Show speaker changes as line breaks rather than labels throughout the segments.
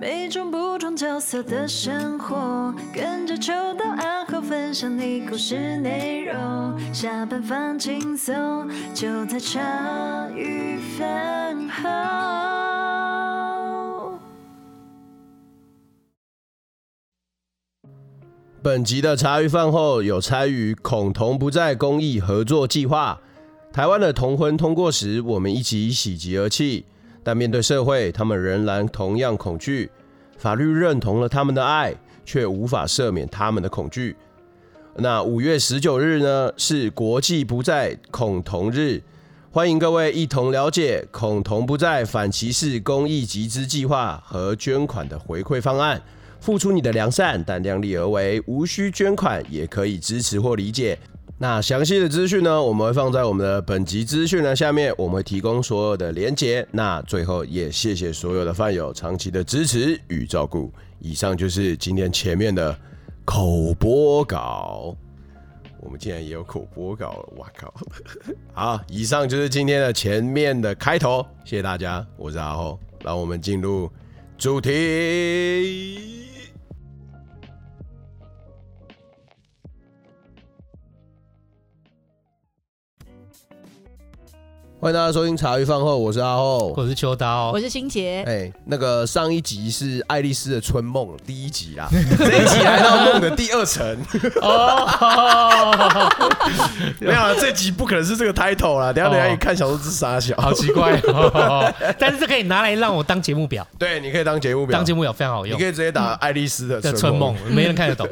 每种不同角色的生活，跟着秋到暗号分享你故事内容。下班放轻松，就在茶余饭后。
本集的茶余饭后有参与“恐同不在”公益合作计划。台湾的同婚通过时，我们一起喜极而泣，但面对社会，他们仍然同样恐惧。法律认同了他们的爱，却无法赦免他们的恐惧。那五月十九日呢，是国际不再恐同日，欢迎各位一同了解“恐同不再反歧视公益集资计划”和捐款的回馈方案。付出你的良善，但量力而为，无需捐款也可以支持或理解。那详细的资讯呢，我们会放在我们的本集资讯栏下面，我们会提供所有的连结。那最后也谢谢所有的饭友长期的支持与照顾。以上就是今天前面的口播稿，我们竟然也有口播稿了，哇靠！ 好，以上就是今天的前面的开头，谢谢大家，我是阿后，让我们进入主题。欢迎大家收听茶余饭后，我是阿后，
我是秋刀
我，是心杰，
哎、那个上一集是爱丽丝的春梦第一集啦，这一集来到梦的第二层。
哦，
没有啦，啊这集不可能是这个 title 啦。等一下
哦
等一下一看，小说是傻小。
好奇怪 哦，但是这可以拿来让我当节目表，
对，你可以当节目表，
当节目表非常好
你
用
可。以直接打爱丽丝的
这春梦
梦。
没人看 得懂，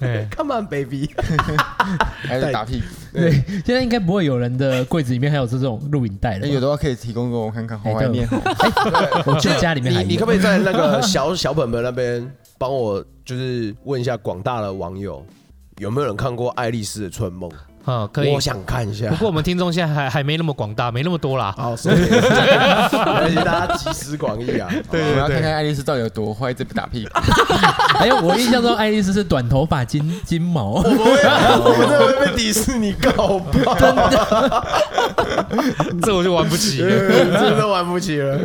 哎
Come on baby，
还有打屁股，
对，现在应该不会有人的柜子里面还有这种录影带了
哎
吧。哎
有的话可以提供给我看看，好怀念哦。
我去家里面还
你你可不
以？
可以在那个小 小本本那边帮我，就是问一下广大的网友，有没有人看过爱丽丝的春梦？
嗯，可以
我。想看一下
不。过我们听众现在还还没那么广大，没那么 多啦。
好，所以而且大家集思广益啊。
我们 要
对
看看爱丽丝到底有多坏，这不打屁股。
还有哎我印象中爱丽丝是短头发金金毛，
我们会我们这会被迪士尼告爆，
这我就玩不起。
真的玩不起 了。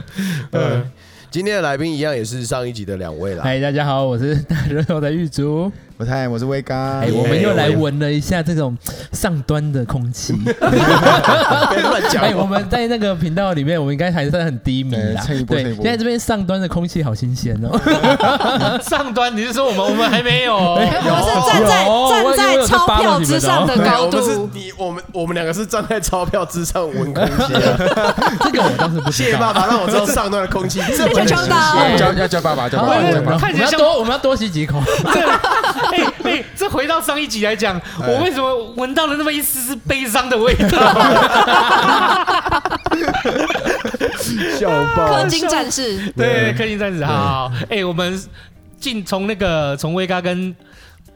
嗯，今天的来宾一样也是上一集的两位啦。
哎嗨，大家好，我是大热头的玉竹。
我猜我是威刚，
哎，我们又来闻了一下这种上端的空气。
别乱讲
哎，我们在那个频道里面，我们应该还算很低迷啦
哎。蹭一波
对，
蹭一波
现在这边上端的空气好新鲜哦。
上端你是说我们我们还没 有哦？
我们是站在
有我
站
我有
在
在
钞票之上的
对，啊
高
我们是
度，
你我们我们两个是站在钞票之上闻空 气、啊。
这个我倒是不
谢
知
谢爸
道。
爸让我知道上段的空 气这么
谢
新
谢秋刀
鲜
要叫要叫爸爸，叫
好
爸
我
爸，
哎
叫
们
看
爸爸。
我们要多我们要多吸几口。
这哎哎，这回到上一集来讲，
哎
我为什么闻到了那么一丝丝悲伤的味道？
笑爆
氪！金战 士，
对，氪金战士，好，好哎，我们进从那个从威嘎跟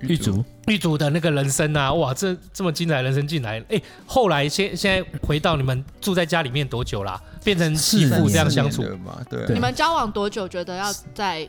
玉竹，
玉主的那个人生啊，哇，这这么精彩的人生进来，哎，后来现现在回到你们住在家里面多久啦？变成媳妇这样相处
四，年了嘛，对啊
对
你们交往多久？觉得要在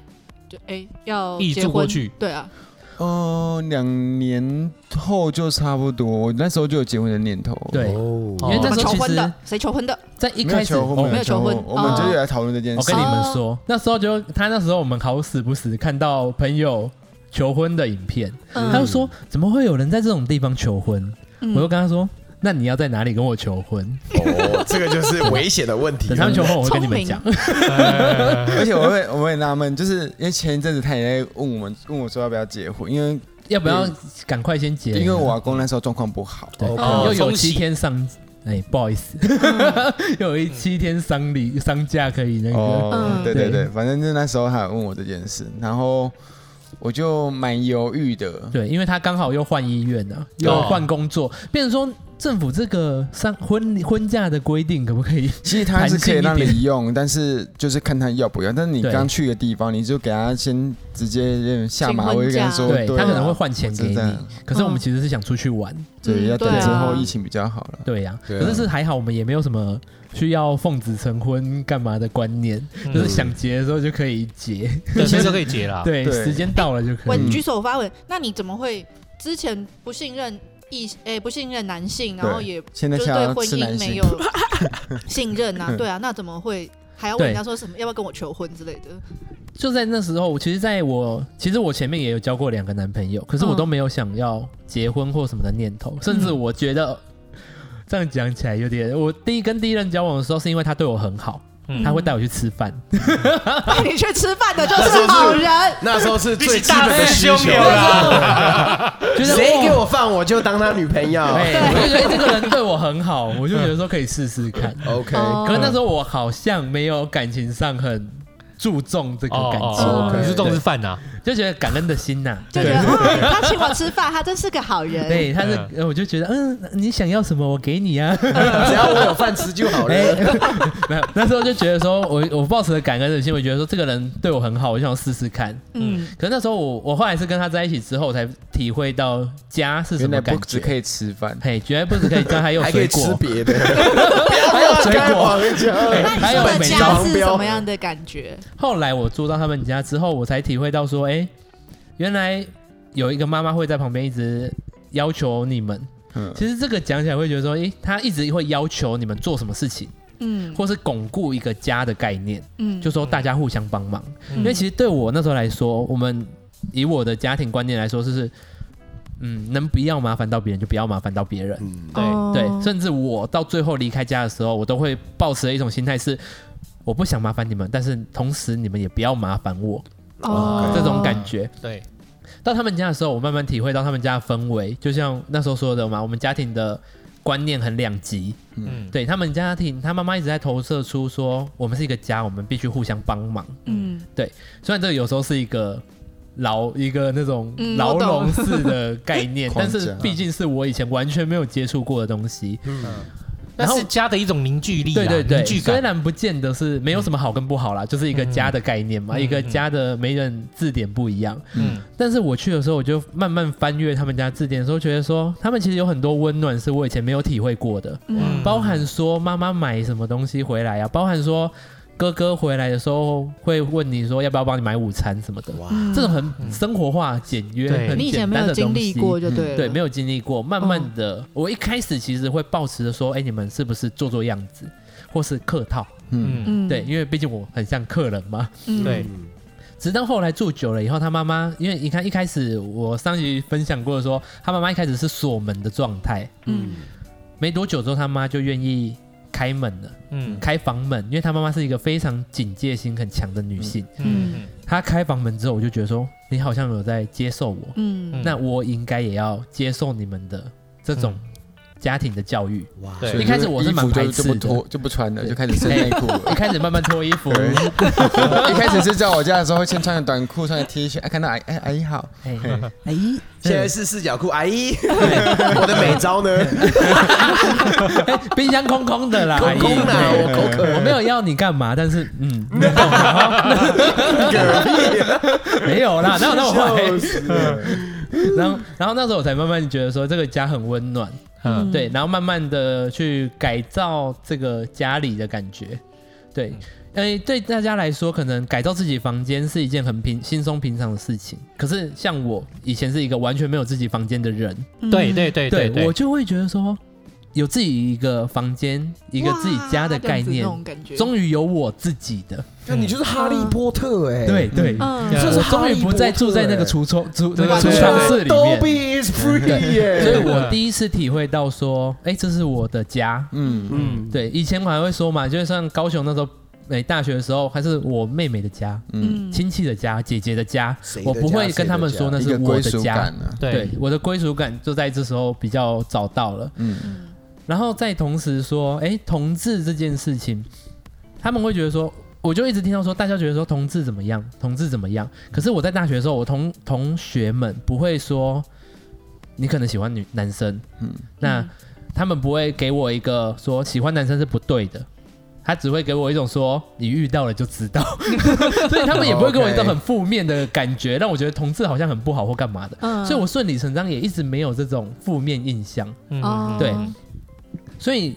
就哎要
一起
结
住过
婚
去？
对啊，
哦，两年后就差不多，我那时候就有结婚的念头。
对，因为
哦
怎
那
么
时
求
候其
婚
实嗯
的？谁求婚的？
在一
没有
开始
求婚，
哦
没有求
哦
婚，我们就是来讨论这件
我
事
跟
哦。
你们说，那时候就他那时候我们好死不死看到朋友求婚的影片，他就说怎么会有人在这种地方求婚？
嗯
我就跟他说，那你要在哪里跟我求
嗯
婚？
哦，这个就是危险的问题
等他们求婚我会跟你们讲。
而且我会我会纳闷，就是因为前一阵子他也在问我们问我说要不要结婚，因为
要不要赶快先结？
嗯因为我阿公那时候状况不好，
对
哦
又有
恭喜
七天丧，哎，不好意思， 又有一七天丧礼丧假可以那个。
嗯
嗯
哦，对对对，
对
反正就那时候他有问我这件事，然后我就蛮犹豫的。
对，因为他刚好又换医院呢、啊，又
哦
换工作，变成说政府这个丧婚婚假的规定可不可以
其实他是可以让
弹性一
你用，但是就是看他要不要。但是你
对
刚去的地方，你就给他先直接有点下马
请婚
威，跟
假
他说，
对他可能会
啊
换钱给
我知
你
道，嗯
可是我们
嗯
其实是想出去玩，
对，要等
对啊
之后疫情比较好了。
对呀、
对啊
可是是还好我们也没有什么需要奉子成婚干嘛的观念，
嗯
嗯
就是想结的时候就可以结，
对，其实可以结啦。
对，
啊对
时间到了就可以
问。举手发问，那你怎么会之前不信任异哎不信任男性，然后
对
也
现在
就是
想
对
要
婚
吃男
姻没
性
有，信任啊？对啊，那怎么会还要问人家说什么要不要跟我求婚之类的？
就在那时候，我其实在我其实我前面也有交过两个男朋友，可是我
嗯
都没有想要结婚或什么的念头，
嗯
甚至我觉得这样讲起来有点，我第一跟第一任交往的时候是因为他对我很好，
嗯
他会带我去吃饭，
嗯
带你去吃饭的就是好人，
那时候是最基本的
你
需
是
求啊
大师兄有啦，
就是
谁给
哦
我饭我就当他女朋友。
哎，我就觉得这个人对我很好，我就觉得说可以试试看。
OK，
哦
可是那时候我好像没有感情上很注重这个
哦
感情，
哦哦
对
你是重视饭呐？
就觉得感恩的心呐、
就觉得哇，他请我吃饭，他真是个好人。
对，他是，呃我就觉得，嗯，你想要什么，我给你啊。哎
只要我有饭吃就好了。
没有，那时候就觉得说，我我抱持着感恩的心，我觉得说这个人对我很好，我就想试试看。
嗯，
可是那时候我我后来是跟他在一起之后，我才体会到家是什
原来
么
不
感
只
觉。
可以吃饭，
嘿，绝对不只可以，但还有
还可
水
以吃
果，
别 的，还有
水果
哎那你
还有
说的
美
家
妆
是什么样的感觉？
后来我住到他们家之后，我才体会到说，哎、原来有一个妈妈会在旁边一直要求你们。
嗯
其实这个讲起来会觉得说，哎、她一直会要求你们做什么事情，
嗯
或是巩固一个家的概念，
嗯，
就说大家互相帮忙。
嗯
因为其实对我那时候来说，我们以我的家庭观念来说，就是。嗯，能不要麻烦到别人就不要麻烦到别人。
对
对，
哦
甚至我到最后离开家的时候，我都会抱持的一种心态是，我不想麻烦你们，但是同时你们也不要麻烦我。
哦
呃这种感觉。
对，
到他们家的时候，我慢慢体会到他们家的氛围，就像那时候说的嘛，我们家庭的观念很两极。
嗯，
对他们家庭，他妈妈一直在投射出说，我们是一个家，我们必须互相帮忙。
嗯
虽然这个有时候是一个。牢一个那种
嗯
牢
我懂
笼式的 概念，
框
但
架啊
是毕竟是我以前完全没有接触过的东西。然
那
后
是家的一种凝聚力啊，
对对对，
凝聚
虽
感。
然不见得是没有什么好跟不好啦，就是一个家的概念嘛，
嗯
一个
嗯
家的每人字典不一样。
嗯
但是我去的时候，我就慢慢翻阅他们家字典的时候，觉得说他们其实有很多温暖是我以前没有体会过的，
嗯
包含说妈妈买什么东西回来啊，包含说哥哥回来的时候会问你说要不要帮你买午餐什么的，
嗯
这种很生活化、简约、
对
很
你以前
简
没
单
有
的
经
东
历
西。嗯
过就对了，
对，没有经历过，慢慢的，我一开始其实会抱持着说，哎、你们是不是做做样子，或是客套？
嗯，
嗯，
嗯
对，因为毕竟我很像客人嘛。
嗯
对，
直到后来住久了以后，他妈妈，因为你看一开始我上集分享过说，他妈妈一开始是锁门的状态，
嗯
没多久之后他妈就愿意开门了，
嗯
开房门，因为他妈妈是一个非常警戒心很强的女性，
嗯
她开房门之后，我就觉得说，你好像有在接受我，
嗯
嗯
那我应该也要接受你们的这种
嗯
家庭的 教育。
哇
对
所以
一开始我是
衣服
蛮排
就就
斥
不
的
脱就不穿了，就开始剩内裤
一
了。
开始慢慢脱衣服，
对一开始是在我家的时候，会先穿个短裤，穿个 T 恤，哎，看到阿姨，哎，阿姨好，
嘿
阿姨，
现 在是四角裤，阿姨，我的美招呢？
哎冰箱空空的啦，
空空的，啊
阿姨对
我口渴。
我没有要你干嘛，但是嗯，你懂吗？ 没有啦，哪有那么
笑
坏？
死
然后，然后那时候我才慢慢觉得说这个家很温暖，
嗯
对，然后慢慢的去改造这个家里的感觉，对，因为对大家来说，可能改造自己房间是一件很平轻松平常的事情，可是像我以前是一个完全没有自己房间的人，
对对对
嗯对
对，
我就会觉得说有自己一个房间，一个自己家的概念
哇这样子那，种感觉，
终于有我自己的，
看你就是哈利波特哎，
对对，
嗯
这
我
是
呃终于不再住在那个橱窗、厨那个储藏室里
都
面。
be is free
所以
耶。
我第一次体会到说，哎、这是我的家。
嗯，
嗯，
对，以前我还会说嘛，就是像高雄那时候，哎、大学的时候，还是我妹妹的家、
嗯
亲戚的家、姐姐的家，
谁的
我不会
家
跟他们
谁的
说那
一
是
个
我
归
的
属
家
感。啊呢，
对
对，
我的归属感就在这时候比较找到了。
嗯，
然后再同时说，哎、同志这件事情，他们会觉得说，我就一直听到说，大家觉得说同志怎么样，同志怎么样。可是我在大学的时候，我同同学们不会说，你可能喜欢女男生，
嗯
嗯，那他们不会给我一个说喜欢男生是不对的。他只会给我一种说你遇到了就知道， 所以他们也不会给我一种很负面的感觉，让我觉得同志好像很不好或干嘛的。
嗯
所以我顺理成章也一直没有这种负面印象。
嗯
哦
对所以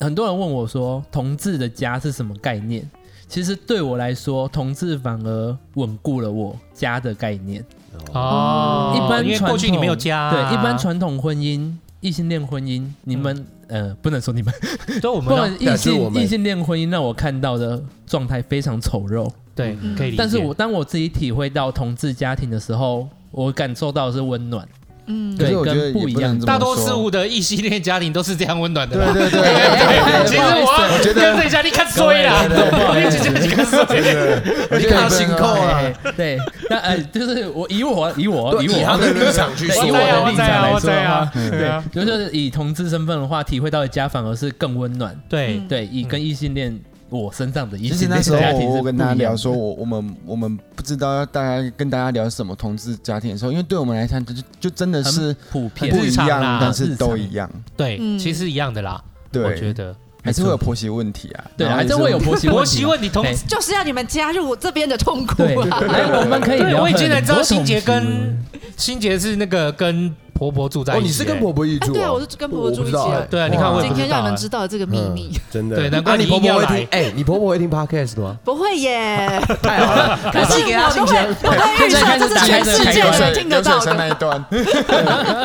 很多人问我说，同志的家是什么概念？其实对我来说，同志反而稳固了我家的概念。
哦，
一般
因为
传
过
统
去你没有家啊，
对，一般传统婚姻、异性恋婚姻，你们呃，不能说你们，
所以嗯我
不
们啊
然
要
异
是我
性
们
异性恋婚姻让我看到的状态非常丑陋。
对
嗯
可以理解，
但是我当我自己体会到同志家庭的时候，我感受到的是温暖。
嗯，
可
对
是我觉得
跟不
也
一
不
样
能这么
大多
说
数的异性恋家庭都是这样温暖的
对
啦。
对对
对， 其实
对，
我啊
我觉得
跟这家你看衰啦，
各位对对对
我跟这家你看衰。
我觉
你
得
看星
哦
空啊
哎对，那呃， 就是我以我 以我以
以
我
他的立场去
对
说
以
我
我
在啊，
的
我在啊，
立场来
我
说
在
的
啊
话，，
对啊，
就是以同志身份的话，体会到的家反而是更温暖。
对
嗯
对，以跟异性恋我身上的异
其实
性
那
恋
时候
家庭
我
是
我跟
不一
大家
样
聊
的
说，我我们我们不知道要大家跟大家聊什么同志家庭的时候，因为对我们来讲，就就就真的
很
是
普遍
不一
日常
样
啦，
但是都一样。
对，
嗯
其实一样的啦，
对，
我觉得
还是会有婆媳问题啊。
对，
然后
还
也是
真会有婆媳
婆
问题
媳
嘛
问题同
哎
就是要你们加入我这边的痛苦
对，哎
啊！
来我们可以
对
聊
我已经
很
来知道
多
心
同
杰
志
跟
问题
心杰是那个跟婆婆住在一
哦，
起。
你是跟婆婆一起
哎，
住哦？
对啊，我是跟婆婆住
我不
一起
知道
啊
哎。
对啊，你看我也
今
不
天
知道
让
啊
你们。知道这个秘密，
嗯真的
对难怪
啊你
你
婆
硬
婆
要
会
来
听，哎，你婆婆会听 podcast 吗？
不会 耶。
太好了，
可是我都会，我都会预测这是全世界
流水
人听得到
流水声那
的。
一段，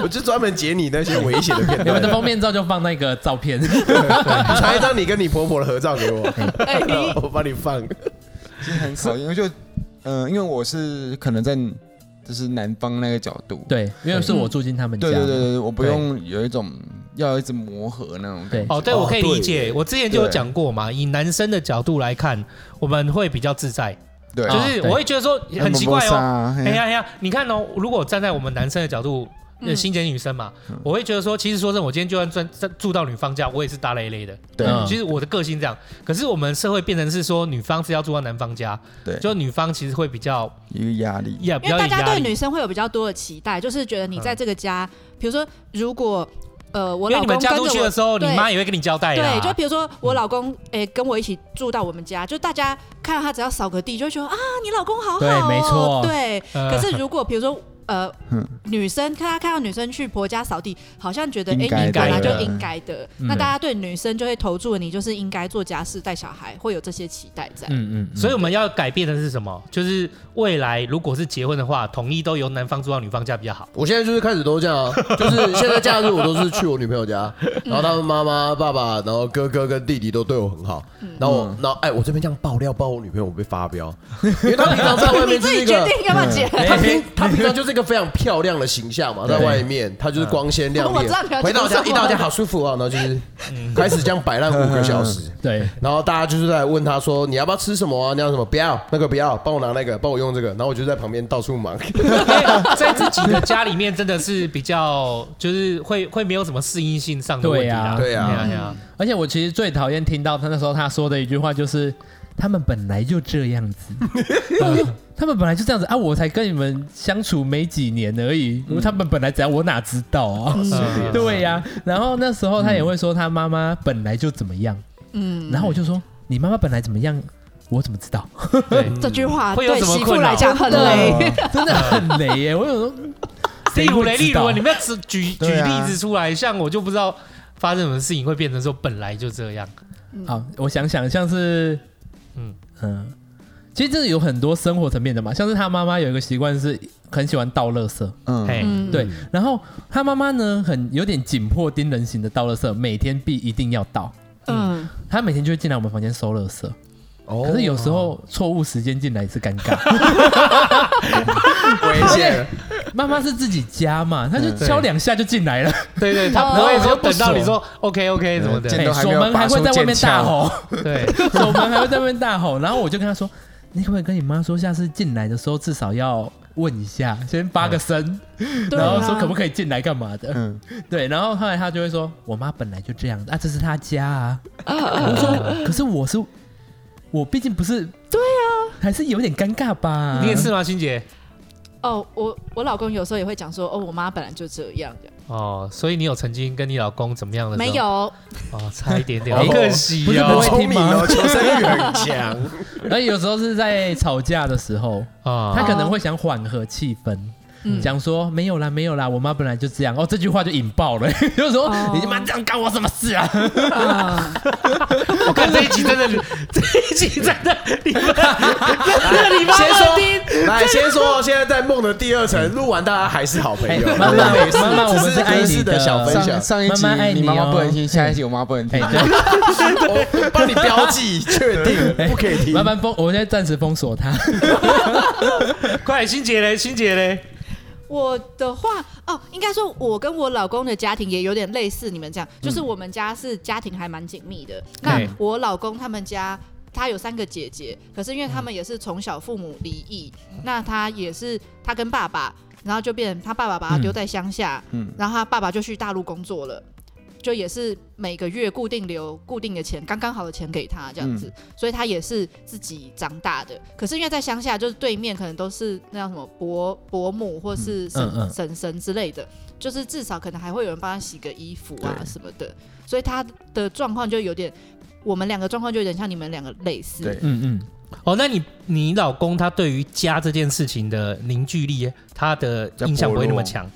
我就专门截你那些危险的片
你们的
段，
封面照就放那个照 片，
传一张你跟你婆婆的合照给我，
哎，
我帮你放。
其实很考验，因为就嗯，因为我是可能在就是南方那个角度，
对，因为是我住进他们家，
对对对对，我不用有一种要一直磨合那种感觉。
哦，对，
哦
我可以理
对
解。我之前就有讲过嘛，以男生的角度来看，我们会比较自在，
啊对，
就是我会觉得说
对
很奇怪哦，哎
哎
呀哎呀，你看哦，如果站在我们男生的角度，呃，
嗯
新结女生嘛，我会觉得说，其实说真的，我今天就算住在住到女方家，我也是大累累的。
对
嗯
其实我的个性这样，可是我们社会变成是说，女方是要住到男方家，
对，
就女方其实会比较
一个压力，
也比
因
较有
为大家
压
对
力，嗯
女生会有比较多的期待，就是觉得你在这个家，比如说，如果呃我
因为
老
你
公
们
跟
嫁出
着
去啊的
我，
时候，你
对
妈也会跟你交代啦。
对，就比如说
嗯
我老公诶跟我一起住到我们家，就大家看到他只要扫个地，就会觉得啊你老公好好哦，
对没错
对。
呃
可是如果比如说呃
嗯，
女生看她看到女生去婆家扫地，好像觉得哎，
应
你
该
本
的
来就应该的。
嗯
那大家对女生就会投注你就是应该做家事、带小孩，会有这些期待在。
嗯嗯，
所以我们要改变的是什么？就是未来如果是结婚的话，统一都由男方住到女方家比较 好。
我现在就是开始都这 样啊，就是现在假日我都是去我女朋友家，
嗯
然后他们妈妈、爸爸，然后哥哥跟弟弟都对我很好，
嗯
然后我，然后哎，我这边这样爆料爆我女朋友，我被发飙，因为她平常在外
嗯 你
面就
自
是
己
一
决
个。
定要不要结
嗯
婚。
她平她平常就是一个非常漂亮的形象嘛，在外面她就是光鲜亮
我知道你
丽。
要
回到家
说什么嗯
一到家好舒服啊，然后就是开始这样摆烂五个小时，
对
然后大家就是在问他说：“你要不要吃什么啊？你要什么？不要那个不要，帮我拿那个，帮我用这个。”然后我就在旁边到处忙。
在自己的家里面真的是比较，就是会会没有什么适应性上的问题啦。
对啊对啊
对啊，
而且我其实最讨厌听到他那时候他说的一句话就是。他们本来就这样 子，呃他们本来就这样子啊！我才跟你们相处没几年而已，他们本来怎样，我哪知道啊？
嗯
对呀、然后那时候他也会说他妈妈本来就怎么样，
嗯，
然后我就说你妈妈本来怎么样，我怎么知道？
对。
这句话
会有
对
什么
媳妇
困扰
来讲很
真的
累。
真的很雷耶！我有时候
例
谁
如
会
嘞，
知
例如啊，
道
你们要举举举
对啊
例子出来，像我就不知道发生什么事情会变成说本来就这样。
好，我想想，像是嗯
嗯
嗯，其实这有很多生活层面的嘛，像是他妈妈有一个习惯是很喜欢倒垃圾，
嗯，
哎，
嗯，
对，然后他妈妈呢很有点紧迫盯人型的倒垃圾，每天必一定要倒。
嗯，
他每天就会进来我们房间收垃圾，
哦
可是有时候错误时间进来也是尴 尬。
危 险，
妈妈是自己家嘛，她
嗯
就敲两下就进来了，
对对，他不
然
会
后
说
又不
等到你
熟
说 OK OK 什么的。
见
哎
都还没
锁
有
门还
把
会
手
在外面
剪
大
翘
吼。
对，
守门还会在那边大吼，然后我就跟他说：“你可不可以跟你妈说，下次进来的时候至少要问一下，先发个声，
对
然后说
啊
可不可以进来干嘛的？”
嗯
对，然后后来他就会说：“我妈本来就这样啊，这是她家啊。”我说：“可是我是我，毕竟不是对啊，还是有点尴尬吧？
你也是吗，欣姐？
哦，我我老公有时候也会讲说，哦，我妈本来就这样这样
哦，所以你有曾经跟你老公怎么样的？
没。有，
哦，差一点点，
哦
好可惜
不是不
好
会
哦。
聪明哦，求生欲很强。
而有时候是在吵架的时候，他
啊，
可能会想缓和气氛。”
哦嗯
讲说没有啦，没有啦，我妈本来就这样。哦，这句话就引爆了， 就是说、
哦
你他妈这样干我什么 事啊？
啊
我 看这一集真的，这一集真的，你们这个你妈
先
妈
说
听，
来，先说现在在梦的第二层，录完大家还是好朋友。
妈 妈
对，
妈妈，我们是爱
只是
你
的小分享
上上一集
妈妈爱你
你妈妈
哦
不能听，下一集我妈不能
哎
听。
我帮你标记，确定不可以听
麻。烦封，我现在暂时封锁他。
快，欣姐嘞，欣姐嘞，
我的话，哦，应该说，我跟我老公的家庭也有点类似你们这样，就是我们家是家庭还蛮紧密的。那
嗯对
我老公他们家。他有三个姐姐，可是因为他们也是从小父母离异，
嗯
那他也是他跟爸爸，然后就变成他爸爸把他丢在乡下，
嗯
然后他爸爸就去大陆工作了，就也是每个月固定留固定的钱，刚刚好的钱给他这样
嗯
子，所以他也是自己长大的。可是因为在乡下，就是对面可能都是那叫什么伯伯母或是婶
嗯嗯
婶婶之类的，就是至少可能还会有人帮他洗个衣服啊
对
什么的，所以他的状况就有点。我们两个状况就有点像你们两个类似，
对
嗯嗯，
哦，那你你老公他对于家这件事情的凝聚力，他的印象不会那么强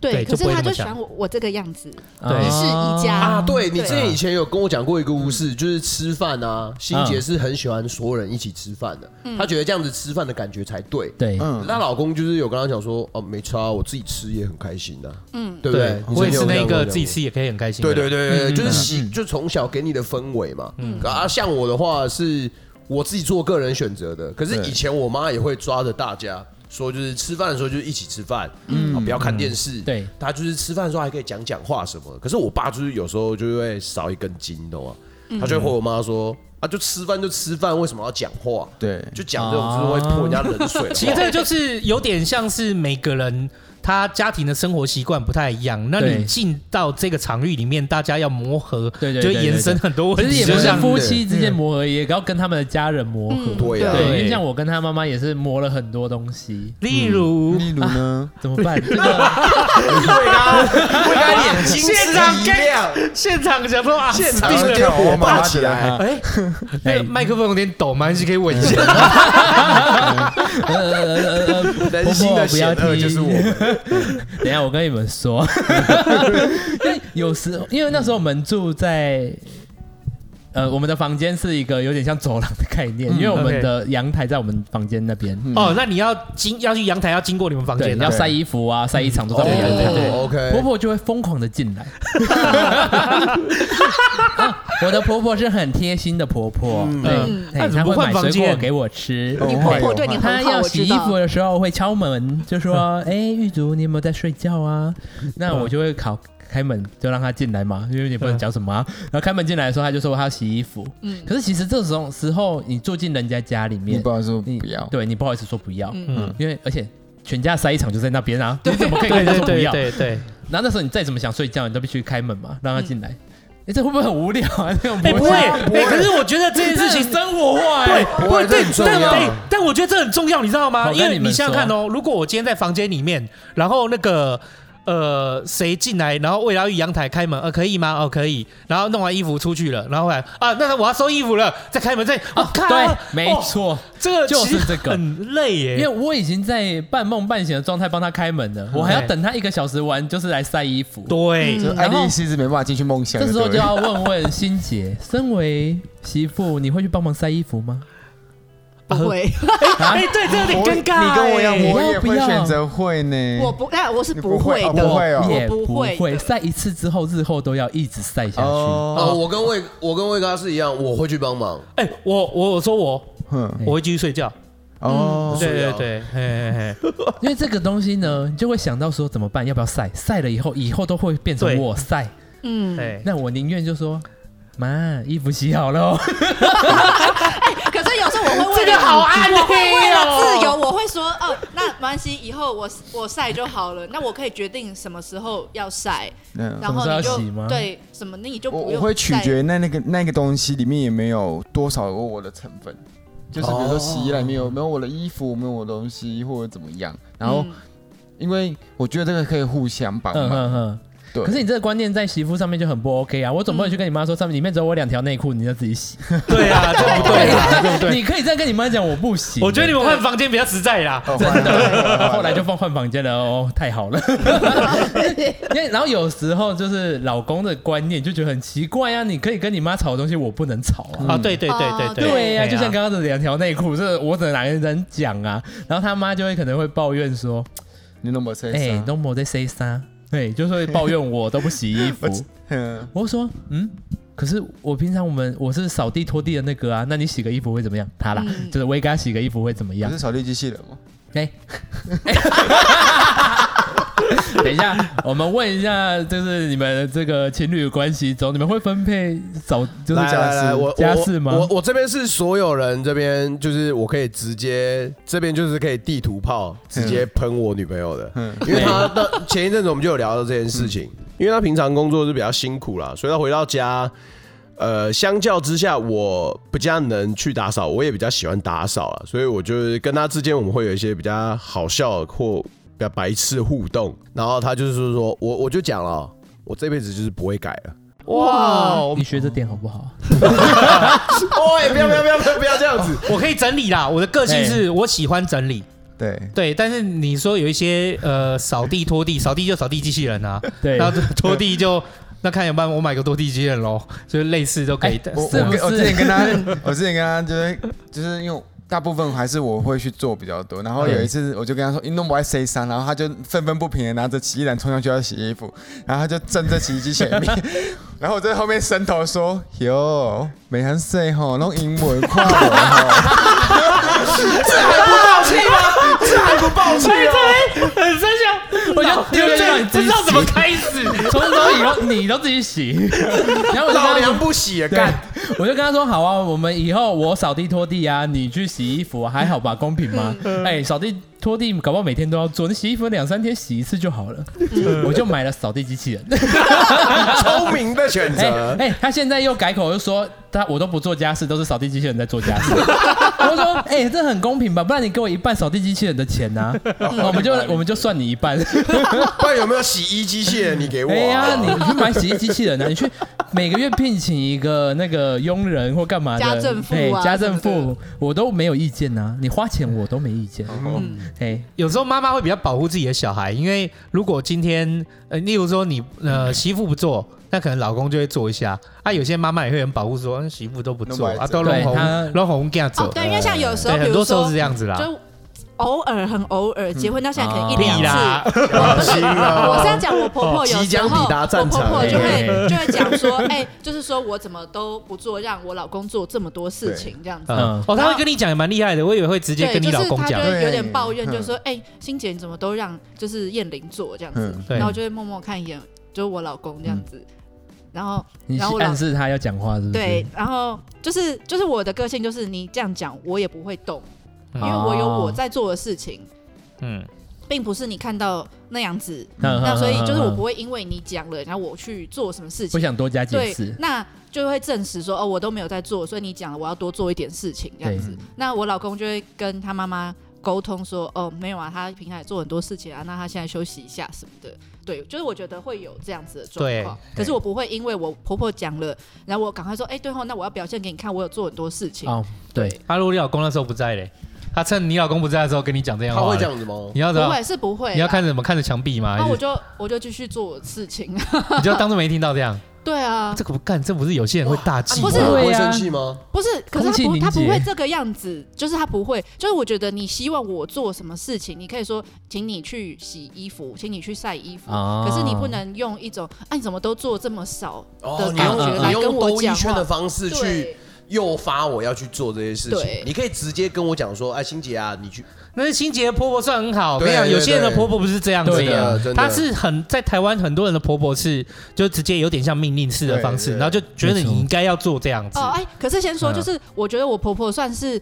对
对可
就不
是
会
他
那么
就喜
想
欢我我这个样子，
嗯
对
一室一家
啊，
哦
对你之前以前有跟我讲过一个故事，就是吃饭啊，欣姐是很喜欢所有人一起吃饭的，
嗯
她觉得这样子吃饭的感觉才对。
对，
嗯，
她老公就是有跟她讲说，哦，没差，我自己吃也很开心的，嗯，对不对
对？我也是那个自己
吃。
吃也可以很开心的
对
人。
对对对，
嗯
就是
嗯
喜，就从小给你的氛围嘛。啊，像我的话是我自己做个人选择的，可是
对
以前我妈也会抓着大家说，就是吃饭的时候就一起吃饭，嗯，不要看电视。
对，
她就是吃饭的时候还可以讲讲话什么的。可是我爸就是有时候就会少一根筋，你懂吗？
嗯
他就会回我妈说。啊，就吃饭就吃饭，为什么要讲话？
对
啊
就讲这种就是会泼人家冷
哦
水的话。
其实这个就是有点像是每个人他家庭的生活习惯不太一样，那
对
你进到这个场域里面，大家要磨合，
对对
就
对
延伸很多问
其实
题，
也不
就是像
夫妻之间磨合，也要跟他们的家人磨
嗯
合。
对啊
对，因为
对
像我跟他妈妈也是磨了很多东西，
例如
例如呢，
怎么 办？这个
对啊，我感觉眼睛是
现场
一亮，
现场想说啊，
现
死
场
定
就
了
觉得我妈
爸
妈
起
觉得
来
还
哎，那个麦克风有点抖吗？还是可以稳一下？
呃呃呃呃，
人
婆
心
婆
的
不要
险恶
听，
就是我们。
等一下，我跟你们说，因为有时因为那时候我们住在。呃，我们的房间是一个有点像走廊的概念，因为我们
OK
的阳台在我们房间那边，
哦，那你要经要去阳台，要经过你们房
对，
间
你要
的。
晒衣服啊，晒衣场都在
哦
我们阳台。对
OK
婆婆就会疯狂的进来。啊我的婆婆是很贴心的婆婆，
嗯
对，
那
哎
怎么
她
不
会
换
买
房
水果
间
给我吃。
哦
你
会
啊
婆
有
婆 对你
她
很好，
要
我
洗
知
衣服
道。
的时候会敲门，就说：“哎、玉竹，你有没有在睡觉啊？”那
嗯
我就会考开门，就让她进来嘛，因为你不能讲什么啊、
嗯
然后开门进来的时候，她就说她要洗衣服。
嗯
可是其实这种时候，你住进人家家里
你
面
不，好说
你
不要，
对你不好意思说不要，
嗯
因为而且全家塞一场就在那边啊， 你怎么可以
对
跟人家
对
说不
对
要？
对对，
然后那时候你再怎么想睡觉，你都必须开门嘛，让他进来。哎，这会不会很无聊啊？那种
哎，不会，
啊
哎，可是我觉得这件事情
生活化
对
哎，，
不
不
会
是对
这很，重
但
要
哎但我觉得这很重要，你知道吗？
我跟
因为
你们
你想想看哦，如果我今天在房间里面，然后那个呃谁进来，然后为了去阳台开门，呃可以吗？哦可以，然后弄完衣服出去了，然后后来啊，那我要收衣服了，再开门再我
啊，
靠，
对，没
哦，
错，
这个
就是
其实
这个
很累耶，
因为我已经在半梦半醒的状态帮他开门了，我还要等他一个小时完，就是来晒衣服。
对，
就爱丽丝是没办法进去梦想的。
这时候
对
就要问问欣姐，身为媳妇，你会去帮忙晒衣服吗？
不会，
哎对，这有点尴尬耶，哎
哎你跟我一样，我也
要不
会
要
选择会呢。
我不，哎，我是
呃你
不会
哦
的，
不会哦。
也
不会的
会，晒一次之后，日后都要一直晒下去。
哦，
哦，
我跟魏，我跟魏哥是一样，我会去帮忙。
哎，我我我说我
哼，
我会继续睡觉，
哦，
对对对，嘿嘿嘿，
因为这个东西呢，你就会想到说怎么办？要不要晒？晒了以后，以后都会变成
对
我晒。
嗯，
对。
那我宁愿就说，妈，衣服洗好喽。
可是有时候我会
这
为了
个好暗黑哦
我会为了自由，我会说哦，那没关系，以后我我晒就好了。那我可以决定什么时候要晒，
嗯，
然后你
什么时候
就
要洗吗
对什么，那你就
我
不
我
用。
会取决，那那个那个东西里面有没有多少有我的成分，就是比如
哦
说洗衣篮里面有没有我的衣服，有没有我的东西或者怎么样。然后
嗯
因为我觉得这个可以互相帮
嗯
忙，
嗯嗯。
对
可是你这个观念在媳妇上面就很不 OK 啊！我总不能去跟你妈说上面里面只有我两条内裤，你要自己洗。
对啊，这不对啊，对不对？
你可以这样跟你妈讲，我不行。
我觉得你们换房间比较实在啦。
哦
真
换了换
的，
了
后来就放换房间了哦，太好了。 因为然后有时候就是老公的观念就觉得很奇怪啊，你可以跟你妈吵的东西，我不能吵啊。
啊，对对对对哎
嗯
对呀、
呀，
就像刚刚的两条内裤，这我怎么哪个人讲啊？然后他妈就会可能会抱怨说
你那么：“谁？啊
哎、
啊
都没在 say 啥？”对，就会抱怨我都不洗 衣服。
嗯，
我说：“嗯，可是我平常我们我是扫地拖地的那个啊，那你洗个衣服会怎么样？他啦，
嗯
就是我也给他洗个衣服会怎么
不
样
是？扫地机器人吗？
哎、等一下，我们问一下，就是你们这个情侣关系中，你们会分配扫就是
来
家
来来，我
事家事吗？
我我我这边是所有人这边，就是我可以直接这边就是可以地图炮直
嗯
接喷我女朋友的，
嗯
因为她的前一阵子我们就有聊到这件事情，因为她平常工作是比较辛苦啦，所以她回到家，呃，相较之下我比较能去打扫，我也比较喜欢打扫了，所以我就是跟她之间我们会有一些比较好笑或比较白痴互动，然后她就是说我我就讲了，我这辈子就是不会改了。
哇，哦我
你学着点好不好？
哦，哎不要不要不要不要不要这样 子！
我可以整理啦，我的个性是我喜欢整理，
对，
对，但是你说有一些呃扫地拖地，扫地就扫地机器人啊，
对
然后拖地就那看有办法，我买个拖地机器人喽，就是类似都可以的。
我
是
我
不
跟我
是
之前跟 他，我之前跟他就是就是因为大部分还是我会去做比较多，然
嗯
后有一次我就跟他说你弄不爱 C 三，然后他就愤愤不平的拿着洗衣篮冲上去要洗衣服，然后他就站在洗衣机前面， 然后我在后面伸头说哟，没很 C 吼，弄英文跨文吼，
很生气，
我就丢
对
在那里
对，不知道怎么开始。
从头以后你都自 己洗，然后我就
老
跟他
娘
说，
不洗也
对
干。，
我就跟他说好啊，我们以后我扫地拖地啊，你去洗衣服啊、还好吧，公平 吗？
嗯
哎、扫地拖地搞不好每天都要做，你洗衣服两三天洗一次就好了。
嗯
我就买了扫地机器人，
聪明的选
哎、
择。
哎、他现在又改口，又说他我都不做家事，都是扫地机器人在做家事。 我说，哎、这很公平吧？不然你给我一半扫地机器人的钱呐、我们就我们就算你一半。
不然有没有洗衣机器人？你给我、啊。
哎呀，你你去买洗衣机器人啊，你去每个月聘请一个那个佣人或干嘛的
家政妇啊
哎家政
什么
妇，我都没有意见呐、你花钱我都没意见。
嗯
哎，
有时候妈妈会比较保护自己的小孩，因为如果今天呃，例如说你呃媳妇不做，那可能老公就会做一下啊。有些妈妈也会很保护说，嗯媳妇都不做啊，都弄
对她
红弄红这样
哦
走，，
对，因为像有时候，
对，
比
很
如
多时候
说
是这，样子啦。
就偶尔很偶尔，结婚到现在可能一
嗯
两
屁
次
啦，，
我不是，
小心啊
我是要讲我婆婆有
即
时
将
候，
抵达
我
战
婆
场
婆就
哎
会就会讲说，哎，就是说我怎么都不做，让我老公做这么多事情这样子。
嗯，哦，他会跟你讲也蛮厉害的，我以为会直接
对，
跟
就
你
是
老公
他就
讲。
会有点
对
抱怨，
嗯
就说：“哎，欣姐，你怎么都让就是燕玲做这样子
嗯？”
对
然后我就会默默看一眼，就是我老公这
嗯
样子。然后
你
然后我老
暗示他要讲话是嗯不是？
对，，然后就是就是我的个性就是你这样讲我也不会动，
嗯
因为我有
哦
我在做的事情，
嗯，
并不是你看到那样子。
嗯
那所以就是我不
会
会因为你讲了，然后我去做什么事
不
情。
想多加解
对
释，。
那就会证实说哦，我都没有在做，所以你讲了我要多做一点事情这样
对
子。那我老公就会跟他妈妈沟通说哦，没有啊，他平常也做很多事情啊，那他现在休息一下什么的。对，就是我觉得会有这样子的状况，
对
可是我不会因为我婆婆讲了，然后我赶快说，哎、对哦，那我要表现给你看，我有做很多事情。
哦，对，
他如果你老公那时候不在嘞，他趁你老公不在的时候跟你讲这样
他
话，
会这，样子吗？
你要怎
不
么？
会是不会啦，
你要看着怎么看着墙壁吗？
那我
还是
就我就继续做我的事情。
你就当做没听到这样？
对啊，
这个不干，这不是有些人会大忌吗？
不是
我
对
会
呀
生气吗？
不是，可是
空气
他不，
凝
他不
结
会这个样子，就是他不会，就是我觉得你希望我做什么事情，你可以说，请你去洗衣服，请你去晒衣服，
哦
可是你不能用一种，啊，你怎么都做这么少的
哦，你
感
要
用
觉
你
来跟
用
我
兜一
讲
圈
话
的。方式去
对
诱发我要去做这些事情
对。
你可以直接跟我讲说，哎，欣姐啊，你去
那是欣姐的婆婆算很好，
对
没有
对
有些人的
对
婆婆不是这样子
对的
的
真，的
她是很在台湾很多人的婆婆是就直接有点像命令式的方式，
对对
然后就觉得
没错
你应该要做这样子
哦，，哎，可是先说，
嗯
就是我觉得我婆婆算是，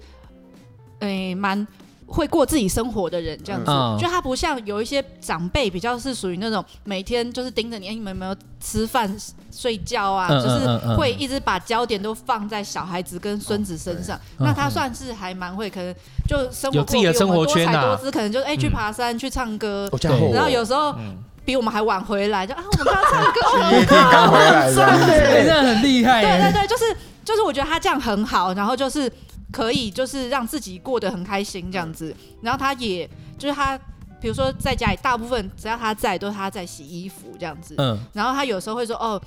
哎，蛮。会过自己生活的人这样子，
嗯
就她不像有一些长辈比较是属于那种每天就是盯着你，哎，你们有没有吃饭、睡觉啊？
嗯
就是
嗯嗯嗯
会一直把焦点都放在小孩子跟孙子身上。
对
那
嗯
她
嗯
算是还蛮会，可能就生活
有自己的
过比我
生活
们
圈
多彩
啊
多姿，可能就哎、去爬山、去唱歌，
哦，嫁祸
然
我
后
嗯
有时候比我们还晚回来，就啊，我们刚刚唱歌
夜
很
店刚回来这样子，
对， 那很厉害
对对
耶。
对，就是就是，我觉得他这样很好，然后就是可以就是让自己过得很开心这样子，然后他也就是他，比如说在家里，大部分只要他在，都是他在洗衣服这样子，
嗯，
然后他有时候会说哦，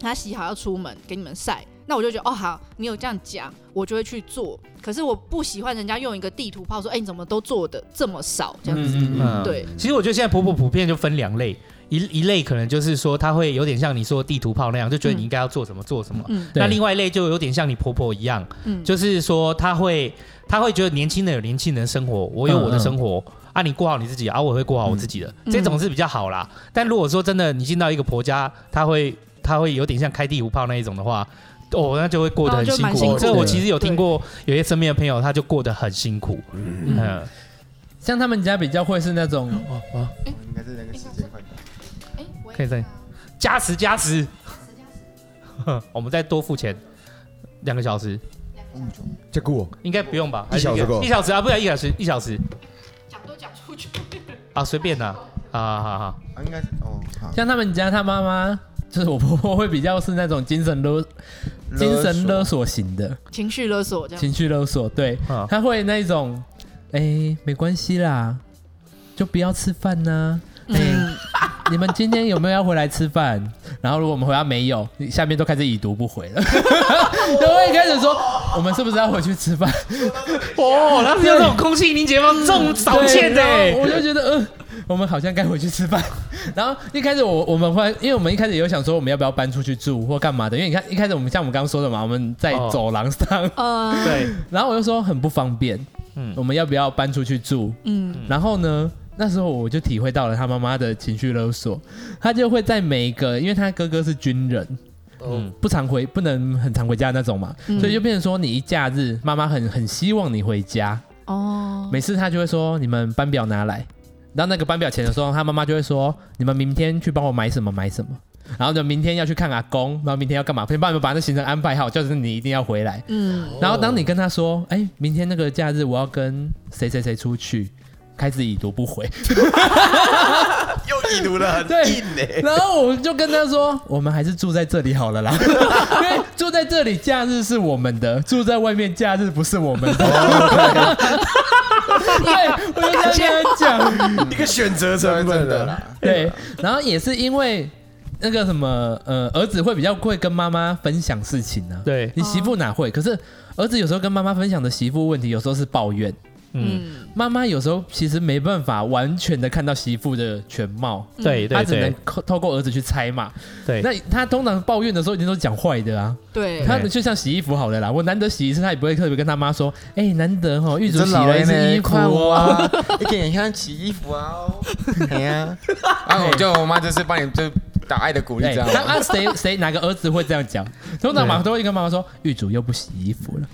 他洗好要出门给你们晒，那我就觉得哦好，你有这样讲，我就会去做。可是我不喜欢人家用一个地图炮说，哎、你怎么都做的这么少这样子？
嗯嗯嗯
嗯，
对，
其实我觉得现在婆婆普遍就分两类，
嗯
一一类可能就是说她会有点像你说地图炮那样，就觉得你应该要做什么做什么。
嗯
那
对
另外一类就有点像你婆婆一样，
嗯，
就是说她会她会觉得年轻人有年轻人的生活，我有我的生活。啊，你过好你自己，啊，我会过好我自己的，
嗯
这种是比较好啦。但如果说真的你进到一个婆家，她会她会有点像开地图炮那一种的话，哦，那就会过得很
哦就
辛
蛮
苦。
辛苦
这
的
我其实有听
对
过，有些身边的朋友他就过得很辛苦。嗯，
像他们家比较会是那种，
哦
应该是那个时间快到。
哎、我也
可以再加时加时， 我们再多付钱两个小时，
结果
应该不用吧？还
一
是
小时够
一小时啊，不然一小时一小时
讲都讲出去，
啊，随便啦啊，好好，
啊，应该是哦，好，
像他们家他妈妈就是我婆婆会比较是那种精神勒精神勒索型的
情绪勒索这样。
情绪勒索，对，
嗯
她会那种，哎，没关系啦，就不要吃饭呐、哎
嗯，
你们今天有没有要回来吃饭？然后如果我们回答没有，下面都开始已读不回 了，都会开始说我们是不是要回去吃饭？
哦，他们有这种空气凝结吗？重少欠的
对
欸，
然后哦我就觉得呃，我们好像该回去吃饭。 然后一开始我我们会，因为我们一开始有想说我们要不要搬出去住或干嘛的，因为你看一开始我们像我们刚刚说的嘛，我们在
哦
走廊上，
呃，
对，
然后我就说很不方便，
嗯
嗯，我们要不要搬出去住？
嗯，
然后呢，那时候我就体会到了他妈妈的情绪勒索，他就会在每一个，因为他哥哥是军人，
嗯，
不常回，不能很常回家那种嘛，
嗯
所以就变成说你一假日，妈妈很很希望你回家，
哦，
每次他就会说你们班表拿来，然后那个班表钱的时候，他妈妈就会说你们明天去帮我买什么买什么。然后就明天要去看阿公，然后明天要干嘛？先帮你们把那行程安排好，就是你一定要回来。
哦
嗯，
然后当你跟他说，哎、明天那个假日我要跟谁谁谁出去，开始已读 不回。
又已读了，很
对
硬欸呢、
然后我就跟他说，我们还是住在这里好 了啦， 因为住在这里假日是我们的，住在外面假日不是我们的。
哦
对，我就这样跟他讲。
一个选择
对
成
真
本
的
了。，
啦，
对，然后也是因为那个什么，呃，儿子会比较会跟妈妈分享事情呢、
对
你媳妇哪会？可是儿子有时候跟妈妈分享的媳妇问题，有时候是抱怨。
嗯，
嗯，
妈妈有时候其实没办法完全的看到媳妇的全貌，
对
她
对
只能
对
透透过儿子去猜嘛。
对，
那她通常抱怨的时候，一定都是讲坏的啊。
对，
她就像洗衣服好了啦，我难得洗一次，她也不会特别跟她妈说：“哎、难得哦，玉竹洗了一次衣服哦。
啊，一点点像洗衣服 啊，哦，哎呀，然后我就我妈就是帮你就打爱的鼓励
对”
这样
那，啊，谁谁哪个儿子会这样讲？通常妈
对
都会跟妈妈说：“玉竹又不洗衣服 了。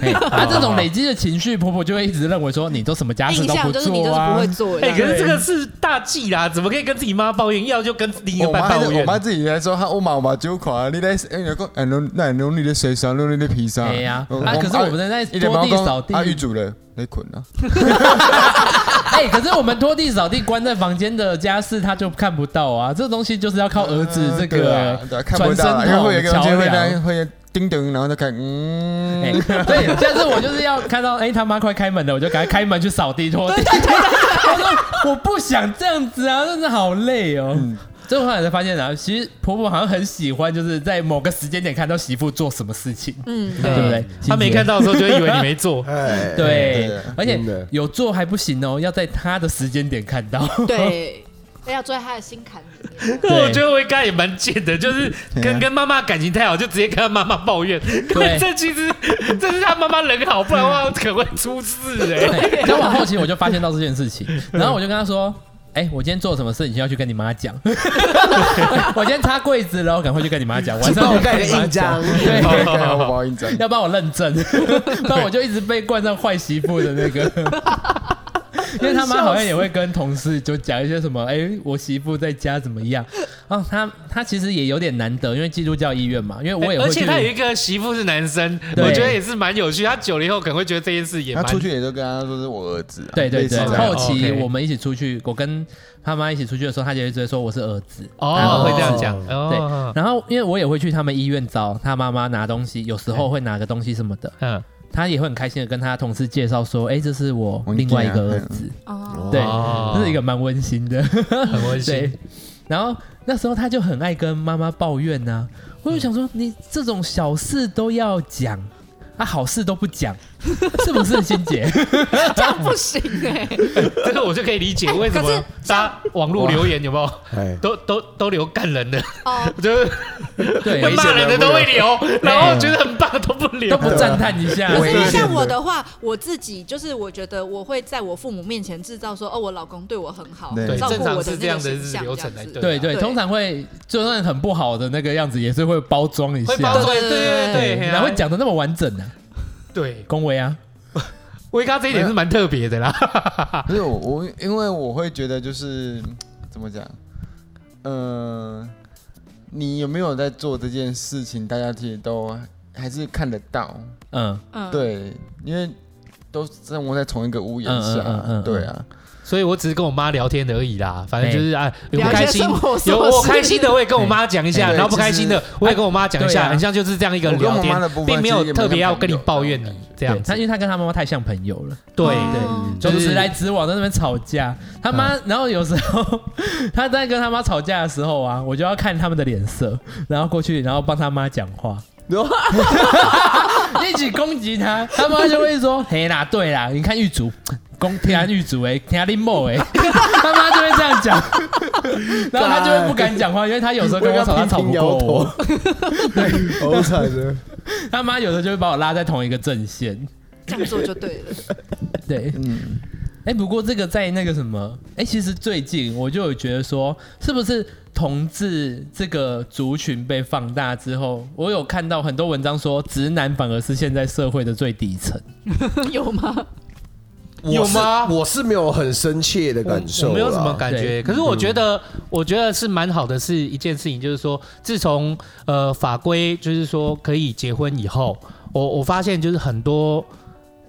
嘿”啊，这种累积的情绪，婆婆就会一直认为说：“你都什么家事
印
都
象
不
就是你就是
做
不
啊
会。做的
哎，，可是这个是大忌啦，怎么可以跟自己妈抱怨？要就跟另一
哦我
半
妈
抱
我
怨，
妈自己来说，她我妈我妈就垮，你来，哎，有个哎，弄那弄你的水衫，弄你的皮衫，
哎呀，啊！可是我们在
一点
拖地扫地，
啊，玉主了，你捆啊 了，
哎、可是我们拖地、扫地、关在房间的家事，他就看不到啊。这东西就是要靠儿子这
对
个
啊对啊看不到啦，因为会有一个东西
桥
会
梁
在会叮咚，然后就看，嗯，
哎，对，下次我就是要看到，哎、他妈快开门了，我就赶快开门去扫地拖地。我说 我不想这样子啊，真的好累哦。最后来才发现啊，其实婆婆好像很喜欢，就是在某个时间点看到媳妇做什么事情，
嗯，
对不
对，
对？
她没看
到，
到的时候就会以为你没做
哎，
对
对，
而且
真的
有做还不行哦，要在她的时间点看到。
对，那要追他的心坎里面。
那我觉得我应该也蛮贱的，就是
对
跟
啊
跟妈妈感情太好，就直接跟她妈妈抱怨。对，这其实这是她妈妈人好，不然的话可能会出事哎。
对，然后我后期我就发现到这件事情，然后我就跟他说：“哎、我今天做了什么事，你就要去跟你妈讲。 我今天擦柜子了，我赶快去跟你妈讲。晚上
帮我
就
盖
跟
个
你妈
印章
讲，对，
看看我包印 章，
要帮我认证，不然我就一直被冠上坏媳妇的那个。因为他妈好像也会跟同事就讲一些什么，哎、我媳妇在家怎么样？哦，他他其实也有点难得，因为基督教医院嘛，因为我也会
哎而
去
且他有一个媳妇是男生，
对
我觉得也是蛮有趣。他九零后可能会觉得这件事也
他
蛮
出去也就跟他说是我儿子啊，
对对
类似
对，
这样
后期
OK
我们一起出去，我跟他妈一起出去的时候，他就一直说我是儿子。
哦，会这样讲
对
哦。
然后因为我也会去他们医院找他妈妈拿东西，有时候会拿个东西什么的，
嗯，
他也会很开心的跟他同事介绍说，哎、这是我
我
另外一个
女儿
儿子，
哦，
对，
哦
这是一个蛮温馨的。
很 温
对
馨。，
然后那时候他就很爱跟妈妈抱怨呐、我就想说，你这种小事都要讲，啊，好事都不 讲，是不是欣姐？
这样不行哎、
这个我就可以理解为什
可是
么大家网络留言有没有
哎，
都都都留干人的，
哦，
就是
对，
会骂人的都会留，然后
对
觉得很棒的都不留
都。不赞叹一 下，
可
我也
是
有
因
点
为像我的话，我自己就是我觉得我会在我父母面前制造说，哦，我老公对我很好，
对
照
正
顾
常
我
是这
那
样
个
的
形象
流程
这
来
样子
对
对
对
对，通常会就算很不好的那个样子，也是会包装一
会包
下
装，。对
对
对对
对，
对，
哪会讲的那么完整啊呢、
对，
恭维啊，
威咖这一点是蛮特别的啦。
不是我，我因为我会觉得就是怎么讲，呃，你有没有在做这件事情，大家其实都还是看得到，
嗯，
嗯，
对，因为都生活在同一个屋檐
嗯嗯嗯嗯
下，
嗯
对啊，
所以我只是跟我妈聊天而已啦，反正就是啊，有不
聊一
开
些
心
生活，琐
有我
事
开心的我也跟我妈讲一下，
对
然后不开心的我也跟我妈讲一
对
下，
啊
很像就是这样一个
我跟
聊
我妈的
天，
部分
并没有特别要跟你抱怨
其实也
你
没有
这样
对他因
子。
为他跟他妈妈太像朋友了。
对
哦
嗯
对，
就
就是嗯直来直往在那边吵架。他妈，然后有时候 他在跟他妈吵架的时候啊，我就要看他们的脸色，然后过去，然后帮他妈讲 话，一起攻击他。他妈就会说：“嘿啦，对啦，你看狱卒。”攻天安狱卒哎，天安林某哎， 他妈就会这样 讲，然后他就会不敢讲话，因为他有时候跟我吵，他吵不过我，
好惨的。
他妈有时候就会把我拉在同一个阵线。
这样做就对了。
对，
嗯，
哎、不过这个在那个什么，哎、其实最近我就有觉得说，是不是同志这个族群被放大之后，我有看到很多文章说，直男反而是现在社会的最底层。
有吗？
我是
有吗
我是没有很深切的感受啦，
我
嗯
没有什么感觉，
对
可是我觉得，我觉得是蛮好的，是一件事情，就是说，自从呃法规就是说可以结婚以后，我我发现就是很多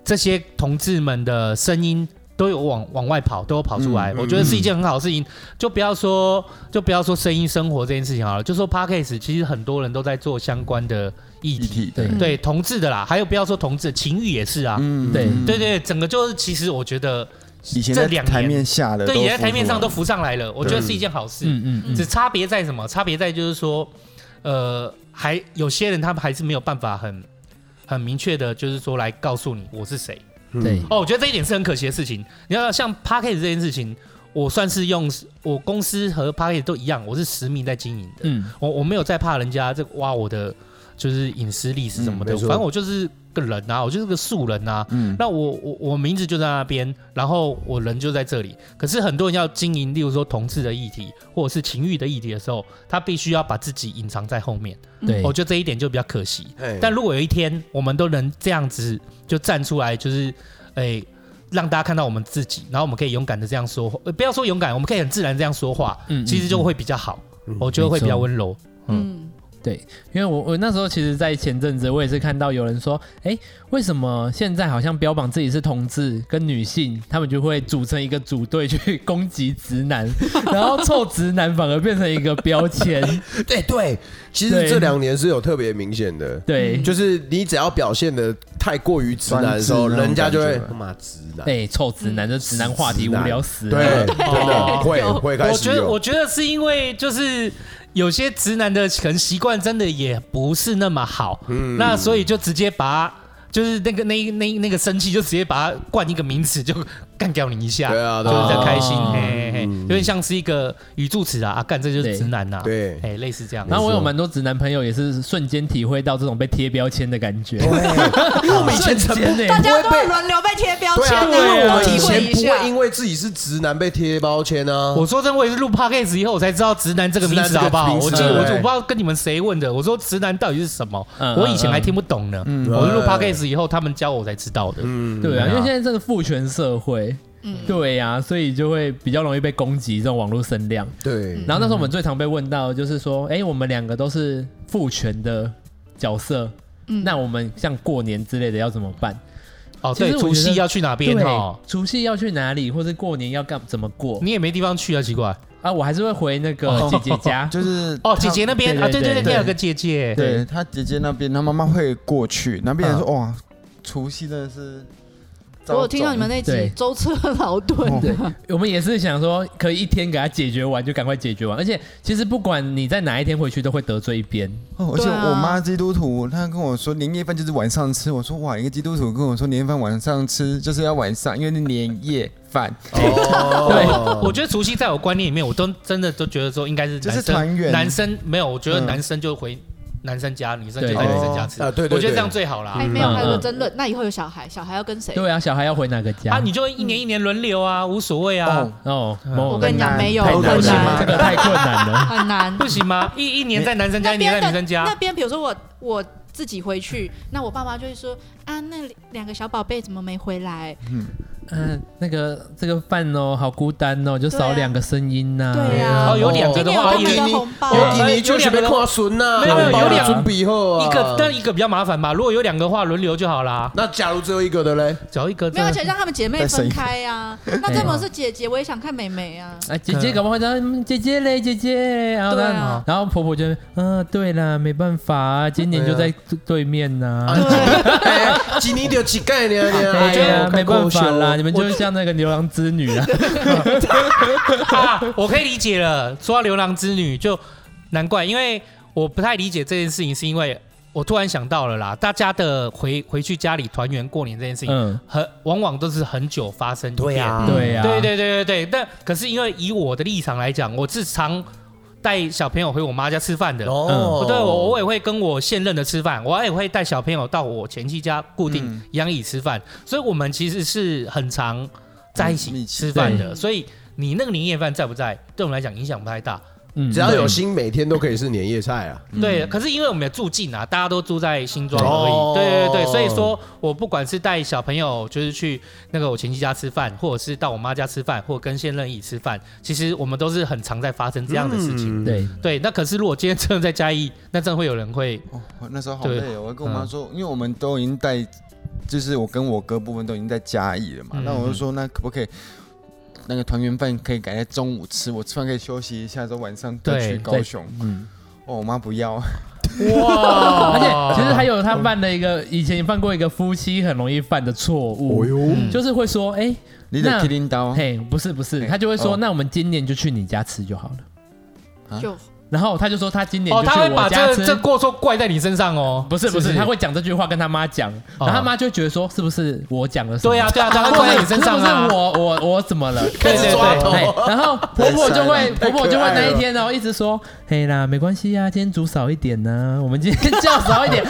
这些同志们的声音都有往往外跑，都有跑出来，
嗯
我觉得是一件很好的事情。就不要说就不要说声音生活这件事情好了，就说 podcast，其实很多人都在做相关的议
一
题，
体
对
的，
对同志的啦，还有不要说同志，情欲也是啊，
嗯
对
对，对，整个就是其实我觉得。
以前
这
在
两
台
年
面下的，
对，也在台面上都，浮上来了，我觉得是一件好事。
嗯嗯嗯，
只差别在什么？差别在就是说，呃，还有些人他们还是没有办法很很明确的，就是说来告诉你我是谁。
嗯
对，
哦，我觉得这一点是很可惜的事情。你要像 p a c k e t 这件事情，我算是用我公司和 p a c k e t 都一样，我是实名在经营的，
嗯，
我我没有在怕人家这挖我的就是隐私历史什么的，
嗯没错
反正我就是个人啊，我就是个素人啊，
嗯，
那我我我名字就在那边，然后我人就在这里。可是很多人要经营，例如说同志的议题或者是情欲的议题的时候，他必须要把自己隐藏在后面。
对
我，觉得这一点就比较可惜。
哎
但如果有一天我们都能这样子就站出来，就是诶、让大家看到我们自己，然后我们可以勇敢的这样说话，呃不要说勇敢，我们可以很自然这样说话，
嗯嗯
其实就会比较好，
嗯
我觉得会比较
没错
温柔。
嗯，
对，因为我我那时候其实，在前阵子我也是看到有人说，哎，为什么现在好像标榜自己是同志跟女性，他们就会组成一个组队去 攻击直男，然后臭直男反而变成一个标签，
对对，其实
对
这两年是有特别明显的，
对，
就是你只要表现的太过于直男的时候，
专制那
人
种
家就会
感觉
他妈直男，
哎，臭直
嗯
男这直男话题无聊死了。
对，真的
哦
会会开
我
始
觉得，我
有，
觉得是因为就是有些直男的可能习惯真的也不是那么好，
嗯
那所以就直接把他就是那个那那那个生气就直接把它冠一个名词，就干掉你一下，
对啊
就
对
是
啊
比较开心，
哦
嘿嘿嘿，有点像是一个语助词啊，啊，干这就是
对
直男呐，
对
哎，类似这样。
然后我有蛮多直男朋友也是瞬间体会到这种被贴标签的感觉，
因 为我们以前曾
瞬
不
间
大
欸
家都会轮流被贴标
对
签
啊，
的，
因为我
我
们以
体会
前
一
不
下
会。因为自己是直男被贴标签啊，
我说真的，我也是录 podcast 以后我才知道“直男”这个名
直
词，
男这个
好不好？
名词
我记得我我
对
不知道跟你们谁问的，我说“直男”到底是什么
嗯？
我以前还听不懂呢，我是
嗯
录
对
podcast 以后他们教我才知道的。
嗯
对啊，因
嗯
为现在这个父权社会，
嗯，
对呀、所以就会比较容易被攻击这种网络声量。
对
嗯
然后那时候我们最常被问到就是说，哎、我们两个都是父权的角色，
嗯
那我们像过年之类的要怎么办？
哦，
其实
对，
我觉
除
得
夕要去哪边哦？
除夕要去哪里，或是过年要干怎么过
你也没地方去啊，奇怪。
啊？我还是会回那个
哦
姐姐 家，
就是
哦，姐姐那边啊，对
对
对对，
对对
你有个姐姐，
对他姐姐那边，他妈妈会过去，那边人说哇，除夕真的是
我
遭种，
有听到你们那集
对
舟车劳顿，
对，哦 我们也是想说，可以一天给他解决完就赶快解决完，而且其实不管你在哪一天回去，都会得罪一边。
哦，而且
对啊
我妈基督徒，她跟我说年夜饭就是晚上吃，我说哇，一个基督徒跟我说年夜饭晚上吃就是要晚上，因为是年夜饭
对， 我
哦，
觉得除夕在我观念里面，我都真的都觉得说应该是
就是
男生
团圆
男生没有，我觉得
嗯
男生就回男生家，女生就
对
在女生家吃。
啊，对对，
我觉得
对
这样最好啦。
哎还没有
嗯
还有个
嗯
争论，那以后有小孩，小孩要跟谁？
对啊，小孩要回哪个家？
啊，你就一年一年轮流啊，无所谓啊
哦，，
嗯哦，某哎
我跟你讲，
很难
没有
太
很
难
难
了
这个太困难了。
很 难。
不行吗？一一年在男生家，一
那
年
边
在
的
女生
那
家，
边比如说我我自己回去，那我爸妈就会说啊，那两个小宝贝怎么没回来？
嗯，那个这个饭哦，好孤单哦，就
对
少
啊
两个声音呐。哎
对啊
哦，有两个
今
的
天有
话，
他
一
们
人
的红包
有
有
几
几
年
年
就
就是是
被
被
看
看孙呐，
没有没有
有两
准备好啊，
一个，但一个比较麻烦吧。如果有两个的话，轮流就好啦。
那假如只有一个的嘞，
只要一个真
没有，
的，
而且让他们姐妹
再生
分
一个
开呀。那这么是姐姐，我也想看妹妹啊。
啊，姐姐搞不好会讲嗯姐姐嘞，姐姐嘞，然后
对
呢，
啊，
然后婆婆就嗯，对啦，没办法啊，今年就在对面
啊
啊
呐。
一年就一盖 呢，
哎
对呀，没办法啦，你们
我
就像那个牛郎织女啊。
啊，我可以理解了。说到牛郎织女，就难怪，因为我不太理解这件事情，是因为我突然想到了啦，大家的回回去家里团圆过年这件事情，
嗯，
很往往都是很久发生一遍。
对啊呀，
对呀，
对对对对对。但可是因为以我的立场来讲，我是常带小朋友回我妈家吃饭的。
哦，
对，我我也会跟我现任的吃饭，我也会带小朋友到我前妻家固定
嗯
一样一起吃饭，所以我们其实是很常在一
嗯
起
一起
吃饭的。
对
所以你那个年夜饭在不在，对我们来讲影响不太大。
嗯，
只要有心，每天都可以是年夜菜啊。
对，可是因为我们也住近啊，大家都住在新庄而已。
哦
对对对，所以说我不管是带小朋友，就是去那个我前妻家吃饭，或者是到我妈家吃饭，或者跟现任一起吃饭，其实我们都是很常在发生这样的事
嗯
情。
对，
对，那可是如果今天真的在嘉义，那真的会有人会
哦，我那时候好
对
累哦，我跟我妈说，因为我们都已经在，就是我跟我哥部分都已经在嘉义了嘛，
嗯
那我就说那可不可以？那个团圆饭可以改在中午吃，我吃完可以休息一下，之后晚上再
对
去高雄。
嗯，
哦，我妈不要，
哇
而
哦
且其实还有他犯了一个以前犯过一个夫妻很容易犯的错误，
哦
哦
哟
嗯
就是会说，哎，
你得
那
k i l 刀。
嘿，不是不是，
哦嘿
他就会说，
哦
那我们今年就去你家吃就好了。
啊
就
然后他就说他今年
哦，
就去
他会把
我家
这这
吃。
过错怪在你身上哦。
不是不是，他会讲这句话跟他妈讲，然后他
哦
妈就会觉得说是不是我讲了什么？
对啊对啊，他会
或者
怪在
是
你身上
是不
啊
是。我我我怎么了？
开始抓头
对对对然后婆婆就会
太帅了
婆婆就会
太可爱
那
了
一天哦，一直说，嘿啦，没关系啊，今天煮少一点呢，我们今天叫少一点。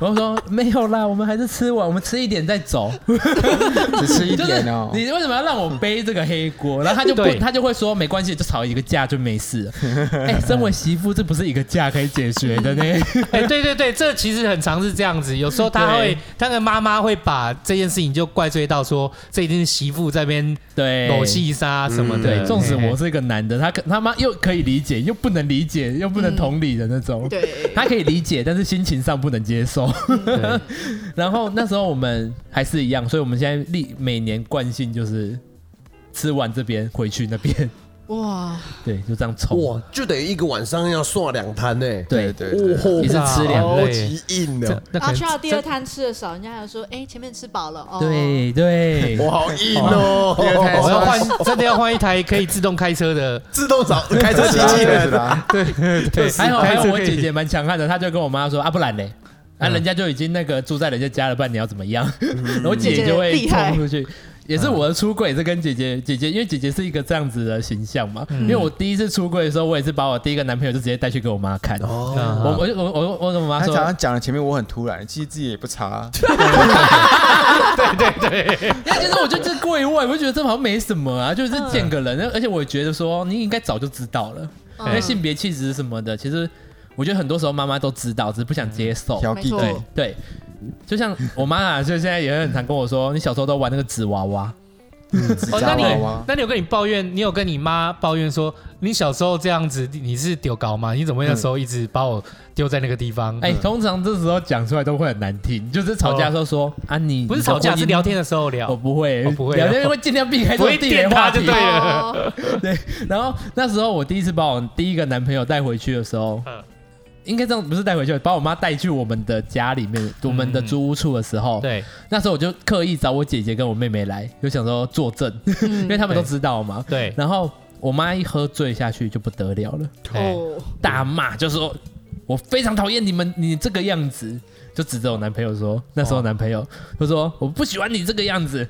我就说没有啦，我们还是吃完，我们吃一点再走。
只吃一
就是
点哦。
你为什么要让我背这个黑锅？然后他就不
对，
他就会说没关系，就吵一个架就没事了。哎，身为媳妇，这不是一个架可以解决的呢。
哎、对对对，这其实很常是这样子。有时候他会
对，
他的妈妈会把这件事情就怪罪到说，这一定是媳妇这边
对，
裸戏杀什么的。
哎嗯对，纵使
嗯嘿嘿
我是一个男的，他可他妈又可以理解，又不能理解，又不能同理的那种。
对，
他可以理解，但是心情上不能接受。
对
然后那时候我们还是一样，所以我们现在历每年惯性就是吃完这边回去那边，
哇，
对，就这样冲。
哇，就等于一个晚上要刷两摊呢。
对
对
对，
哦，
也是吃两
超
类
级硬
这
的，
那
然
可
后
能
去
哦
到第二
这
摊吃的少，人家还说哎前面吃饱了哦。
对对，
我好硬哦！
第二摊
我要换，
哦
真的要换一台可以自动开车的。
自动找开车机器
对
人，啊
啦，
对，
还好还
开
好，
车
我
可以
姐姐蛮强悍的，她就跟我妈说啊，不然嘞。啊，
嗯
人家就已经那个住在人家家了，不然你要怎么样？然 后我姐
姐
姐
姐
就会
厉害
冲出去，也
嗯
是我的出柜也是跟姐姐姐姐，因为姐姐是一个这样子的形象嘛。
嗯
因为我第一次出柜的时候，我也是把我第一个男朋友就直接带去给我妈看。我
哦
嗯好
我就我我我跟我妈
他
说哦
常，常讲的前面我很突然，其实自己也不 差。
但哎其实我就这过意外，我就觉得这好像没什么啊，就是见个
嗯
人。而且我觉得说你应该早就知道了，因为
嗯，
性别气质什么的，其实我觉得很多时候妈妈都知道，只是不想接受。
调
没
皮
错
对，
对，就像我妈啊，就现在也很常跟我说，你小时候都玩那个纸娃娃，
纸
哦，
扎
那你
娃娃。
那你有跟你抱怨，你有跟你妈抱怨说，你小时候这样子，你是丢高吗？你怎么会那时候一直把我丢在那个地方？
哎、通常这时候讲出来都会很难听，就是吵架的时候说、啊你
嗯不是吵架，是聊，天的时候
你的婚姻我
聊，
不会，
哦不会
聊天会尽量避开这
不会
种地雷
电他
话题
就。对了。
哦
然后那时候我第一次把我第一个男朋友带回去的时候，
嗯
应该这样不是带回去，把我妈带去我们的家里面，我们的租屋处的时候，
嗯对
那时候我就刻意找我姐姐跟我妹妹来，就想说作证， 因为他们都知道嘛。
嗯对，
然后我妈一喝醉下去就不得了了，
哎
哦，
大骂就说：“我非常讨厌你们，你这个样子。”就指着我男朋友说，那时候男朋
哦
友就说：“我不喜欢你这个样子，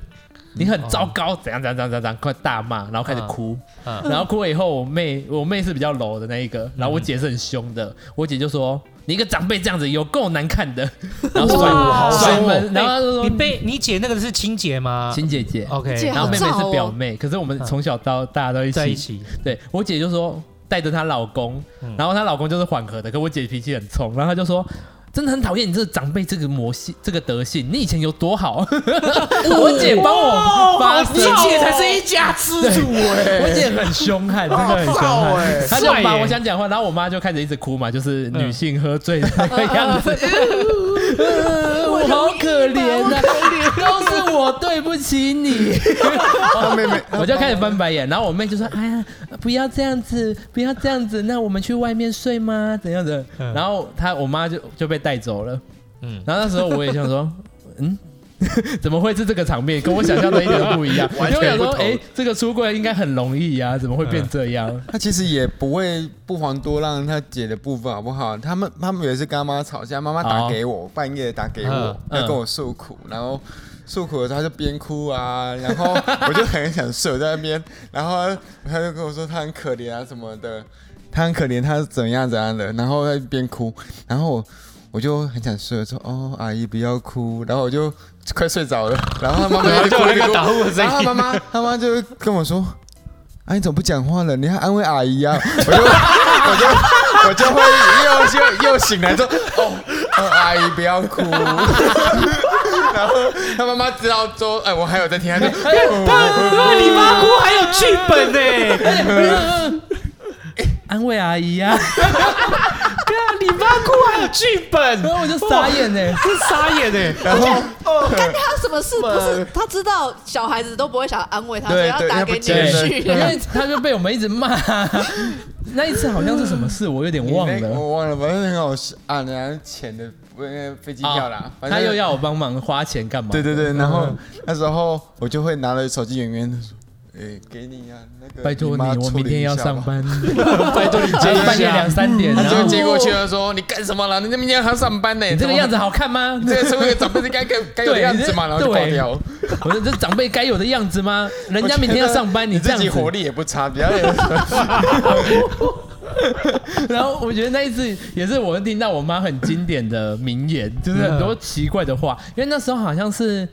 你很糟糕，怎样怎样怎样怎样怎样，快大骂，然后开始
嗯
哭。
嗯
然后哭了以后，我妹我妹是比较柔的那一个，然后我姐是很凶的，我姐就说。你一个长辈这样子有够难看的，
哦
然后
哇
甩
好
甩门，然后她就说
你哎被你姐那个是亲姐吗？
亲姐姐，
姐
OK，
然后妹妹
好早
是
哦
表妹，可是我们从小到大都一
在一
起。
起，
对我姐就说带着她老公，然后她老公就是缓和的，可我姐脾气很冲，然后她就说。真的很讨厌你这个长辈这个模性这个德性，你以前有多好？ 我姐帮我发声，
一家之
主我姐很凶悍，真的很凶悍。她就把我想讲话，然后我妈就开始一直哭嘛，就是女性喝醉的那个样 子。呃我好可怜啊，都是我对不 起你。
他哦妹妹，
我就开始翻白眼，然后我妹就说：“哎呀，不要这样子，不要这样子，那我们去外面睡吗？怎样的？”
嗯
然后她我妈就就被带走了。嗯
嗯，
然后那时候我也想 说，嗯。 怎么会是这个场面？跟我想象的一点都不一样。我
完全
就想说，
不同
哎、这个出柜应该很容易呀、怎么会变这样？
他其实也不会不遑多让他姐的部分好不好？他们他们有一次跟他妈吵架，妈妈打给我，半夜打给我
嗯，
要跟我诉苦，然后诉苦的时候他就边哭啊，然后
嗯
我就很想睡，我在那边，然后他就跟我说他很可怜啊什么的，他很可怜，他怎样怎样的，然后他边哭，然后我我就很想睡，我说哦阿姨不要哭，然后我就快睡着了，然后他 妈妈就
就有
哭
那
一直
个
哭
打呼的声
然后他
音
妈。妈，他妈就跟我说：“啊，你怎么不讲话了？你还安慰阿姨啊？”我就我就我就会又又又醒来说：“哦，哦阿姨不要哭。”然后他妈妈知道说：“哎，我还有在听。”他说：“
哎
那啊你妈 哭还有剧本呢？
安慰阿姨啊呀、
对啊，你妈哭还有剧 本，
然后 我就傻眼欸呢、
真傻眼呢。
然后
他什么事不是？他知道小孩子都不会想安慰他，所以
对
要
对
打
他
给
不
女
见得
婿。
因 为她就被我们一直骂。 那一次好像是什么事，我有点忘
你那
了。
我忘了，反正很好笑啊，然后钱的呃飞机票啦，反正
啊哦她又要嗯我帮忙花钱干嘛？
对对对，然后那时候我就会拿了手机，远远的说：“哎，给你啊，那个
拜托你
妈，
我
处
明
理
天
一
要
下
上
吧。”
班，拜托你接
一下
半夜两三点，
他
然
就
后
接过去了，说：“你干什么了？你明天还要上班呢？
你这个样
子，
子啊好看吗？
这个社会长辈是该该该有的样子嘛？”然后就挂掉。
我说这长辈该有的样子吗？人家明天要上班，
你
这
自
样
己活
子。
力也不差，比较有
然后我觉得那一次也是我听到我妈很经典的名言， 就是很
嗯
多奇怪的话，因为那时候好像是。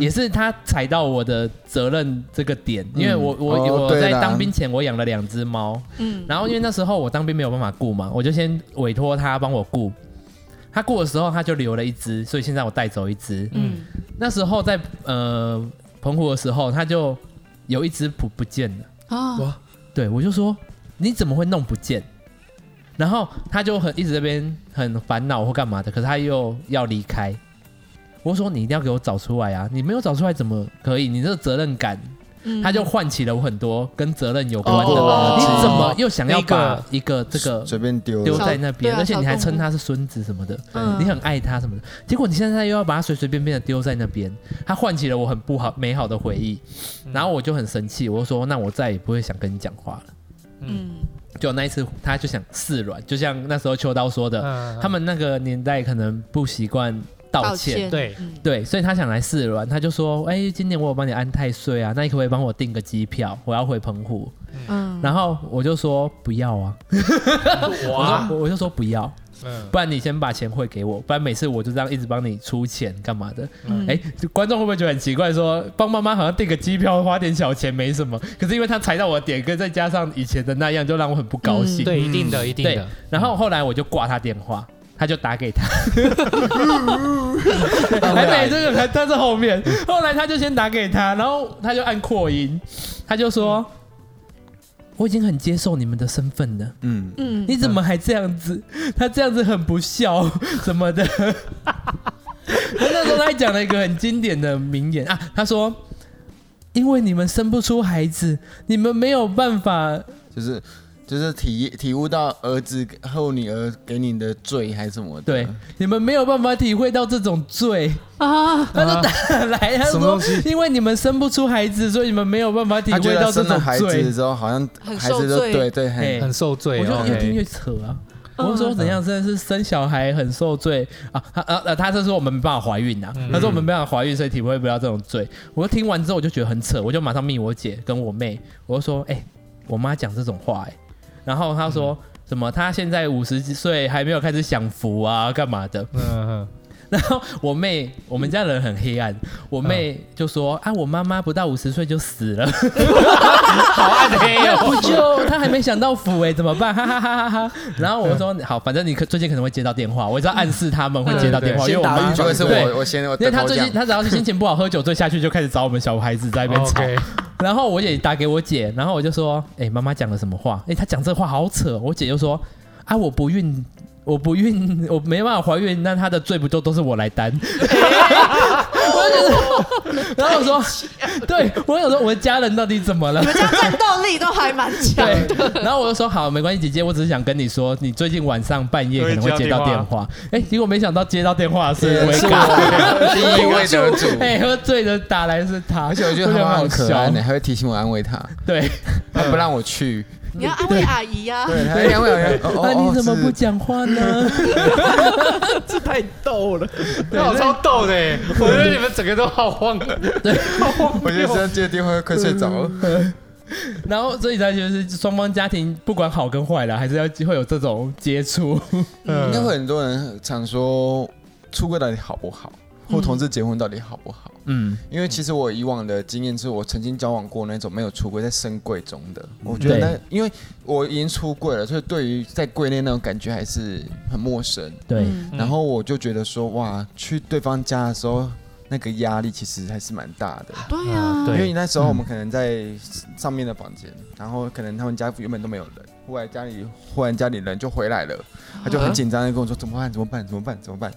也是她踩到我的责任这个点，因为我我、
哦
我
对
在
啦
当兵前我养了两只猫，
嗯，
然后因为那时候我当兵没有办法雇嘛，我就先委托他帮我雇。他雇的时候他就留了一只，所以现在我带走一只。
嗯，
那时候在呃澎湖的时候，他就有一只不不见了。
啊，
对我就说你怎么会弄不见？然后他就很一直这边很烦恼或干嘛的，可是他又要离开。我说你一定要给我找出来啊！你没有找出来怎么可以？你这个责任感
嗯
他就唤起了我很多跟责任有关的。
哦
你怎么又想要
那个
把一个这个
随便丢
丢
了
在那边，
对啊
而且你还
小动
称
物
他是孙子什么的，
嗯
你很爱他什么的。结果你现在又要把他随随便便的丢在那边，他唤起了我很不好美好的回忆，
嗯
然后我就很生气，我就说那我再也不会想跟你讲话了。
嗯，
就那一次，他就想示软，就像那时候秋刀说的，
嗯
他们那个年代可能不习惯道
道
歉，
歉，
对
嗯
对，所以他想来四软，他就说：“哎、今年我有帮你安太岁啊，那你可不可以帮我订个机票？我要回澎湖。
嗯，
然后我就说：“不要啊！”我
哇
说，我就说不要，
嗯
不然你先把钱汇给我，不然每次我就这样一直帮你出钱干嘛的？
嗯
哎、就观众会不会觉得很奇怪说帮妈妈好像订个机票花点小钱没什么， 可是因为他踩到我的点，跟再加上以前的那样，就让我很不高
嗯
兴。
对，一定的，一定
对
的，，
然后后来我就挂他电话，他就 打给他，还没这个，还他在后面。后来他就先打给他，然后他就按扩音，他就说：“我已经很接受你们的身份了，
嗯，
嗯，
你怎么还这样子？他这样子很不孝 什么的。”他那时候他还讲了一个很经典的名言啊，他说：“因为你们生不出孩子，你们没有办法
就是就是体体悟到儿子后女儿给你的罪还是什么的，
对，你们没有办法体会到这种罪。”
啊？
他就打来，他
什么
说
东西，
因为你们生不出孩子，所以你们没有办法体
他觉
会
得
到这
生了
种
孩子
罪。
之后，好像
很
孩
受
子就
罪
对对很
嘿
很受罪
我就越听
，OK。
越扯啊！我就说怎样，真的是生小孩很受罪啊！他啊啊，他是说我们没办法怀孕啊，
嗯
他说我们没办法怀孕，所以体会不到这种罪。我就听完之后，我就觉得很扯，我就马上密我姐跟我妹，我就说，哎，我妈讲这种话，哎，然后她说
嗯
什么？她现在五十几岁还没有开始享福啊，干嘛的？
嗯嗯
然后我妹，我们家人很黑暗，我妹就说：“啊，我妈妈不到五十岁就死了，好
啊
暗
哎
黑哦！不就她还没想到福哎、怎么办？哈 哈哈哈哈！”然后我说：“好，反正你可最近可能会接到电话，我知道暗示他们会接到电话，因
先
为我
打
妈
预
就
防
会是
针。
对
我我先我
因为
头
她最近
讲
她只要是心情不好，喝酒醉下去就开始找我们小孩子在那边吵。
，OK，
然后我也打给我姐，然后我就说：“哎、妈妈讲了什么话？哎、她讲这话好扯。”我姐就说：“啊，我不孕，我不孕，我没办法怀孕，那她的罪不就都是我来 担？”我就觉得，然后我 说：“对，我有时候我的家人到底怎么了
你们家 战斗力都还蛮强
对
的，，
然后我就说好，没关系，姐姐，我只是想跟你说，你最近晚上半夜可能会接到电话。哎、结果没想到接到电话是维卡，
第一位得主，
哎、喝醉的打来是他，
而且我觉得他妈
好
很可爱
笑
呢，还会提醒我安慰他，
对，
他不让我 去，
你要安慰阿姨呀。
对，他安慰我，哦哦
那、啊你怎么
是
不讲 话呢？
这太逗了，那我超逗的欸， 我觉得你们整个都好荒，对，好荒
我觉得
谬。
这接电话快睡着了。
然后所以他就是双方家庭不管好跟坏啦，还是要会有这种接触。
嗯应该会很多人常说，出柜到底好不好，或同志结婚到底好不好？
嗯，
因为其实我以往的经验是我曾经交往过那种没有出柜在深柜中的，我觉得
嗯对
那因为我已经出柜了，所以对于在柜内那种感觉还是很陌生。
对，
嗯
然后我就觉得说，哇，去对方家的时候，那个压力其实还是蛮大的。
对呀，
对
因为那时候我们可能在上面的房间，然后可能他们家原本都没有人，忽然家里忽然家里人就回来了，他就很紧张的跟我说怎么办怎么办怎么办怎么办，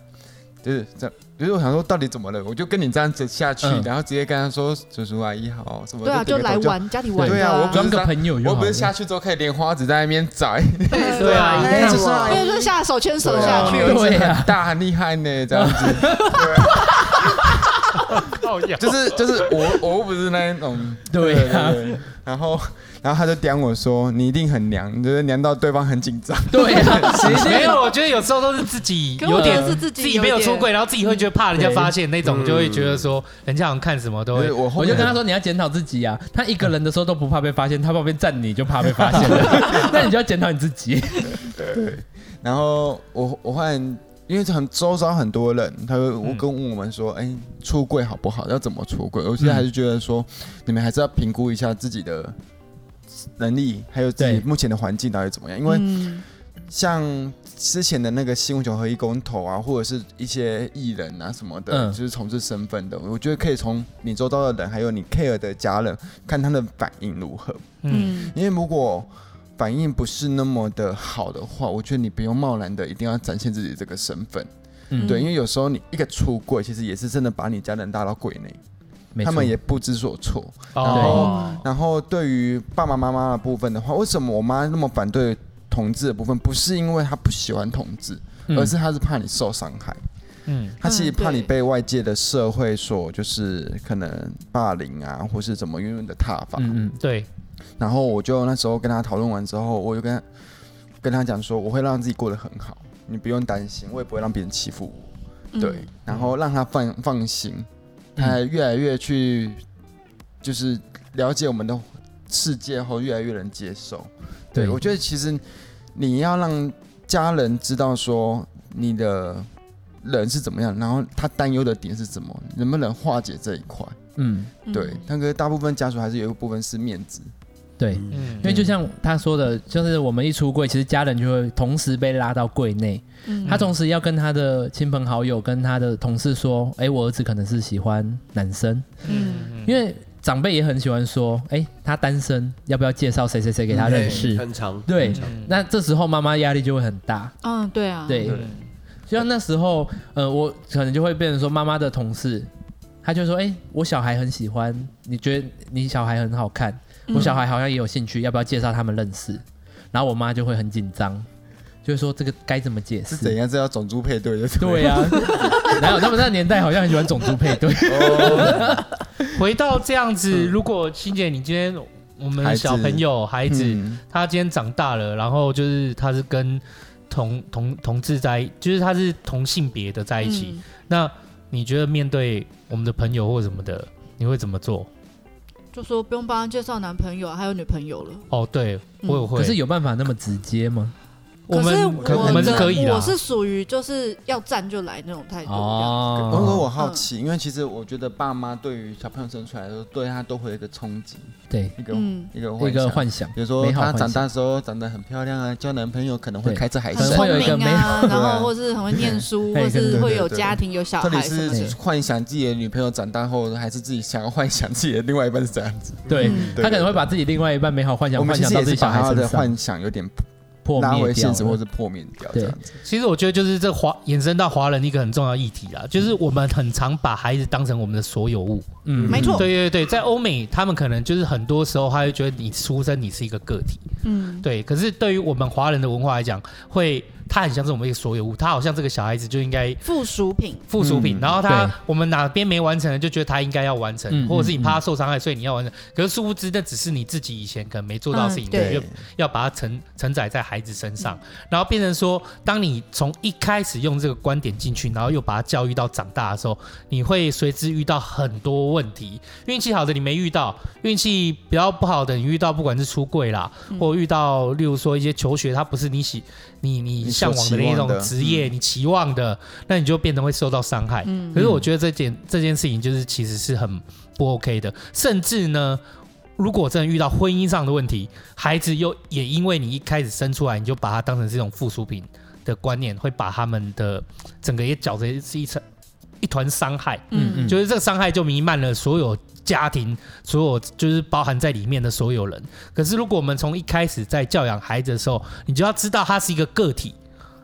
就是这样，就是我想说到底怎么了，我就跟你这样子下去，
嗯
然后直接跟他说叔叔阿姨好什么，
对啊，
点
就
个
来
头
玩家里玩
对
的
啊我
啊。
不
装
是
个
当
朋友就好
我
了。
不是下去之后可以莲花指在那边摘，
对啊，
哎
一定
叔叔
要
阿姨
对，就下手牵手
对
下
啊，
去
你，儿子很大很厉害呢，这样子。
靠腰
就是就是我我又不是那一种，
对啊
对对然后然后他就刁我说你一定很娘，你就是娘到对方很紧张，
对 啊，其 实
没有，我觉得有时候都是自己
可
有
我觉
点
得是自己
自己没有出
轨，
柜，然后自己会觉得怕人家发现那种，就会觉得说哎人家好像看什么都
所
会
以。我后
我
面
就跟他说你要检讨自己啊，他一个人的时候都不怕被发现，他旁边站你就怕被发 现了，那你就要检讨你自己。
然后我我后来因为很周遭很多人，他就
嗯
我跟问我们说，哎、出柜好不好？要怎么出柜？我现
嗯
在还是觉得说，你们还是要评估一下自己的能力，还有自己
对
目前的环境到底怎么样，因为。
嗯，
像之前的那个新闻九合一公投啊，或者是一些艺人啊什么的，
嗯
就是从事身份的，我觉得可以从你周遭的人，还有你 care 的家人，看他的反应如何。
嗯，
嗯
因为如果反应不是那么的好的话，我觉得你不用贸然的一定要展现自己这个身份。
嗯
对，因为有时候你一个出柜，其实也是真的把你家人搭到柜内，
没
他们
错
也不知所措。
哦，
然后对于爸爸妈妈的部分的话，为什么我妈那么反对同志的部分？不是因为她不喜欢同志，
嗯
而是她是怕你受伤害，
嗯
她其实
嗯
怕你
对
被外界的社会所就是可能霸凌啊，或是怎么样的挞伐。
嗯嗯
对，
然后我就那时候跟她讨论完之后，我就跟她跟她讲说，我会让自己过得很好，你不用担心，我也不会让别人欺负我。
嗯
对，然后让他放放心，他还越来越去就是了解我们的世界后，越来越能接受。对
对
我觉得其实你要让家人知道说你的人是怎么样，然后他担忧的点是什么，能不能化解这一块？
嗯，
嗯
对，那个大部分家属还是有一部分是面子，
对，
嗯
因为就像他说的，就是我们一出柜，其实家人就会同时被拉到柜内。
嗯
他同时要跟他的亲朋好友、跟他的同事说：“哎、我儿子可能是喜欢男生。
嗯，”
因为长辈也很喜欢说：“哎、他单身，要不要介绍谁谁谁给
嗯
他认识？”
哎很长，
对，
嗯
那这时候妈妈压力就会很大。
嗯，对啊，
对，就像那时候，呃，我可能就会变成说妈妈的同事，他就说：“哎、我小孩很喜欢，你觉得你小孩很好看，我小孩好像也有兴趣，要不要介绍他们认识？”然后我妈就会很紧张，就会说：“这个该怎么解
是
释？”
怎样？这叫种族配对就
对啊呀、哪有他们那个年代好像很喜欢种族配对？
回到这样子，如果欣姐你今天我们
孩子
小朋友嗯孩子
嗯
他今天长大了，然后就是他是跟同同同志在，就是他是同性别的在一起。
嗯
那你觉得面对我们的朋友或什么的，你会怎么做？
嗯就说不用帮他介绍男朋友啊，还有女朋友了。
哦，对我
嗯
也会，
可是有办法那么直接吗？
我
可是
们
我
可
我们是
的
可以啦啊
我是属于就是要站就来那种态度。
我我我
哦，
好奇，因为其实我觉得爸妈对于小朋友生出来的时候，对他都会有一个冲击，
对，
一个
嗯，
一个
一个
幻想。
幻想，
比如说
美好
她
幻想
长大的时候长得很漂亮啊，交男朋友可能会
对
开着海
很
可能
参
会有一
聪
个
明
美
啊，
好
然后或是很会念书，
对
或是会有
对对对
家庭有小
到底
孩什么
是
的。
幻想自己的女朋友长大后，还是自己想要幻想自己的另外一半是这样子？
对
嗯
他可能会把自己另外一半美好幻
我
想
们
幻
其
想
实
到
也
自己
是
小
把
孩
他
身
的
上
幻，想有点
破
拉
灭
回
掉
现实，或
了。
是破灭掉
对
这样子。
其实我觉得就是这华衍生到华人一个很重要议题啦，就是我们很常把孩子当成我们的所有物。
嗯
没错
对对对，在欧美他们可能就是很多时候他会觉得你出生你是一个个体，
嗯，
对。可是对于我们华人的文化来讲，会他很像是我们一个所有物，他好像这个小孩子就应该
附属品。
附属品，
嗯
然后他
对
我们哪边没完成的，就觉得他应该要完成，
嗯
或者是你怕他受伤害，所以你要完成。可是殊不知，那只是你自己以前可能没做到的事情，
嗯
你就
对
要要把它承承载在孩子身上，然后变成说，当你从一开始用这个观点进去，然后又把它教育到长大的时候，你会随之遇到很多问题。运气好的你没遇到，运气比较不好的你遇到，不管是出柜啦，或遇到例如说一些求学，它不是你喜你你
你所
向往的那
期望
种
的
职业，你期望的，那你就变得会受到伤害。
嗯
可是我觉得这件这件事情就是其实是很不 OK 的，甚至呢，如果真的遇到婚姻上的问题，孩子又也因为你一开始生出来，你就把它当成是一种附属品的观念，会把他们的整个也搅成是一层一团伤害。
嗯嗯
就是这个伤害就弥漫了所有家庭，所有就是包含在里面的所有人。可是如果我们从一开始在教养孩子的时候，你就要知道他是一个个体，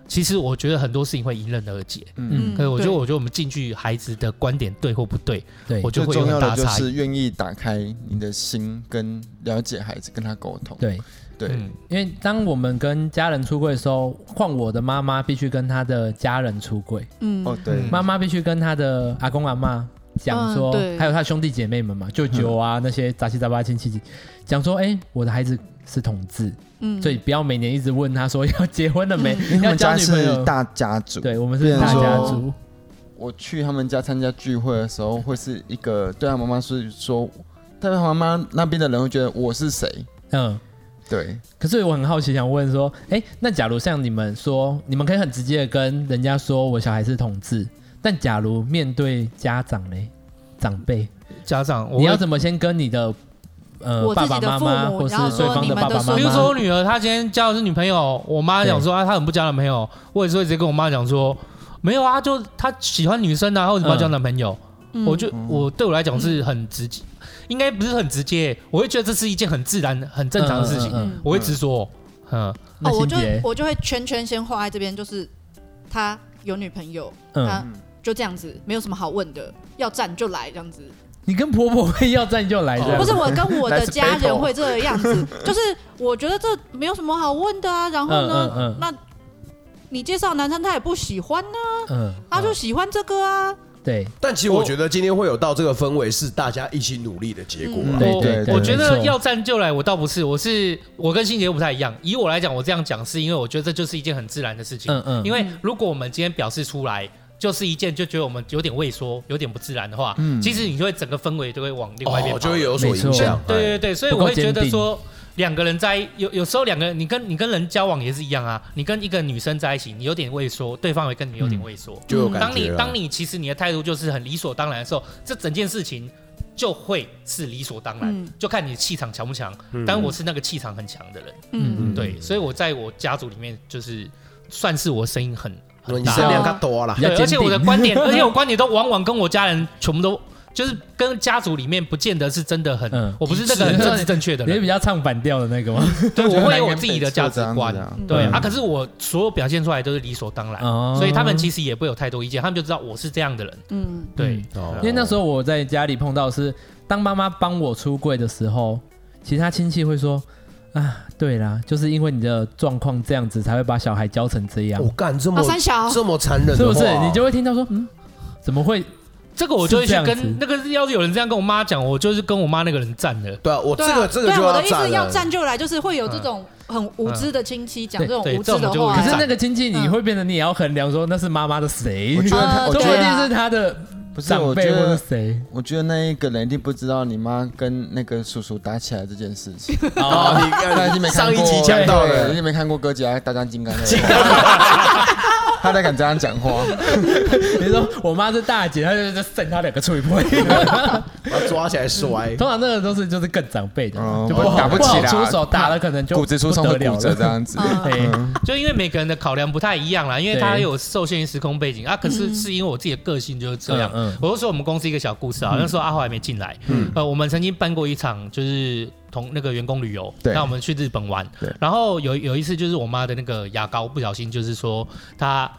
其实我觉得很多事情会迎刃而解。
嗯
可是我觉得，
对
我觉得我们进去孩子的观点对或不对，
对
我，就
最
会有
重要
很
的
大
就
差异。
是愿意打开你的心，跟了解孩子，跟他沟通。
对，
对，
嗯
因为当我们跟家人出柜的时候，换我的妈妈必须跟她的家人出柜，
嗯
哦，对，
嗯
妈妈必须跟她的阿公阿妈讲说，
嗯对
还有她兄弟姐妹们嘛，舅舅啊、那些杂七杂八亲戚讲说，哎、我的孩子是同志，
嗯
所以不要每年一直问他说要结婚了没，
因为他
要
们家
交女朋
是
友。
大家族，
对，我们是大
变成
家
说
族，
我去他们家参加聚会的时候，会是一个对他妈妈是说，但他妈妈那边的人会觉得我是谁？
嗯。
对，
可是我很好奇，想问说，哎、那假如像你们说，你们可以很直接的跟人家说我小孩是同志，但假如面对家长嘞，长辈，
家长，我
你要
会
怎么先跟你的呃
我
爸
自
爸
己的
妈
父
妈，
母
或是
然后
对
说
方
你们
爸
的
爸
孙
妈
比如说
妈
我？女儿她今天交的是女朋友，我妈讲说啊，她很不交男朋友，我也是会直接跟我妈讲说，没有啊，就她喜欢女生啊，为什么要交男朋友？
嗯
我
哦
就我对我来讲是很直接，应该不是很直接，我会觉得这是一件很自然、很正常的事情，
嗯
呃我会直说，嗯，
那
哦，我
心
就
杰，
我就会圈圈先画在这边，就是他有女朋友，
嗯，
他就这样子，没有什么好问的，要站就来这样子。
你跟婆婆会要站就来
不
的，
是我跟我
来
的
自
家
北
人
投
会这个样子，就是我觉得这没有什么好问的啊。然后呢，
嗯嗯嗯
那你介绍男生他也不喜欢呢、
嗯，
他就喜欢这个啊。
对，
但其实我觉得今天会有到这个氛围，是大家一起努力的结果
嗯
啊。
对
我
对对
我觉
没
得
错
要站就来，我倒不是，我是我跟欣姐又不太一样。以我来讲，我这样讲是因为我觉得这就是一件很自然的事情。
嗯嗯
因为如果我们今天表示出来，就是一件就觉得我们有点畏缩、有点不自然的话，
嗯
其实你就会整个氛围就会往另外一
哦，
边跑，
就会有所影响。
对
哎
对对，所以
不够
我会觉
坚
得
定
说，两个人在有有时候两个人，你跟你跟人交往也是一样啊，你跟一个女生在一起，你有点畏缩，对方也跟你有点畏缩。
嗯就有感
当你
觉了。啊
当你其实你的态度就是很理所当然的时候，这整件事情就会是理所当然，
嗯
就看你气场强不强。但我是那个气场很强的人，
嗯，
对，所以我在我家族里面就是算是我声音很很
你
大，
声量较多啦
比，较
对，而且
坚定
我的观点，而且 我观点都往往跟我家人全部都。就是跟家族里面不见得是真的很，
嗯
我不是那个很政治正确的
你是
人，
比较唱反调的那个吗？
对，我会有我自己的价值观
就，是
对
嗯
啊。可是我所有表现出来都是理所当然，
哦
所以他们其实也不会有太多意见，他们就知道我是这样的人。
嗯，
对，
因
哦因为那时候我在家里碰到的是，当妈妈帮我出柜的时候，其他亲戚会说啊，对啦，就是因为你的状况这样子，才会把小孩教成这样
我，哦干这
啊，
么
三小，
这么残忍的话，
是不是？你就会听到说，嗯，怎么会？
这个我就会去
是这样子
跟那个要是有人这样跟我妈讲，我就是跟我妈那个人站的。
对啊，我这
对啊，
个这个
对啊
就
我的意
站
思要
了，
站就来，就是会有这种很无知的亲戚讲
对
这种
对
无
这
知
种
的
就
话，
可
会
是
站
那个亲戚，你会变得你也要衡量说，那是妈妈的谁？
我觉得他，
呃
我
说
觉
不
对
得
啊
定是他的
不是，
长
我
辈
觉
或是
得，
谁。
我觉得那一个人一定不知道你妈跟那个叔叔打起来这件事 情。
哦，
你他已经没看
上
过
一集讲到
对
的
已经没看过哥吉拉大战金刚 了。他才敢这样讲话，
你说我妈是大姐，她就是剩她两个脆皮。
把他抓起来摔。
通常那个都是就是更长辈的
嗯，
就不好
打不
不好
起啦
出手，打了可能就
骨质疏松
不
会
得了
骨折这
了。
样子。
嗯
对，
就因为每个人的考量不太一样啦，因为
对
他有受限于时空背景
嗯
啊。可是是因为我自己的个性就是这样。
嗯嗯
我就说我们公司一个小故事
嗯
啊，那时候阿豪还没进来，呃，我们曾经办过一场就是同那个员工旅游，
对
那我们去日本玩
对，
然后有有一次就是我妈的那个牙膏不小心就是说她。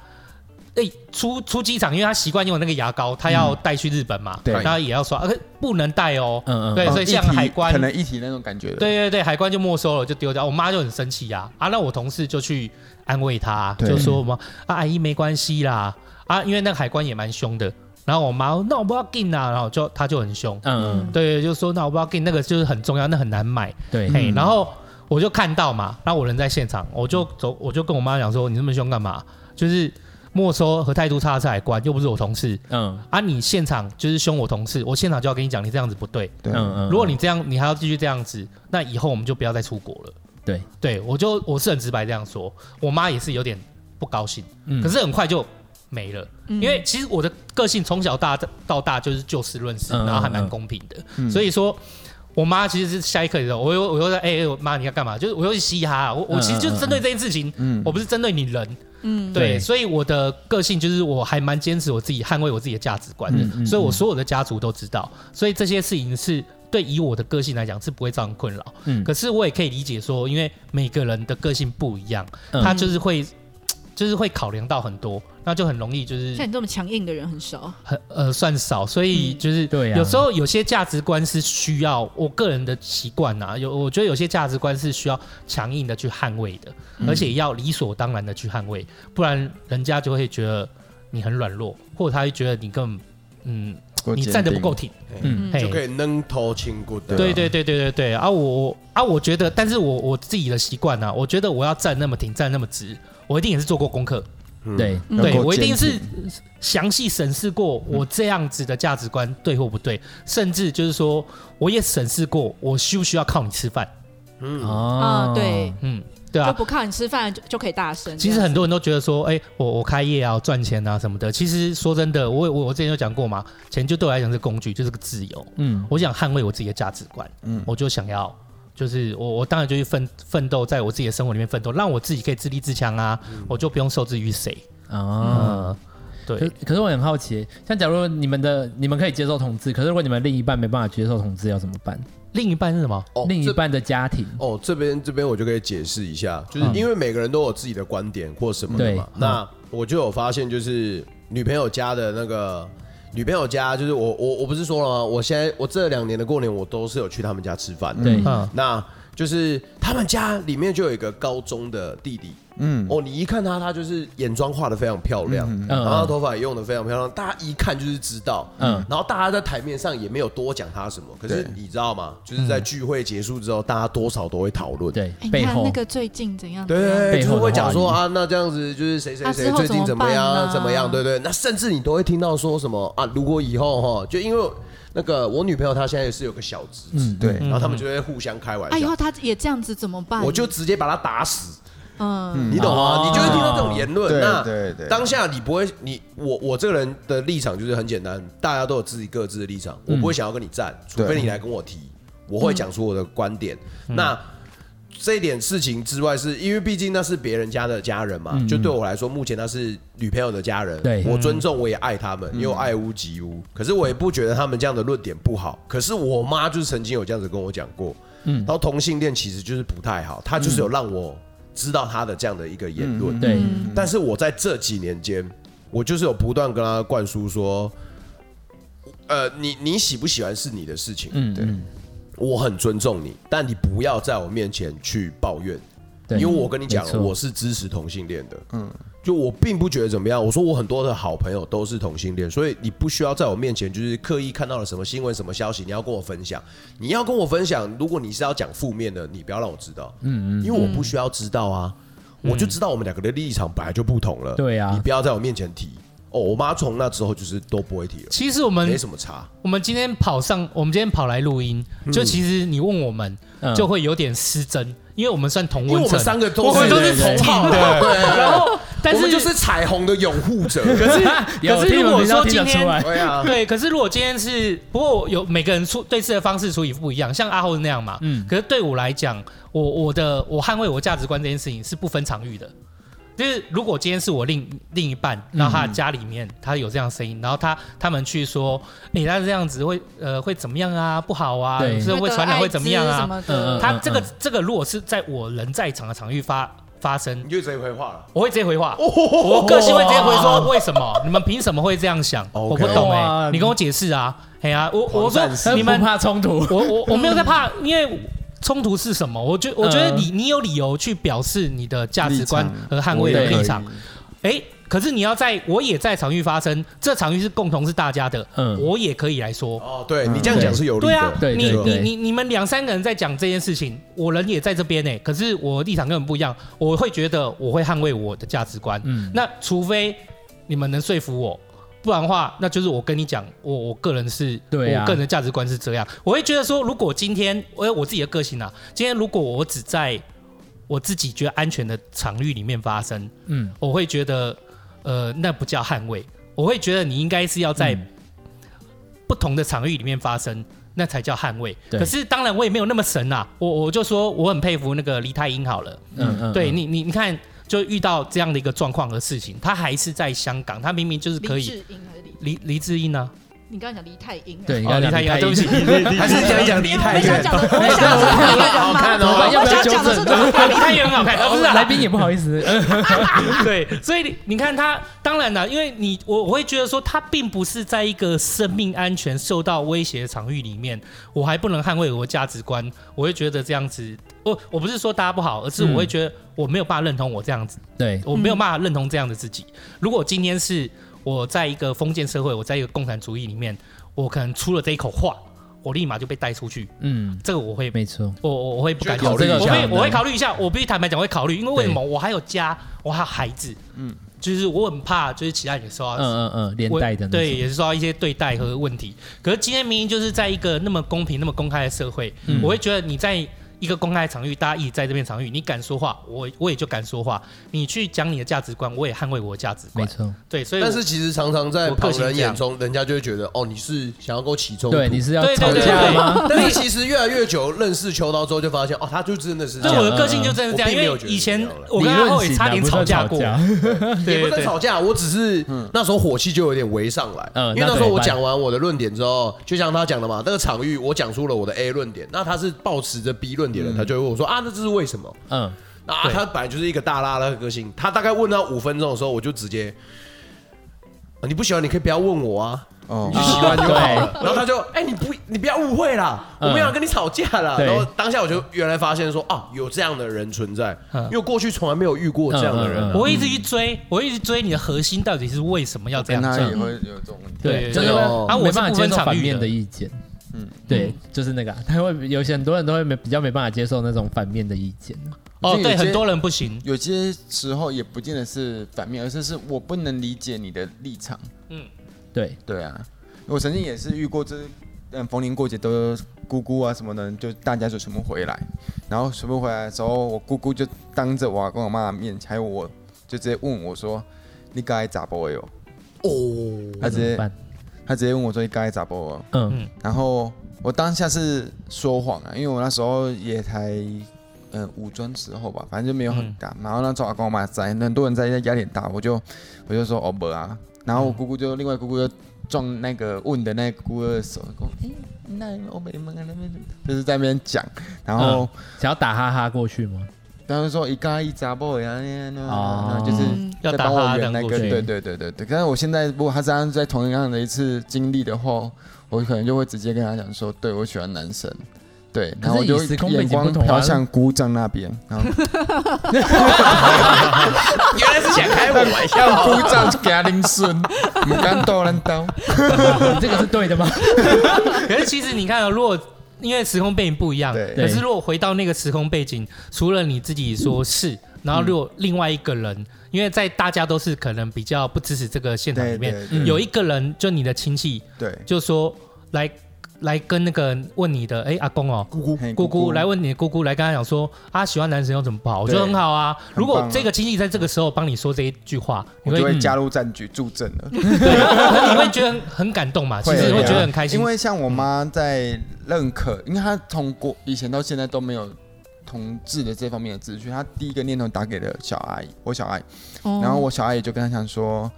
哎、出出机场，因为她习惯用那个牙膏，她要带去日本嘛，
嗯对
然后也要刷，而、且不能带哦，
嗯嗯
对，
哦
所以
一
像
体
海关
可能一体那种感觉的。
对对对，海关就没收了，就丢掉。我妈就很生气呀、啊，那我同事就去安慰她，
对
就说什么啊，阿姨没关系啦，啊，因为那个海关也蛮凶的。然后我妈那我不要进啊，然后就她就很凶，
嗯，嗯
对对，就说那我不要进，那个就是很重要，那很难买，
对，
嘿，然后我就看到嘛，然后我人在现场，我就走，我就跟我妈讲说，你这么凶干嘛？就是没收和态度差的是海关，又不是我同事
嗯
啊，你现场就是凶我同事，我现场就要跟你讲，你这样子不对。
对，
嗯嗯，
如果你这样，你还要继续这样子，那以后我们就不要再出国了。
对，
对我就我是很直白这样说，我妈也是有点不高兴，
嗯
可是很快就没了，
嗯
因为其实我的个性从小大到大就是就事论事，
嗯
然后还
嗯
蛮
嗯
公平的，所以说。我妈其实是下一刻的时候，我又我又在哎、哎我妈你要干嘛？就是我又是嘻哈啊，我我其实
嗯
就是针对这件事情，
嗯
我不是针对你人，
嗯，
对，
对
所以我的个性就是我还蛮坚持我自己捍卫我自己的价值观的，
嗯嗯
所以我所有的家族都知道，所以这些事情是对以我的个性来讲是不会造成困扰。
嗯
可是我也可以理解说，因为每个人的个性不一样，
嗯
他就是会。就是会考量到很多，那就很容易就是
像你这么强硬的人很少，
很呃算少，所以就是
对啊
有时候有些价值观是需要我个人的习惯啊，有我觉得有些价值观是需要强硬的去捍卫的，
嗯
而且要理所当然的去捍卫，不然人家就会觉得你很软弱，或者他会觉得你根本嗯
我
你
坚
站得不
定
够挺，
嗯
嘿
就可以扔头轻骨的，
对对对对对对啊！我我啊，我觉得，但是我我自己的习惯啊呢，我觉得我要站那么挺，站那么直，我一定也是做过功课，
嗯
对，
嗯
对
够
我一
坚
定是
定
详细审视过我这样子的价值观对或不对，甚至就是说，我也审视过我需不需要靠你吃饭，
嗯，
哦
啊，对，
嗯，对
就
啊。
不靠你吃饭就就可以大声。
其实很多人都觉得说，哎、我我开业啊，赚钱啊什么的。其实说真的，我我我之前有讲过嘛，钱就对我来讲是工具，就是个自由。
嗯
我想捍卫我自己的价值观，
嗯
我就想要，就是我我当然就去奋奋斗，在我自己的生活里面奋斗，让我自己可以自立自强啊，我就不用受制于谁。嗯
哦。可
对，
可是我很好奇，像假如你们的你们可以接受同志，可是如果你们另一半没办法接受同志，要怎么办？
另一半是什么？
哦
另一
这
半的家庭，
哦，这边这边我就可以解释一下，就是因为每个人都有自己的观点或什么的嘛。
对
那我就有发现，就是女朋友家的那个女朋友家，就是我我我不是说了吗？我现在我这两年的过年，我都是有去他们家吃饭的。
对，
嗯，
那就是他们家里面就有一个高中的弟弟，嗯，哦，你一看他，他就是眼妆画的非常漂亮，
嗯
然后他头发也用的非常漂亮，大家一看就是知道，
嗯
嗯，然后大家在台面上也没有多讲他什么，可是
对
你知道吗？就是在聚会结束之后，大家多少都会讨论，
嗯对
哎，你
背
看
后
那个最近怎样？
对。
怎样
对，对，
背
就
后
是
的
会讲说
话
啊，那这样子就是谁谁
啊
谁
之后
最
怎么
近怎么样
办啊
怎么样，对对。那甚至你都会听到说什么啊，如果以后哈，就因为那个我女朋友她现在也是有个小侄子，
嗯对，
嗯
嗯
然后他们就会互相开玩
啊，以
笑
啊后，他也这样子怎么办？
我就直接把他打死。
嗯，
你懂吗？
哦
你就会听到这种言论。
对
那
对对
当下你不会，你我我这个人的立场就是很简单，大家都有自己各自的立场，我不会想要跟你站，除非你来跟我提，我会讲出我的观点。那这一点事情之外是，因为毕竟那是别人家的家人嘛，就对我来说，目前那是女朋友的家人，
对
我尊重，我也爱他们，因为我爱屋及乌。可是我也不觉得他们这样的论点不好。可是我妈就是曾经有这样子跟我讲过，然后同性恋其实就是不太好，她就是有让我知道她的这样的一个言论，
对，
嗯
但是我在这几年间，我就是有不断跟他灌输说，呃，你你喜不喜欢是你的事情，
嗯，嗯
我很尊重你，但你不要在我面前去抱怨，
对，
因为我跟你讲
没
了，
错
我是支持同性恋的，嗯，就我并不觉得怎么样。我说我很多的好朋友都是同性恋，所以你不需要在我面前就是刻意看到了什么新闻、什么消息，你要跟我分享。你要跟我分享，如果你是要讲负面的，你不要让我知道，嗯嗯，因为我不需要知道啊，我就知道我们两个的立场本来就不同了，
对啊
你不要在我面前提。哦，我妈从那之后就是都不会提了，
其实我们
没什么差。
我们今天跑上，我们今天跑来录音，
嗯
就其实你问我们，
嗯
就会有点失真，因为我们算同温
因为
层，
我们三个都是
我们都是
对
同好
对对对
然后但
我
是
们就是彩虹的拥护者，
是
有
可是
听
如果
我们
说
听
今
得
天
出来，
对啊，
对，可是如果今天是，不过有每个人处对事的方式处理不一样，像阿厚那样嘛，
嗯
可是对我来讲，我我的我捍卫我价值观这件事情是不分场域的。就是如果今天是我另另一半，
嗯
然后他的家里面他有这样的声音，然后他他们去说，你、他这样子会呃会怎么样啊，不好啊，
对
是会传染会怎么样
什
啊？
么的，
嗯
他这个这个如果是在我人在场的场域发发生
你，就直接回话了。
我会直接回话，
哦
我个性会直接回说为什么？你们凭什么会这样想？
哦 OK
我不懂哎、
哇
你跟我解释啊！哎呀、我我
狂战士
说你们
哦不，怕冲突，
我我我没有在怕，因为冲突是什么？我觉我觉得
嗯
你你有理由去表示你的价值观和捍卫的立场，哎、可是你要在我也在场域发生，这场域是共同是大家的，
嗯
我也可以来说。
哦，对你这样讲是有理
对啊
的，，
对
你
对
你
对
你你们两三个人在讲这件事情，我人也在这边呢、欸可是我立场根本不一样，我会觉得我会捍卫我的价值观。
嗯
那除非你们能说服我，不然的话，那就是我跟你讲，我我个人是，
对啊
我个人的价值观是这样。我会觉得说，如果今天我我自己的个性啊，今天如果我只在我自己觉得安全的场域里面发生，
嗯，
我会觉得，呃，那不叫捍卫，我会觉得你应该是要在
嗯
不同的场域里面发生，那才叫捍卫。
对
可是当然我也没有那么神啊，我我就说我很佩服那个黎泰英好了，
嗯嗯，
对
嗯，
你你你看。就遇到这样的一个状况和事情，他还是在香港，他明明就是可
李
以
智英还是李？
黎黎智英呢、
你刚刚讲黎泰英啊，
对，你
哦，
刚
黎
刚
泰英、啊，
讲
对不 起，
还是讲一讲
因
离
为我
太
们想
远。
讲 的，我们想讲的是那个
好看
哦
我想讲的是那个
黎泰英很好看，啊不是啊
来宾也不好 意思，
对，所以你你看他，当然了，因为你我我会觉得说，他并不是在一个生命安全受到威胁的场域里面，我还不能捍卫我的价值观，我会觉得这样子，我我不是说大家不好，而是我会
嗯
觉得我没有办法认同我这样子，
对，
我没有办法认同这样的自己。如果今天是我在一个封建社会，我在一个共产主义里面，我可能出了这一口话，我立马就被带出去，
嗯，
这个我会
没错，
我我我会不敢
就会考虑
我
一下
会
对
我会考虑一下，我必须坦白讲，我会考虑，因为为什么我还有家，我还有孩子，嗯，就是我很怕，就是其他人也受到
嗯嗯嗯，连
我
带的那
对，
种，
也是受到一些对待和问题。可是今天明明就是在一个那么公平、那么公开的社会，
嗯
我会觉得你在一个公开的场域，大家一起在这边场域，你敢说话，我我也就敢说话，你去讲你的价值观，我也捍卫我的价值
没
观，
错，
对，所以我
但是其实常常在
我个
旁
性
人
这样
眼中，人家就会觉得哦，你是想要跟我起冲突。
对，你是要
对对
吵
对
架
对
吗？
但是其实越来越久认识秋刀之后，就发现哦，他就真的是这
对
样
我的个性就真的这样，
我并
因
没有
为
觉得
以前
怎么样了
我跟阿后也
啊
差点吵架过，
也
对
不
对
是吵架，我只是那时候火气就有点围上来，
嗯
因为那
那
时候
怎么
我
办
讲完我的论点之后，就像他讲的嘛，那个场域我讲出了我的 A 论点，那他是抱持着 B 论点的，
嗯
他就会问我说啊，那这是为什么？
嗯，
啊，
对
他本来就是一个大拉拉的个性，他大概问到五分钟的时候，我就直接，啊你不喜欢你可以不要问我啊，
哦
你就喜欢就好了
哦。
然后他就，哎，你不你不要误会啦，我
嗯
没有要跟你吵架啦。
对
然后当下我就原来发现说啊，有这样的人存在，
嗯
因为我过去从来没有遇过这样的
嗯嗯
人
嗯。
我会一直去追，我会一直追你的核心到底是为什么要这样
跟他也
做？
会有这种问题。
对，
对
就是
对
会
哦
啊，我
没
没
办法
办法
接
接
受
受
反
反
面
面
的
的意见。
嗯
嗯，对，就是那个啊，他会有些很多人都会没比较没办法接受那种反面的意见。
哦，
就有
对，
些
很多人不行，
有些时候也不见得是反面，而是是我不能理解你的立场。
对，
对啊，我曾经也是遇过，就是嗯，逢年过节都姑姑啊什么的，就大家就全部回来。然后全部回来的时候，我姑姑就当着我跟我妈的面，还有我，就直接问我说：“你该咋播哟
哦，？”
她直
怎么
接
办？
她直接问我说：“你该咋播哦
嗯，
然后我当下是说谎啊，因为我那时候也才嗯五专时候吧，反正就没有很敢。然后那时候阿公阿妈在，很多人在压力很大，我就我就说哦不啊，然后我姑姑就、另外姑姑就撞那个问的那个姑姑的手，说哎那欧美啊们那边就是在那边讲，然
嗯
后。
想要打哈哈过去 吗？
然后就说一嘎一杂波呀，那那
哦
那就是
要
在
打
帮我
哈当
圆那
过
个，
去，
对对对对对。但是我现在如果他这样在同样的一次经历的话，我可能就会直接跟他讲说，对我喜欢男生，对，然后我
可是
就
你时空背
眼
景
光
不同啊
飘向姑丈那边，然后
哦
原来是想开我玩笑。
让 姑丈给他拎顺，不敢逗人刀。
你这个是对 的吗？
可是其实你看、啊，如果因为时空背景不一样，
对
可是如果回到那个时空背景，除了你自己说是，然后如果另外一个人，因为在大家都是可能比较不支持这个现场里
对
面，
对
嗯
有一个人就你的亲戚
对
就说来来跟那个问你的哎、阿公哦。
姑姑
姑姑来问你的姑姑来跟他讲说啊喜欢男神又怎么不好？我觉得
对
很好啊。
啊
如果这个亲戚在这个时候帮你说这一句话，你
我就会
嗯
加入战局助阵了。
对， 可能你会觉得很很感动啊嘛，其实会觉得很开心
啊因。为像我妈在认可，因为她从国以前到现在都没有同志的这方面的资讯，她第一个念头打给了小阿姨，我小阿姨，
哦
然后我小阿姨就跟她讲说。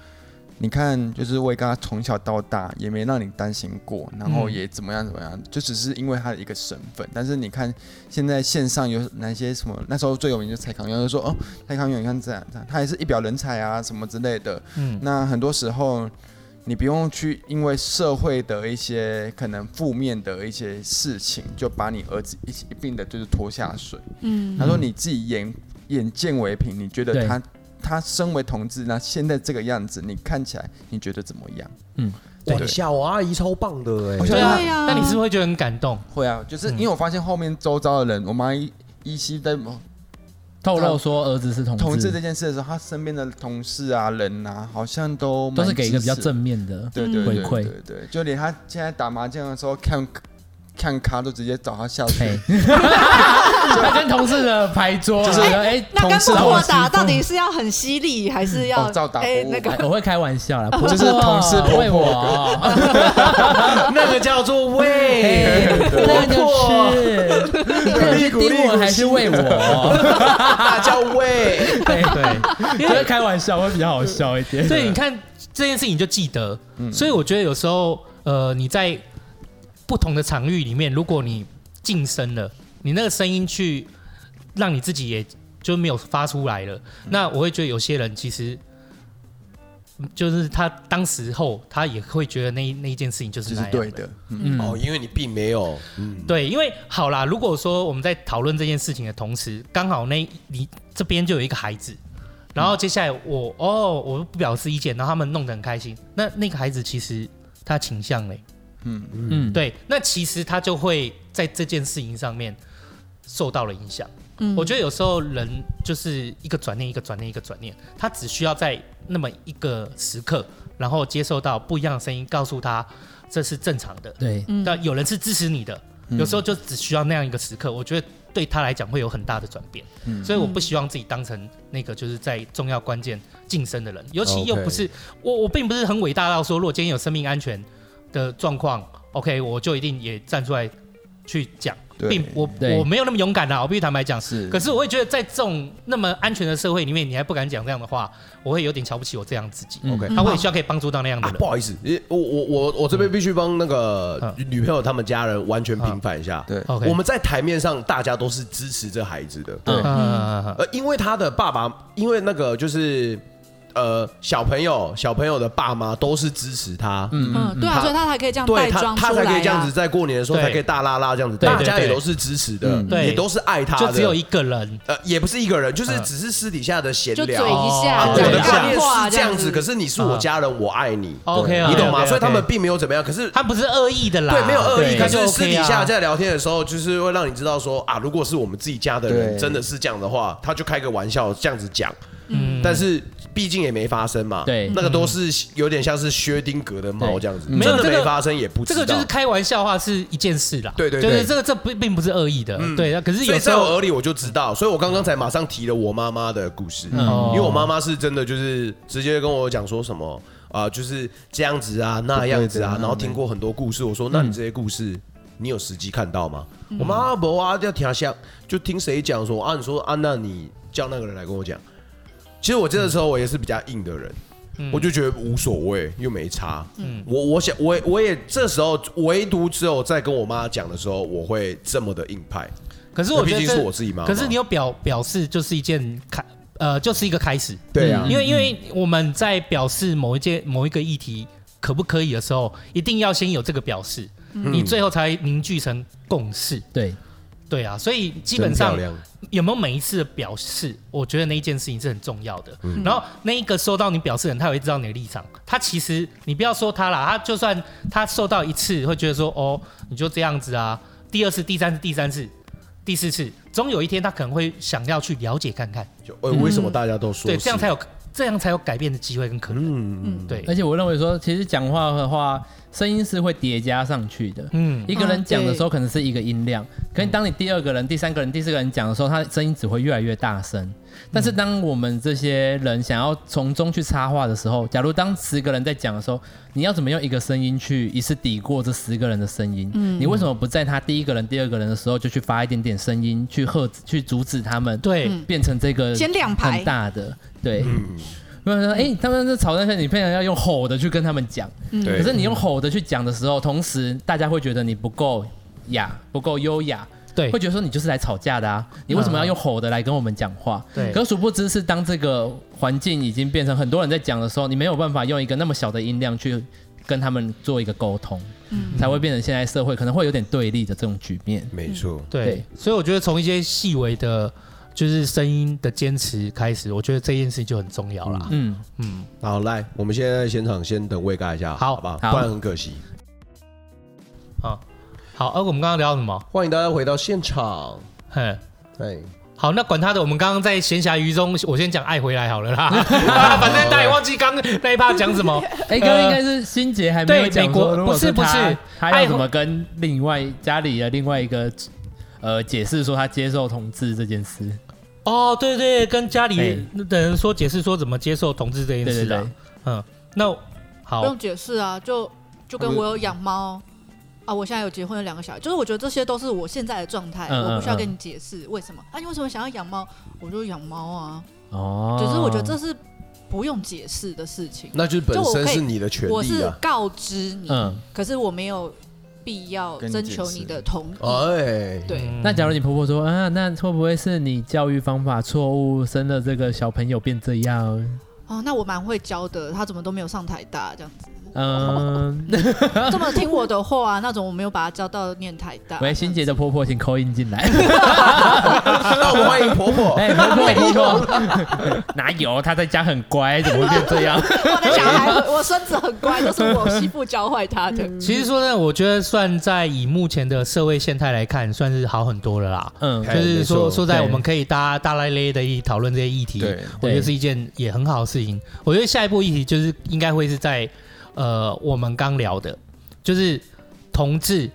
你看，就是我也跟她从小到大也没让你担心过，然后
嗯
也怎么样怎么样，就只是因为她的一个身份。但是你看，现在线上有哪些什么？那时候最有名就是蔡康永，就说哦，蔡康永你看这样这样，他也是一表人才啊，什么之类的。
嗯，
那很多时候，你不用去因为社会的一些可能负面的一些事情，就把你儿子一起一并的就是拖下水。
嗯
他说你自己眼眼见为凭，你觉得
对
他他身为同志，那现在这个样子，你看起来你觉得怎么样？
嗯
哇，你吓我阿姨超棒的哎
我！
对
对
啊
啊，
那你是不是会觉得很感动？
会啊，
嗯
就是因为我发现后面周遭的人，我妈依依稀在
透露说儿子是同
同志
志，
这件事的时候，她身边的同事啊、人啊，好像都
都
蛮
是给一个比较
支持
正面的。
对对对
嗯
对
回馈
对对，就连他现在打麻将的时候看看咖都直接找他下
嘿
水，，
他跟同事的牌桌，
就是
然后哎，
那跟
同事
婆婆
同事
打到底是要很犀利，还是要
哦照打
哎
不误
那个
哎我会开玩笑啦，
就是
婆婆
同事婆婆
喂我，
那个叫做 喂，
那就是你到底是盯我还是喂我？
那叫喂。
对
因
对，
为
觉得开玩笑会比较好笑一点。
对，你看这件事情就记得，所以我觉得有时候，呃，你在不同的场域里面，如果你晋升了，你那个声音去让你自己也就没有发出来了，那我会觉得有些人其实嗯就是他当时候他也会觉得那一那一件事情就是
这
那
是
样
对
的
的。嗯，
嗯，
哦，因为你并没有，嗯，
对，因为好啦，如果说我们在讨论这件事情的同时，刚好那你这边就有一个孩子，然后接下来我哦，我不表示意见，然后他们弄得很开心，那那个孩子其实他倾向嘞，
嗯，
对，那其实他就会在这件事情上面受到了影响。
嗯
我觉得有时候人就是一个转念，一个转念，一个转念，他只需要在那么一个时刻，然后接受到不一样的声音，告诉他这是正常的，
对，
嗯
但有人是支持你的，有时候就只需要那样一个时刻，我觉得对他来讲会有很大的转变。所以我不希望自己当成那个就是在重要关键晋升的人，尤其又
OK
不是我，我并不是很伟大到说，如果今天有生命安全的状况，OK，我就一定也站出来去讲，
对
并我
对
我没有那么勇敢啊啦，我必须坦白讲。
是
可是我会觉得，在这种那么安全的社会里面，你还不敢讲这样的话，我会有点瞧不起我这样自己。
OK
他会希望可以帮助到那样的嗯
啊，
人
不。好意思，呃我我我我这边必须帮那个女朋友他们家人完全平反一下。
对
OK
我们在台面上大家都是支持这孩子的，
对
嗯，
呃，因为他的爸爸，因为那个就是呃小朋友小朋友的爸妈都是支持他，嗯，
嗯对啊，
他
所以他才可以这样
对
带
他
装出
他才可以
来
这样
啊
子，。在过年的时候
对
才可以大拉拉这样子，
对对
大家也
对
都是支持的
嗯，
对
也都是爱他的，
就只有一个人，
呃，也不是一个人，就是
嗯哦
只是私底下的闲
就嘴
聊。
一
啊
下，
我
对
讲
的
一
概念
干话
是这样
子，
子，可是你是我家人，我爱你
哦 OK，
你懂吗？
OK，OK，OK
所以他们并没有怎么样，可是
他不是恶意的啦，
对，没有恶意，
啊他
可
就是 OK
私底
啊
下在聊天的时候，就是会让你知道说啊，如果是我们自己家的人
对
真的是这样的话，他就开个玩笑这样子讲。
嗯
但是毕竟也没发生嘛。
对
那个都是有点像是薛丁格的猫这样子，
没有
真的
这个
没发生也不知
这
道。
个就是开玩笑话是一件事啦，
对对
就是
对
这个这不并不是恶意的，对。那可是
所
有
以
时
在我
候
耳里我就知道，所以我刚刚才马上提了我妈妈的故事，
嗯
因为我妈妈是真的就是直接跟我讲说什么啊、就是这样子啊，那样子啊
对，对
然后听过很多故事，我说那你这些故事。你有实际看到吗？我妈不啊，要听下就听谁讲说啊，你说啊，那你叫那个人来跟我讲。其实我这个时候我也是比较硬的人，我就觉得无所谓，又没差。嗯，我我想我也我也这时候唯独只有在跟我妈讲的时候，我会这么的硬派。
可是我觉
那
得
毕竟
这
是我自己妈妈
可是你有表表示就是一件开呃就是一个开始，
对啊，
因为因为我们在表示某一件某一个议题可不可以的时候，一定要先有这个表示，
嗯
你最后才凝聚成共识。
对，
对啊，所以基
基
本上有没有每一次的表示，我觉得那一件事情是很重要的。然后那一个收到你表示的人，他也会知道你的立场。他其实你不要说他啦，他就算他收到一次，会觉得说哦，你就这样子啊。第二次、第三次、第三次、第四次，总有一天他可能会想要去了解看看，
就呃为什么大家都说
嗯对，这样才
有
有这样才有改变的机会跟可能。
嗯
对
而，且我认为说，其实讲话的话，声音是会叠加上去的。
嗯，
一个人讲的时候可能是一个音量，可是当你第二个人、第三个人、第四个人讲的时候，他声音只会越来越大
嗯
声。但是当我们这些人想要从中去插话的时候，假如当十个人在讲的时候，你要怎么用一个声音去一次抵过这十个人的声音？
嗯
你为什么不在他第一个人、第二个人的时候就去发一点点声音去喝、去阻止他们？
对，
变成这个
先亮牌
很大的，对。没有说，哎、他们在吵那些，你变成要用吼的去跟他们讲。
对
可是你用吼的去讲的时候，同时大家会觉得你不够雅，不够优雅，
对
会，觉得说你就是来吵架的啊，你为什么要用吼的来跟我们讲话？
对
可是殊不知是当这个环境已经变成很多人在讲的时候，你没有办法用一个那么小的音量去跟他们做一个沟通，才会变成现在社会可能会有点对立的这种局面。
没错，
对
对，
所以我觉得从一些细微的，就是声音的坚持开始，我觉得这件事情就很重要啦。
嗯，
嗯，
好来，我们现在现场先等位尬一下，
好
好不好？
好
不然很可惜。
啊好，而、我们刚刚聊到什么？
欢迎大家回到现场，
嘿，
哎，
好，那管他的，我们刚刚在闲暇余中，我先讲爱回来好了 啦。啊反正他也忘记刚那一趴讲什么。
哎，刚刚应该是心杰还没有
对
讲
美国
说，如果
不是
他
不是哎
他要怎么跟另外家里的另外一个呃解释说他接受同志这件事？
哦，对对，跟家里
哎
的人说解释说怎么接受同志这件
对对
事
对
啊。，嗯，那
不
好
用，解释啊，就就跟
不是
我有养猫啊，我现在有结婚有两个小孩，就是我觉得这些都是我现在的状态，
嗯嗯
我不需要跟
嗯
你解释为什么啊，你为什么想要养猫？我就养猫啊，
哦，
只是我觉得这是不用解释的事情，
那就是本身是你的权
我
利
是
啊。
告知你，
嗯，
可是我没有必要
跟你
征
解
求
释
你的同意，
哎，
对。
嗯
那假如你婆婆说啊，那会不会是你教育方法错误，生了这个小朋友变这样？
哦，那我蛮会教的，他怎么都没有上台大 这样子，
嗯，
这么听我的话、那种我没有把他教到念台大。
喂，欣姐的婆婆，请扣印进来。
那我们欢迎婆婆。
哎，婆婆，婆婆， 哪有？她在家很乖，怎么会变这样？
我的小 孩，我我孙子很乖，都是我媳妇教坏他的。
其实说呢，我觉得算在以目前的社会现态来看，算是好很多了啦。
嗯，
哎
就是
没错
说，说在
对
我们可以大大咧咧的一讨论这些议题，
对
我觉
对
得是一件也很好的事情。我觉得下一步议题就是应该会是在呃我们刚聊的，就是同志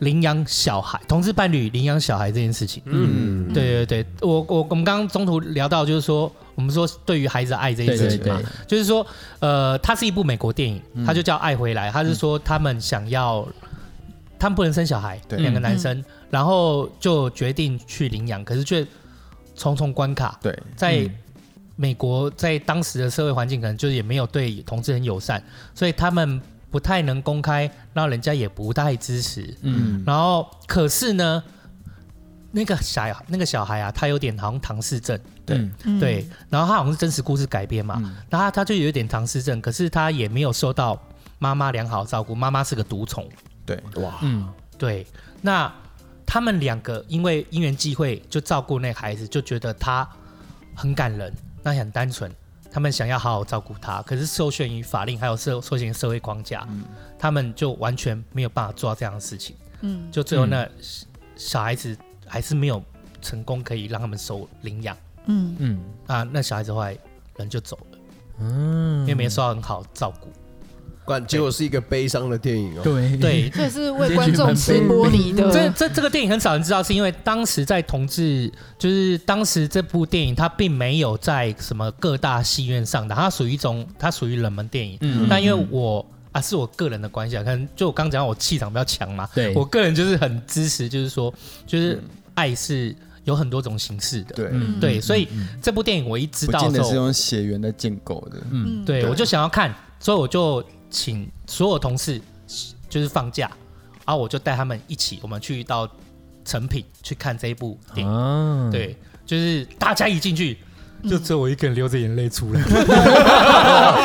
领养小孩、同志伴侣领养小孩这件事情。
嗯，
对对对，我我我们刚刚中途聊到，就是说我们说对于孩子的爱这件
对
事
对
情嘛，
对，
就是说，呃，它是一部美国电影，它就叫《爱回来》，它是说他们想要，他们不能生小孩，
对
两个男生，然后就决定去领养，可是却重重关卡，
对，
在
嗯
美国在当时的社会环境，可能就是也没有对同志很友善，所以他们不太能公开，然后人家也不太支持，
嗯，
然后可是呢，那个小孩那个小孩啊，他有点好像唐氏症。
对
嗯
对，然后他好像是真实故事改编嘛，然后他他就有点唐氏症，可是他也没有受到妈妈良好的照顾，妈妈是个独宠，
对，
哇，
嗯，
对，那他们两个因为因缘际会就照顾那孩子，就觉得他很感人，那很单纯，他们想要好好照顾他，可是受限于法令还有社受限于社会框架，他们就完全没有办法做到这样的事情，
嗯，
就最后那小小孩子还是没有成功可以让他们收领养
嗯
嗯，
啊，那小孩子后来人就走了。
嗯
因为没受到很好照 顾。
管结果是一个悲伤的电影哦。
对，
对，
所以是为观众吃玻璃的。
这这这个电影很少人知道，是因为当时在同志，就是当时这部电影它并没有在什么各大戏院上的，它属于一种它属于冷门电影。
嗯
那因为我啊是我个人的关系啊，可能就我刚讲我气场比较强嘛，
对
我个人就是很支持，就是说就是爱是有很多种形式的。
对，
嗯
对，所以这部电影我一知
不
道
见
的时
得是
候，
用血缘来建构的。
嗯
对
对
我就想要看，所以我就请所有同事就是放假，然后我就带他们一起，我们去到成品去看这一部电影。
啊，
对，就是大家一进去，嗯
嗯
就只有我一个人流着眼泪出来。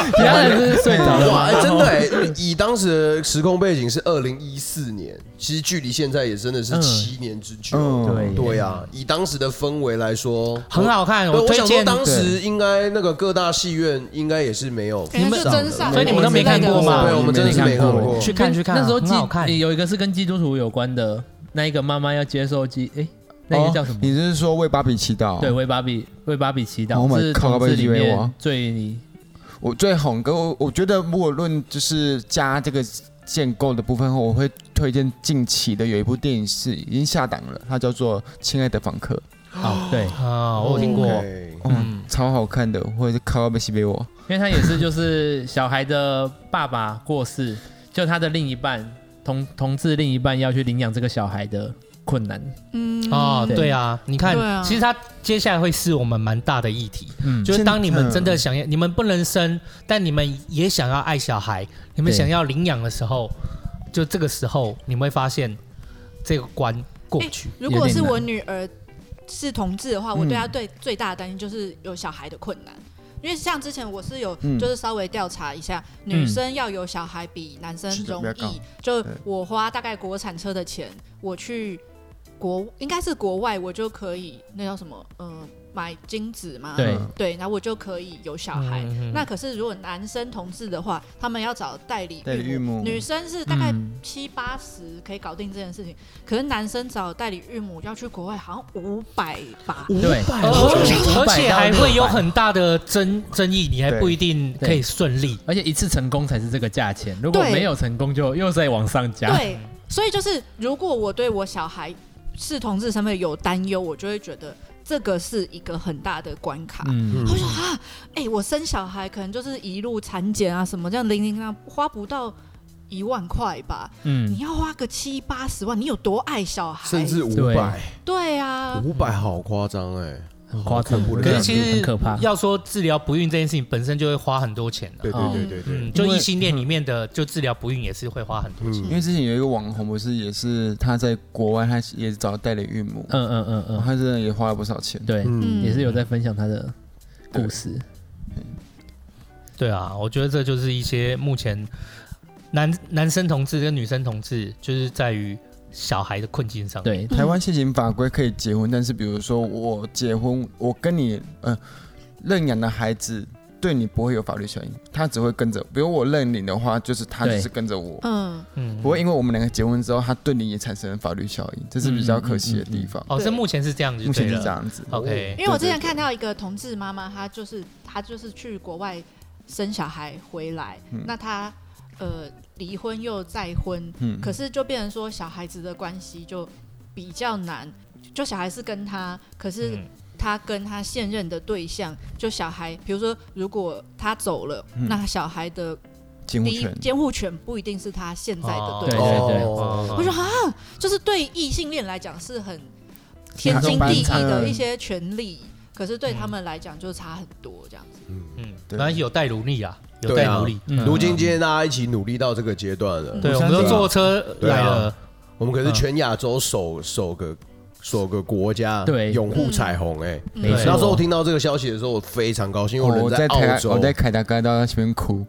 其他人是啊睡着了
哇，
吗。
哎真的哎，以当时的时空背景是二零一四年，其实距离现在也真的是
嗯
七年之久。
嗯
对
对啊，以当时的氛围来说，
很好啊看，
对，我
哎推
想说
荐。
当时应该那个各大戏院应该也是没有
感觉就真上，
所以你们都没看过吗
哦
对，我们真的是没看过。
去看去看，
那时候
很
基
好看。
有一个是跟基督徒有关的，那一个妈妈要接受基，哎，那个叫什么
哦？你是说为芭比祈祷？
对，，为芭比为芭比祈
Oh
祷
my
是
God，
同志
芭比以
里
为我
面最
我最红歌，我我觉得如果论就是加这个建构的部分后，我会推荐近期的有一部电影是已经下档了，它叫做《亲爱的访客》，
好哦对，
啊，我有听过。
OK
嗯，超好看的，或者是《靠背西北我》。
因为他也是就是小孩的爸爸过世，就他的另一半同同志另一半要去领养这个小孩的困难，
嗯
哦，
对
对啊，你看
对啊，
其实它接下来会是我们蛮大的议题，
嗯
就是当你们真的
嗯
想要，你们不能生，但你们也想要爱小孩，你们
对
想要领养的时候，就这个时候你们会发现这个关过不去。
如果是我女儿是同志的话，我对她
嗯
对最大的担心就是有小孩的困难。因为像之前我是有，
嗯
就是稍微调查一下，
嗯
女生要有小孩比男生
是的
容
比较高
易。就
对
我花大概国产车的钱，我去国应该是国外，我就可以那叫什么，嗯，买精子嘛，
对
嗯
对，然后我就可以有小孩。
嗯嗯嗯
那可是如果男生同志的话，他们要找代理
代理
孕
孕母
女生是大概
嗯
七八十可以搞定这件事情，可是男生找代理孕母要去国外好像五百吧。
对，
哎
而而且还会有
500到600
很大的争争议，你还
对
不一定可以顺利。
而且一次成功才是这个价钱，如果
对
没有成功就又再往上加。
对，所以就是如果我对我小孩是同志身份有担忧，我就会觉得这个是一个很大的关卡。
嗯，
我就说啊，哎、我生小孩可能就是一路产检啊什么这样零零啊，花不到一万块吧，你
嗯
要花个七八十万，你有多爱小孩？
甚至五
对
百，
对啊，
五百好夸张哎，
很夸张
好恐怖的
可
对
是
感
其
很
实
可怕。
要说治疗不孕这件事情本身就会花很多钱的、
对对对对对，
嗯，就
因为
异性恋里面的就治疗不孕也是会花很多钱。
因
嗯
为之前有一个网红，不是也是他在国外，他也找代理孕母，
嗯嗯嗯
然后
嗯，
他真的也花了不少钱。
对，
嗯，
也是有在分享他的故事。
对啊，我觉得这就是一些目前男男生同志跟女生同志，就是在于小孩的困境上。，
对，
台湾现行法规可以结婚，但是比如说我结婚，我跟你呃认养的孩子对你不会有法律效应，他只会跟着。比如我认领的话，就是他
对
就是跟着我，
嗯，
嗯
不会因为我们两个结婚之后，他对你也产生了法律效应，这是比较可惜的地方。
哦，
对
这目前是这样就
目
对
前是
了。
这样子。嗯
OK，
因为我之前
对对对
看到一个同志妈妈，她就是她就是去国外生小孩回来，那她呃离婚又再婚，
嗯
可是就变成说小孩子的关系就比较难，就小孩是跟她，可是
嗯
她跟她现任的对象，就小孩，比如说如果她走了，那小孩的
监护
第一
权，
监护权不一定是她现在的对
对
象。
对对
哦
我说啊，就是对异性恋来讲是很天经地义的一些权利，可是对他们来讲就差很多这样子。
嗯，
对
然后有待努力啊，有
对
待
啊
努力。
嗯
如今今天大家一起努力到这个阶段了，
对，我们
相
都
信
坐车
对啊
来了。
我们可是全亚洲首首个首个国家
对
拥护彩虹
嗯
哎。
没错
那时候我听到这个消息的时候，我非常高兴，因为
哦
我
我
人在
在台
澳
我
洲。
在凯达格兰大道前面哭，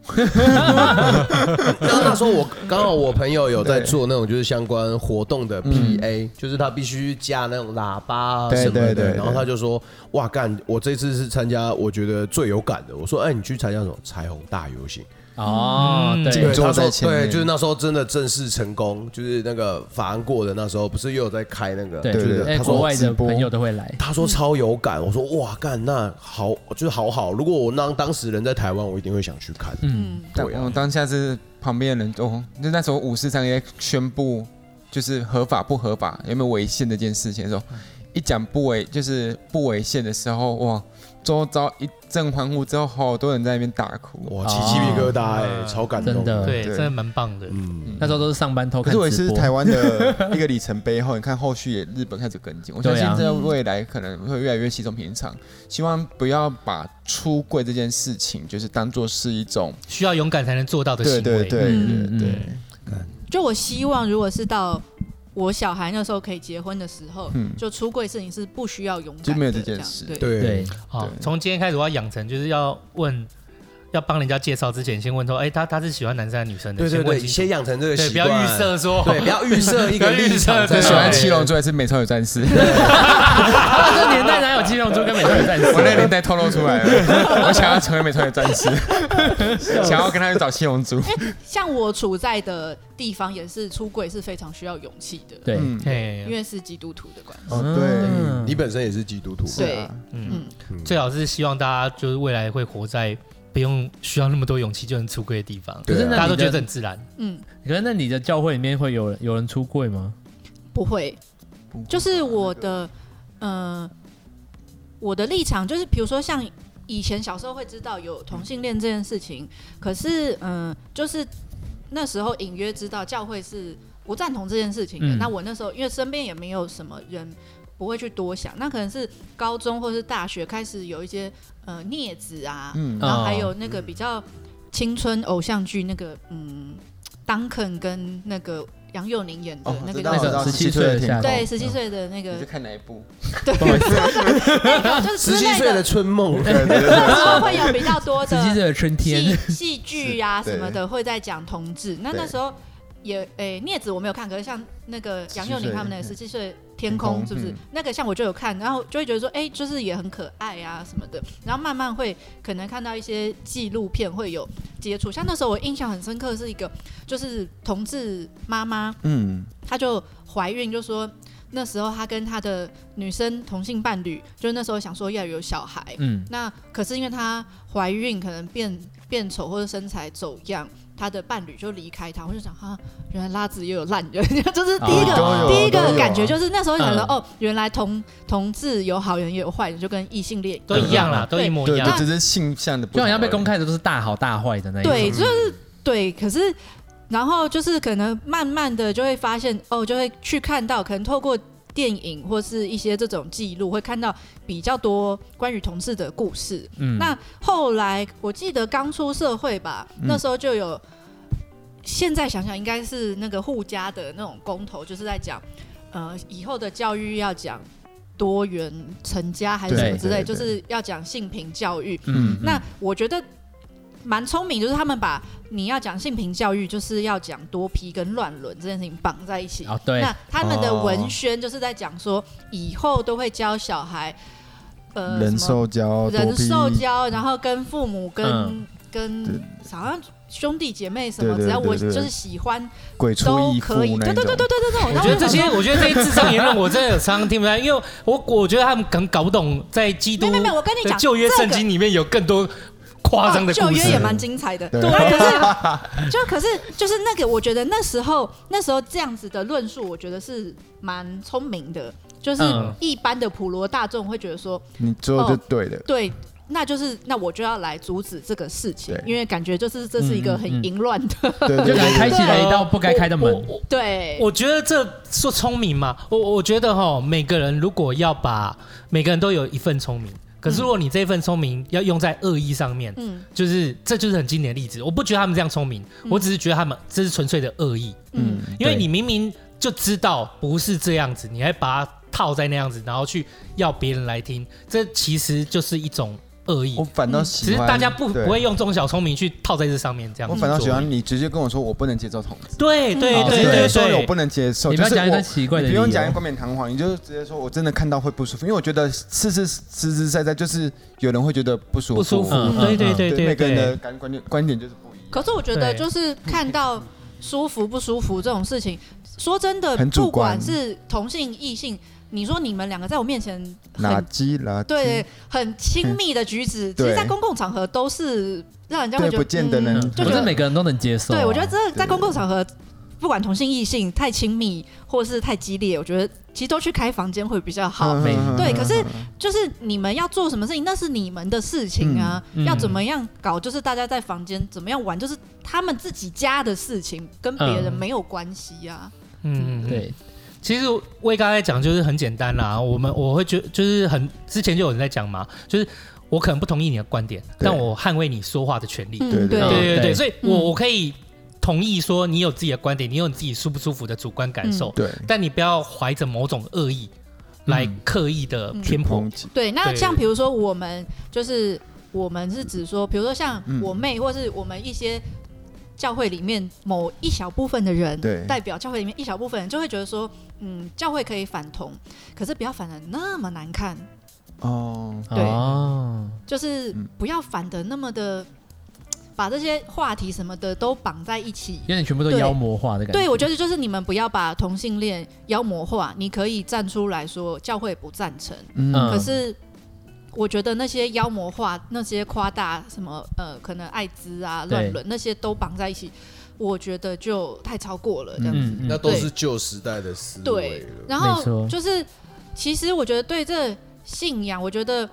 然后那时候我刚好我朋友有在做那种就是相关活动
嗯
的 PA，就是他必须加那种喇叭啊
对
什么
对对
的。
对
然后他就说：“哎哇干，我这次是参加我觉得最有感的。”我说：“哎，你去参加什么彩虹大游行？”
哦，
嗯
对
对，坐
那时候
在前面
对，就是那时候真的正式成功，就是那个法案过的那时候，不是又有在开那个？
对
对
就是
对
哎，
他说
国外
直
的
播
朋友都会来，
他说超有感，我说哇干，那好，就是好好。如果我当当时人在台湾，我一定会想去看。
嗯，
但
对啊
我当下是旁边的人哦，就那时候五四三也在宣布就是合法不合法有没有违宪这件事情的时候，一讲不违就是不违宪的时候，哇，周遭一阵欢呼之后，好多人在那边大哭。
哇，起鸡皮疙瘩哎、
哦
超感动
嗯真的，
对，真的蛮棒的。
嗯，
那时候都是上班偷
可
看
是我也
直
是
播，
台湾的一个里程碑后，你看后续也日本开始跟进，我相
对
信
啊
这未来可能会越来越稀松平常。希望不要把出柜这件事情就是当做是一种
需要勇敢才能做到的行
对
为。
对对
嗯
对对对，
就我希望，如果是到我小孩那时候可以结婚的时候，
嗯
就出柜事情是不需要勇敢的，
就没有这件
样
事
对，
对
对，
好，
对
从今天开始我要养成，就是要问，要帮人家介绍之前，先问说，哎，他他是喜欢男生还是女生的？
对对
先问
对，
清楚
先养成这个
对，
习
不要
惯，
预，设说，
对，不要预设一个
不要预设
立 场
对
在
喜
那
欢
里，
七龙珠还是美少女战士？
这年代哪有肌肉猪跟美少女 战士？啊
我那年代透露出来了，我想要成为美少女战士，想要跟他去找七龙珠。
像我处在的地方也是出柜是非常需要勇气的，
对，啊
嗯，
因
嘿，
为是基督徒的关系，
哦对，
你本身也是基督徒，
对
啊
嗯，
嗯，
最好是希望大家就是未来会活在不用需要那么多勇气就能出柜的地方，
可是
对啊
大家
那
都
你
觉得
的，
很自然。
嗯，
可是那你的教会里面会有人有人出柜吗？
不会，就是我的，呃，我的立场就是，比如说像以前小时候会知道有同性恋这件事情，可是，嗯、就是那时候隐约知道教会是不赞同这件事情的。
嗯
那我那时候因为身边也没有什么人。不会去多想，那可能是高中或是大学开始有一些呃镊子啊，
嗯
然后还
哦
有那个比较青春偶像剧那个嗯，Duncan 跟那个杨佑宁演的
哦，
那
知
个
道
叫
那
什么
知道，
个17岁的
天空
夏
对，十七岁的那
你是
个，哦
看哪一部？
就是
十
之
七
类
岁的
的，
春梦，
就是会有比较多
十七岁
的
的春天
戏，戏剧啊
对
什么的，会在讲同志。那
对
那时候也诶，镊子我没有看，可是像那个杨佑宁他们的
17
十
岁
七岁天空
天空
是不是
嗯？
那个像我就有看，然后就会觉得说，哎，就是也很可爱啊什么的。然后慢慢会可能看到一些纪录片会有接触，像那时候我印象很深刻是一个就是同志妈妈，
嗯，
她就怀孕，就说那时候她跟她的女生同性伴侣，就是那时候想说要有小孩，
嗯，
那可是因为她怀孕，可能变变丑或者身材走样，她的伴侣就离开她。我就想啊，原来拉子也有烂人， 就是第一个、
啊都有
啊
第一
都
个
有
感觉就是那时候想说，
嗯
哦，原来同同志有好人也有坏人，就跟异性恋
都一样啦，
对
都一模一
对
样
对，。只是性向的不同
就好像被
而已
公。开的都是大好大坏的那一种。
对，就是对，可是然后就是可能慢慢的就会发现，哦，就会去看到，可能透过电影或是一些这种记录，会看到比较多关于同事的故事。
嗯
那后来我记得刚出社会吧，那时候就有，呃现在想想应该是那个互家的那种公投，就是在讲，呃，以后的教育要讲。多元成家还是什么
对
之类，
对
就
对
是要讲性平教育。
嗯，
那我觉得蛮聪明，就是他们把你要讲性平教育，就是要讲多批跟乱伦这件事情绑在一起。
哦对
那他们的
哦
文宣就是在讲说，以后都会教小孩，呃，
人
什么
兽交，多
人
批
受教，然后跟父母跟、
嗯
跟
对
好像兄弟姐妹什么，
对对
只要我
对对
就是喜欢
鬼畜
都
义父
可以。
那
对
一
对
种
对对对对对，
我
然
觉得
后
这
想
些
说，
我觉得这些智障言论，我真的有常常听不来，因为我我觉得他们可能搞不懂，在基督
没没没，我跟你
的
讲，哦
旧约圣经里面有更多夸张的
旧
故
约也
事。
蛮精彩的。
对
那可是 就可是就是那个，我觉得那时候那时候这样子的论述，我觉得是蛮聪明的。就是
嗯
一般的普罗大众会觉得说，
你做就 对的，
对，那就是那我就要来阻止这个事情
对，
因为感觉就是这是一个
嗯嗯
很
嗯
淫乱的，
对
就
对
感觉开
对，
启了一道不该开的
我
门。
我
对，
我觉得这说聪明嘛，我我觉得哈，每个人如果要把每个人都有一份聪明，可是如果你这份聪明要用在恶意上面，
嗯
就是这就是很经典的例子。我不觉得他们这样聪明，我只是觉得他们这是纯粹的恶意，
嗯，
因为
对
你明明就知道不是这样子，你还把它套在那样子，然后去要别人来听，这其实就是一种恶意
我。反倒
只
喜
是
欢，
大家不
对
不会。用这种小聪明去套在这上面，这样
我
子
反倒喜
做
欢你直接跟我说，我不能接受同志。
对对
嗯
哦对
直接
对
说我
对
不，能接受，
你不要
就是
讲一堆
我
奇怪的
你不
理
用
由
讲一个冠冕堂皇，你就直接说，我真的看到会不舒服，因为我觉得事实实实在在就是有人会觉得不舒服，嗯
不舒服
嗯，
对对对
每个人的
对。
感观点观点就是不一
可是我觉得
对
就是看到舒服不舒服这种事情，说真的，
很主
不管
观
是同性异性，你说你们两个在我面前
垃
很
圾垃圾，
对，很亲密的举止，其实，
嗯对
在公共场合都是让人家会
对
觉得
不见得
嗯
能
就觉
不是
得
每个人都能接受啊、
对，我觉得这在公共场合，不管同性异性太亲密或是太激烈，我觉得其实都去开房间会比较
嗯
好。
美
对可是就是你们要做什么事情，那是你们的事情啊，
嗯
要怎么样搞，就是大家在房间怎么样玩，就是他们自己家的事情，跟别人
嗯
没有关系啊。
嗯，嗯。
对，
其实魏刚才讲就是很简单啦，我们我会觉就是很之前就有人在讲嘛，就是我可能不同意你的观点，
对
但我捍卫你说话的权利。
嗯对
对对
对对对
对
所以我
嗯
我可以同意说你有自己的观点，你有你自己舒不舒服的主观感受，
对，
但你不要怀着某种恶意来刻意的偏颇。
抨击，
对，那
对
像比如说我们就是我们是指说，比如说像
嗯
我妹，或是我们一些教会里面某一小部分的人，
对
代表教会里面一小部分人，就会觉得说，嗯，教会可以反同，可是不要反的那么难看，
哦，
对
哦，
就是
嗯
不要反的那么的，把这些话题什么的都绑在一起。
有点全部都
对
妖魔化的
嗯
感觉。
对，我觉得就是你们不要把同性恋妖魔化，你可以站出来说教会不赞成，
嗯
可是我觉得那些妖魔化、那些夸大什么呃，可能艾滋啊、
对
乱伦那些都绑在一起，我觉得就太超过了这样子。
嗯，嗯
那都是旧时代的思维
对
了。，
然
没
后
错
就是其实我觉得对这信仰，我觉得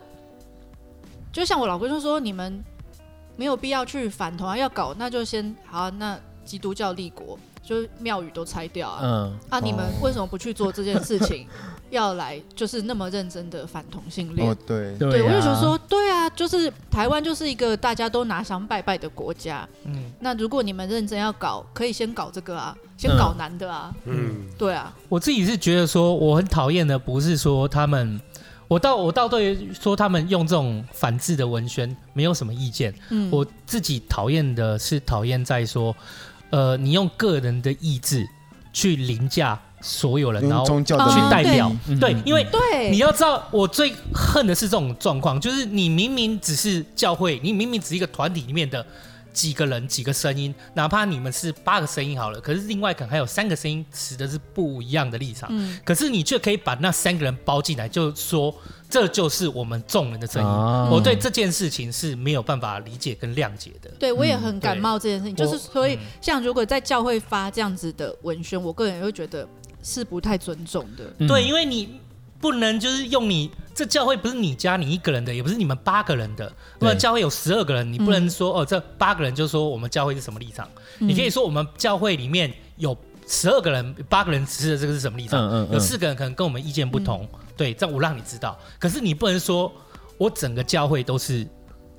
就像我老公就说，你们没有必要去反同啊，要搞那就先好啊、那基督教立国。就是庙宇都拆掉啊！
嗯，
啊，你们
哦
为什么不去做这件事 情？要来就是那么认真的反同性恋
哦？对，
对
对，我
啊
就觉得说，对啊，就是台湾就是一个大家都拿香拜拜的国家。
嗯，
那如果你们认真要搞，可以先搞这个啊，先
嗯
搞男的啊。
嗯，
对啊，
我自己是觉得说，我很讨厌的不是说他们，我倒我倒对于说他们用这种反制的文宣没有什么意见，
嗯，
我自己讨厌的是讨厌在说，呃，你用个人的意志去凌驾所有人，然
用
后
宗教的
去
名义
代
表
嗯
对
嗯，
因为
对，
你要知道，我最恨的是这种状况，就是你明明只是教会，你明明只是一个团体里面的几个人、几个声音，哪怕你们是八个声音好了，可是另外可能还有三个声音持的是不一样的立场，
嗯
可是你却可以把那三个人包进来，就说这就是我们众人的声音。
哦
嗯
我对这件事情是没有办法理解跟谅解的。
对我也很感冒这件事情，
对
就是所以
嗯
像如果在教会发这样子的文宣，我个人会觉得是不太尊重的。
嗯
对，因为你不能就是用你这教会不是你家你一个人的，也不是你们八个人的，
对嗯
那教会有十二个人，你不能说、哦这八个人就说我们教会是什么立场，你可以说我们教会里面有十二个人，八个人持的这个是什么立场，
嗯嗯嗯
有四个人可能跟我们意见不同，对，这样我让你知道，可是你不能说我整个教会都是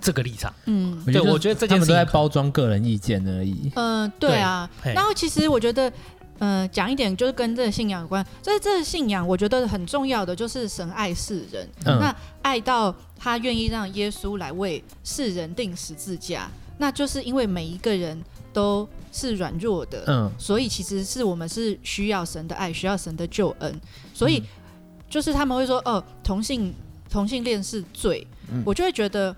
这个立场，
嗯
就
对
是
我觉得这件
他
事
们
情
都在
可
包装个人意见而已。
嗯、呃对啊。
嘿
然后其实我觉得，呃，讲一点就是跟这个信仰有关。这这个信仰，我觉得很重要的就是神爱世人，
嗯
那爱到他愿意让耶稣来为世人定十字架，那就是因为每一个人都是软弱的，
嗯
所以其实是我们是需要神的爱，需要神的救恩，所以就是他们会说，哦，同性同性恋是罪，
嗯
我就会觉得，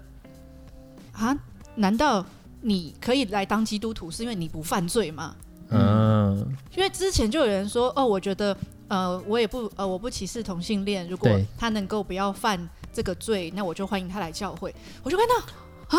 啊，难道你可以来当基督徒是因为你不犯罪吗？
嗯，
因为之前就有人说，哦，我觉得，呃，我也不，呃，我不歧视同性恋，如果
对
他能够不要犯这个罪，那我就欢迎他来教会。我就看到啊，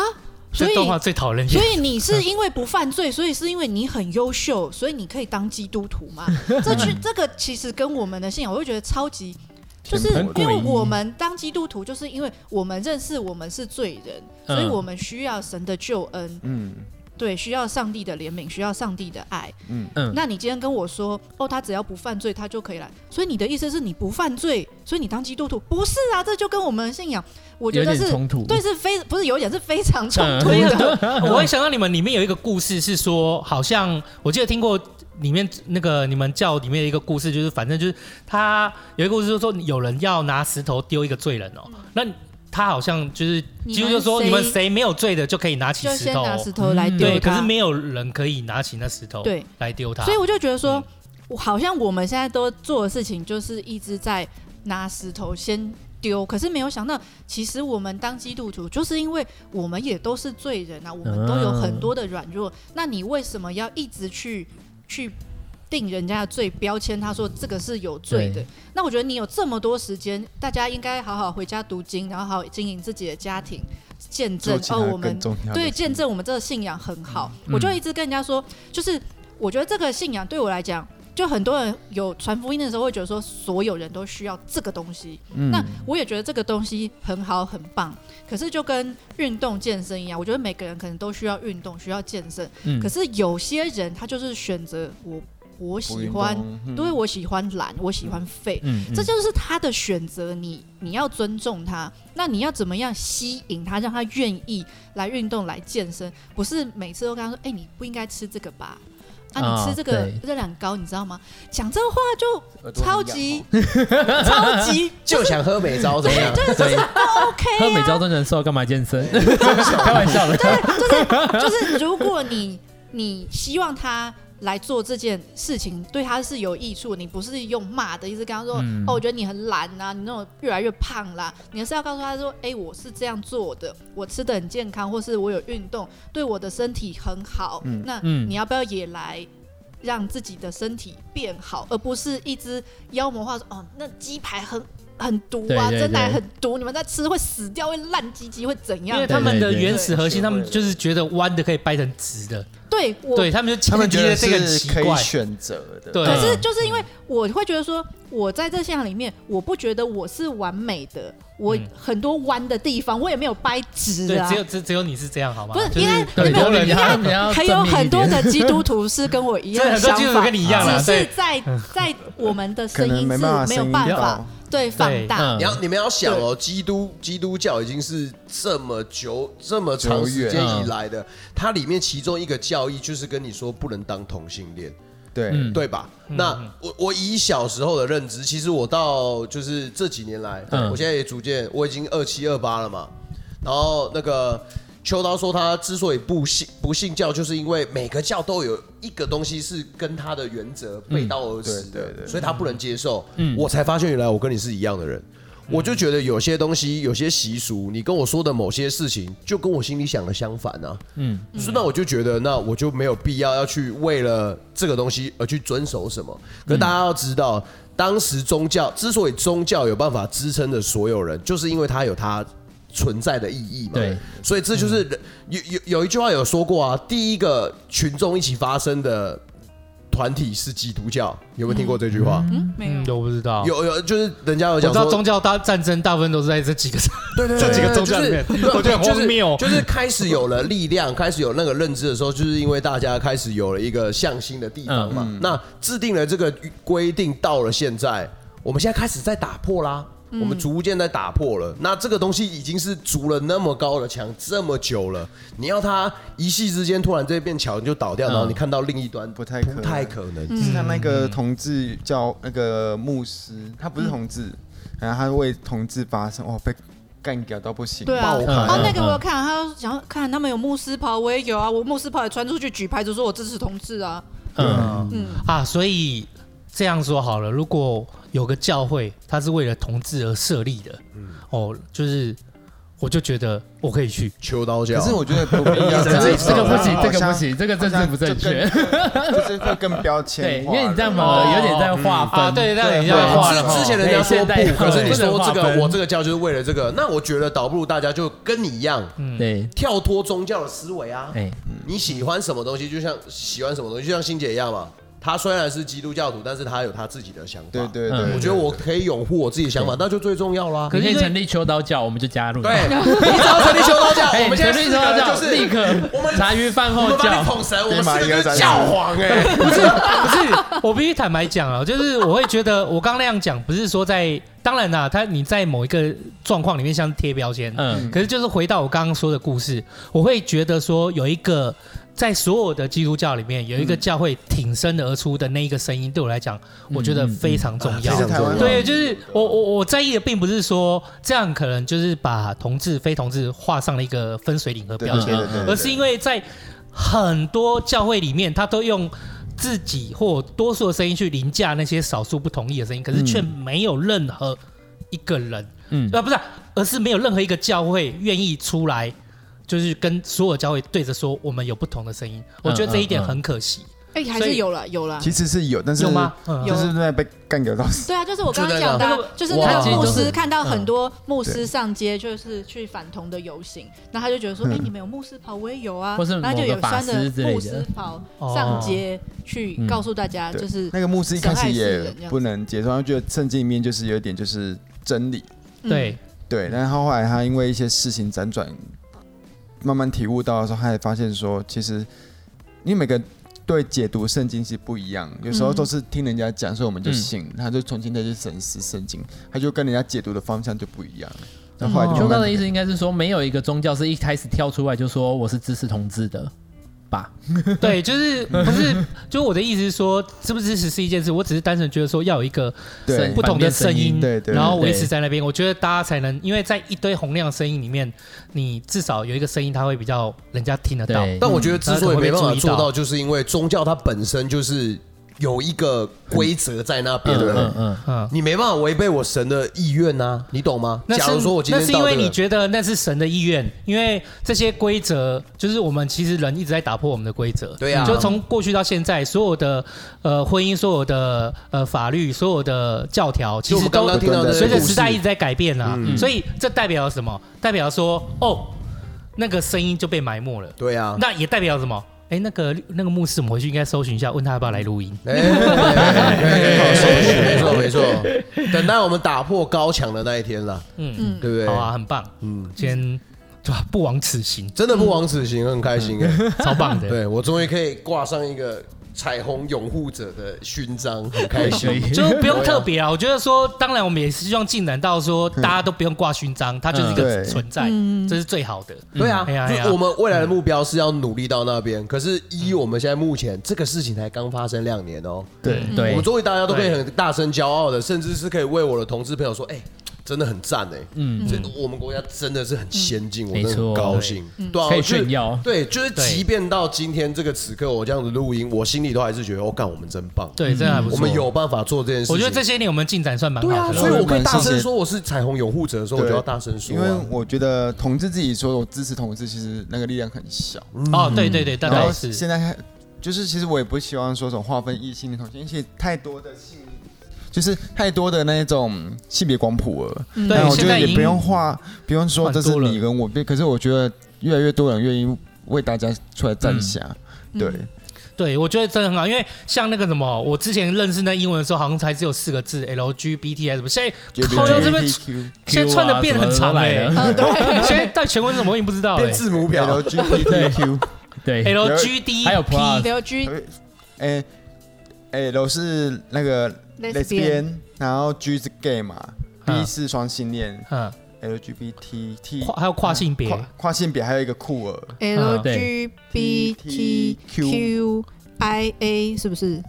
所
这
以
段话最讨 人厌
所。以你是因为不犯罪， 所以是因为你很优秀，所以你可以当基督徒 嘛？这去这个其实跟我们的信仰，我会觉得超级，就是
很
因为
诡异
我们当基督徒，就是因为我们认识我们是罪人，
嗯
所以我们需要神的救恩，
嗯
对，需要上帝的怜悯，需要上帝的爱。
嗯，
嗯
那你今天跟我说，哦，他只要不犯罪，他就可以来。所以你的意思是你不犯罪，所以你当基督徒？不是啊，这就跟我们的信仰，我觉
有
得
点
是
冲突。嗯
对，是非不是有点是非常冲突
对
的。
我会想到你们里面有一个故事是说，好像我记得听过里面那个你们教里面的一个故事，就是反正就是他有一个故事，就是说有人要拿石头丢一个罪人哦，那他好像就是
你们
几乎就说
谁
你们谁没有罪的就可以拿起
就
石
先
头
拿
哦，
石头来丢
对，可
他
是没有人可以拿起那石头
对
来丢他，
所以我就觉得
嗯
说，我好像我们现在都做的事情就是一直在拿石头先丢。可是没有想到，其实我们当基督徒，就是因为我们也都是罪人啊，我们都有很多的软弱。那你为什么要一直去去定人家的罪标签？他说这个是有罪的
对。
那我觉得你有这么多时间，大家应该好好回家读经，然后好好经营自己的家庭，见证
做其他
哦，我们
更重要的嗯
对
事
见证我们这个信仰很好。我就一直跟人家说，就是我觉得这个信仰对我来讲，就很多人有传福音的时候会觉得说，所有人都需要这个东西。
嗯
那我也觉得这个东西很好很棒，可是就跟运动健身一样，我觉得每个人可能都需要运动，需要健身。
嗯
可是有些人他就是选择我我
不
喜
运
欢，
动嗯
对我喜欢懒，我喜欢废。
嗯，
这就是他的选择，你你要尊重他。那你要怎么样吸引他，让他愿意来运动、来健身？不是每次都跟他说：“哎、你不应该吃这个吧？”啊，
啊
你吃这个
对
热量高，你知道吗？讲这话就
耳朵很
超
痒
级
哦
超 级
就想喝美招怎么样？
对，
哎 OK 啊
喝美招真人瘦，干嘛 健身？开玩笑的。
就是如果你你希望他来做这件事情，对他是有益处，你不是用骂的，一直跟他说、
嗯
哦，我觉得你很懒啊，你那种越来越胖啦，你是要告诉他说，哎、我是这样做的，我吃的很健康，或是我有运动，对我的身体很好。那
嗯
你要不要也来？让自己的身体变好，而不是一直妖魔化说哦，那鸡排很很毒啊，
对对
真奶
对
很毒，你们在吃会死掉，会烂鸡鸡，会怎
因
样
为？他们的
对对对
原始核心，
对
他们就是觉得弯的可以掰成直的，
对我
对他们就
他们觉
觉
得
得这个很
是
奇
可以
怪，
选择的，
对啊
可是就是因为我会觉得说，我在这项里面，我不觉得我是完美的，我
嗯
很多弯的地方，我也没有掰直
对
啊，
只。有只只有你是这样好吗？
不是
就
应该
是
对
很多人
你要你要
还有
正面一
很多
点
的基督徒是跟我一样
真的很
的
多
想
基督徒
法
跟，你一样啦，
只是
对，
在在我们的
可
声
能
音
没
是
办法
没
声
有
音
办
到
法对放大。
嗯
你要你们要想哦，基督基督教已经是这么久这么长时间以来的，它里面其中一个教义就是跟你说不能当同性恋，
对
嗯
对吧？那我我以小时候的认知，其实我到就是这几年来，
嗯
我现在也逐渐我已经二七二八了嘛。然后那个秋刀说，他之所以不信不信教，就是因为每个教都有一个东西是跟他的原则
嗯
背道而驰
对对
的，
对
所以他不能接受。我才发现原来我跟你是一样的人。
嗯
我就觉得有些东西、有些习俗，你跟我说的某些事情，就跟我心里想的相反啊。
嗯，
所以那我就觉得，那我就没有必要要去为了这个东西而去遵守什么。可是大家要知道，当时宗教之所以宗教有办法支撑着所有人，就是因为它有它存在的意义嘛。
对，
所以这就是
嗯
人有有有一句话有说过啊，第一个群众一起发生的团体是基督教，有没有听过这句话？
嗯，没有
嗯，。我不知道，
有有，就是人家有
我知
讲
道
说，
宗教大战争大部分都是在这几个 上，
对对
这几个宗教里面我觉得很
就是
荒谬
就是开始有了力量，开始有那个认知的时候，就是因为大家开始有了一个向心的地方
嗯
嘛。那制定了这个规定，到了现在，我们现在开始在打破啦。我们逐渐在打破了，那这个东西已经是筑了那么高的墙这么久了，你要它一夕之间突然这面墙就倒
嗯
掉，然后你看到另一端，
不太可能
不太可能。
就是像那个同志叫那个牧师，他不是同志，然后他为同志发声，哇，被干掉到不行，
对啊，
爆
开
哦，那个
嗯
我有看，他想要看他们有牧师袍，我也有啊，我牧师袍也穿出去举牌子说我支持同志啊，
嗯，
啊，所以这样说好了，如果有个教会，它是为了同志而设立的，哦，就是我就觉得我可以去，
秋刀教，
可是我觉得不必 要
可
样
是
子
这个不行，
好
这
像
个不行，这个政治不正 确。
就是会更标
对，
签
因
化了，
为你这样反而有点在划分
啊，对，那你这样
哦对
画了
之
哈
之前人家说
对现代
不，可是你说这
不能划
个
分
我这个教就是为了这个，那我觉得倒不如大家就跟你一样，
对，
跳脱宗教的思维啊。
嗯哎，
你喜欢什么东西，就像喜欢什么东西，就像欣姐一样嘛。她虽然是基督教徒，但是她有她自己的想法。
对对
嗯
对，
我觉得我可以拥护我自己的想法，那就最重要啦。
可以成立秋刀教，我们就加入。
对，你只要成立修道教，
哎，
我们现
成
在
立
四
秋
个
刀
人就
教
是
立刻
我们
茶余饭
我
后
们把
教
你。捧神，我们
马
四
一
个
个
就是
三
教皇
欸
哎。
不是不是，我必须坦白讲啊，就是我会觉得我刚那样讲，不是说在当然啦，他你在某一个状况里面像贴标签，
嗯
可是就是回到我刚刚说的故事，我会觉得说有一个在所有的基督教里面有一个教会挺身而出的那一个声音，对我来讲，我觉得嗯啊非常重要
这。是台湾
对，就是我我我在意的，并不是说这样可能就是把同志非同志画上了一个分水岭和
对
标签
对，对对对
而是因为在很多教会里面，他都用自己或多
嗯
数的声音去凌驾那些少数不同意的声音，可是却没有任何一个人
嗯
啊，不是啊、而是没有任何一个教会愿意出来，就是跟所有教会对着说我们有不同的声音。
嗯
我觉得这一点很可惜，
哎，还
所
是
以
有了，有了。
其实是有，但是
有吗？嗯
就是在被干掉到死。
对啊，就是我刚刚讲的啊
就在，
就是那
哇
个牧
其实就是嗯
师看到很多牧师上街，就是去反同的游行，然后他就觉得说，
嗯
哎，你们有牧师袍，我也有啊
或是，
然后就有穿
某个法
着
师之类的嗯
牧师袍上街去告诉大家，
哦对
就是
那个牧师一开
神
始
爱世人
也
这样
不能接受，他觉得圣经里面就是有一点就是真理，
嗯
对，
对。但是他后来他因为一些事情辗转，慢慢体悟到的时候，他也发现说，其实因为每个对解读圣经是不一样，有时候都是听人家讲，所以我们就信，他就重新再去审视圣经，他就跟人家解读的方向就不一样。那后来就慢
秋
慢
高的意思应该是说，没有一个宗教是一开始跳出来就说我是支持同志的吧？
对，就是不是，就我的意思是说，支不支持是一件事，我只是单纯觉得说要有一个
对
不同的声音，
对对
然后
对
维持在那边，我觉得大家才能，因为在一堆洪亮的声音里面，你至少有一个声音，它会比较人家听得到。
对，
但我觉得之所以没办法
嗯
做到，就是因为宗教它本身就是有一个规则在那边
嗯
的
嗯，嗯，
嗯，
你没办法违背我神的意愿呐，你懂吗？
那
假如
是
说我今
那
天
是因
到
为
这
你
个，
觉得那是神的意愿，因为这些规则就是我们其实人一直在打破我们的规则。
对啊
就从过去到现在，所有的呃婚姻，所有的呃法律，所有的教条，其
就我
实
们刚
都
刚听到的
对
随着
故事嗯
时代一直在改变啊。所以这代表什么？代表说哦，那个声音就被埋没了。
对啊，
那也代表什么？哎，那个那个牧师，我们回去应该搜寻一下，问他要不要来录音。
哎， 没错没错，等待我们打破高墙的那一天了，
嗯，
嗯，
对不对？
好啊，很棒。
嗯，
先对吧？不枉 此行，
真的不枉此行，很开心哎。
超棒的。
对我终于可以挂上一个彩虹拥护者的勋章，很开 心。
就不用特别啊。我觉得说，当然我们也是希望进展到说，大家都不用挂勋章，它就是一
嗯
个
对
存在，这是最好的。
对啊
哎呀，哎呀
就我们未来的目标是要努力到那边。可是，依我们现在目前这个事情才刚发生两年哦，
对
嗯
我
对
们，终于大家都可以很大声骄傲的，甚至是可以为我的同志朋友说：“哎，真的很赞哎，嗯，这我们国家真的是很先进，我真的
没
很
错
高兴。”对啊，
可以
我觉得
炫耀
对，就是
对
即便到今天这个此刻，我这样子录音，我心里都还是觉得，哦，干，我们真棒，
对，这还不错。
我们，有办法做这件事情。
我觉得这些年我们进展算蛮
对
好
啊，
的
所以
了。
我可以大
谢
声
谢
说我是彩虹拥护者的时候，我
对
就要大声说
因
啊、
为我觉得统治自己说我支持统治，其实那个力量很小。
哦，对对对，大
然
概
后
是
现在就是，其实我也不希望说什么划分异性恋同性，因为太多的性，就是太多的那种性别光谱了。
嗯对
嗯
那我觉
现
得
在已
也
经
不用画，不用说
很
这
多
是
了
你跟我，可是我觉得越来越多人愿意为大家出来站下。
嗯
对，
对，我觉得真的很好，因为像那个什么，我之前认识那英文的时候，好像才只有四个字 LGBT 还是什么，现在靠腰这边
LGBTQ
现在串的变得很长哎、
Q 啊什么都来了
啊对，
现在到底全文是什么我已经不知道了、
变字母表，
LGBTQ，
对，
LGBT
还有 plus
留 G
哎哎，都是那个
lesbian，
lesbian，然后 G 是 gay 嘛
嗯
，B 是双性恋
嗯，
，LGBT T
跨还有跨性别
跨，跨性别还有一个酷儿，
嗯
LGBTQIA 是不是？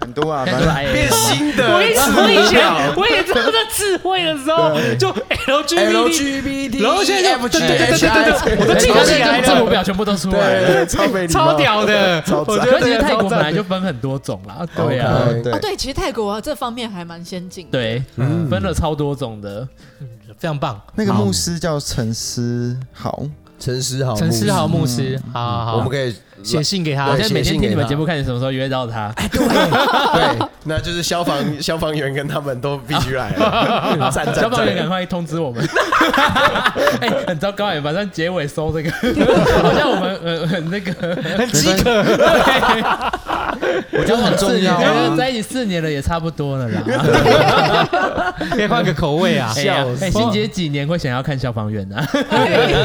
很多啊，
现
反
在
正
都是 I
变
A
新
我
的
以
字
我以
母
前
表
我也知道在智慧的时候，就 LGBT，
，LGBT，
然后现在就
F
对
G
对对
H
对
I，
对对，我都记
而
得起
且
来
哎这字母
了，
表全部都出来了。
超美礼貌
超，屌的，我觉
可
得
是其实泰国
超
本来
赞
就分很多种啦，对啊，
OK，
哦，
呃对，
对，其实泰国这方面还蛮先进的。
对，
嗯
分了超多种的。
非常棒，
那个牧师叫陈思豪，
陈思豪，
陈思豪，牧师，好好好，
嗯我们可以
写信给他
我
对
现在每天听你
写信给
们
他哎
节目，看你什么时候约到他。
对， 那就是消防消防员跟他们都必须来了，站
消
站
防员赶
站。
快通知我们。 哎，很糟糕哎，马上结尾收这个， 好像我们呃很那个
很饥渴，
我 觉得很重要
四年
啊。
在一起四年了，也差不多了 啦。
可以换个口味 啊，
哎呀，哎，欣
姐，
姐几年会想要看消防员 啊？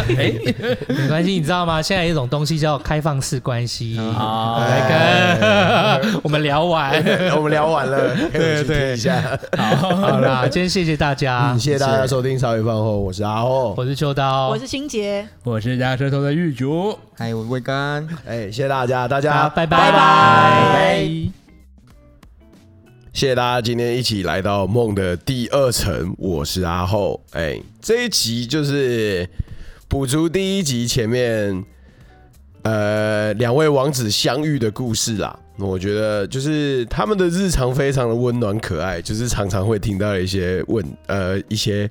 没关系，你知道吗？现在有一种东西叫开放式关系，
好，
来跟我们聊完，
哎我们聊完了，可以回去听一下。
好啦，今天谢谢大家
嗯，谢谢大家收听《茶余饭后》，我是阿后，
我是秋刀，
我是心杰，
我是家舌头的玉竹，
还有魏刚，
哎，谢谢大家，大
好
家
拜拜
拜拜。
哎
谢谢大家今天一起来到梦的第二层，我是阿厚。哎、这一集就是补足第一集前面呃两位王子相遇的故事啦。我觉得就是他们的日常非常的温暖可爱，就是常常会听到一些问呃一些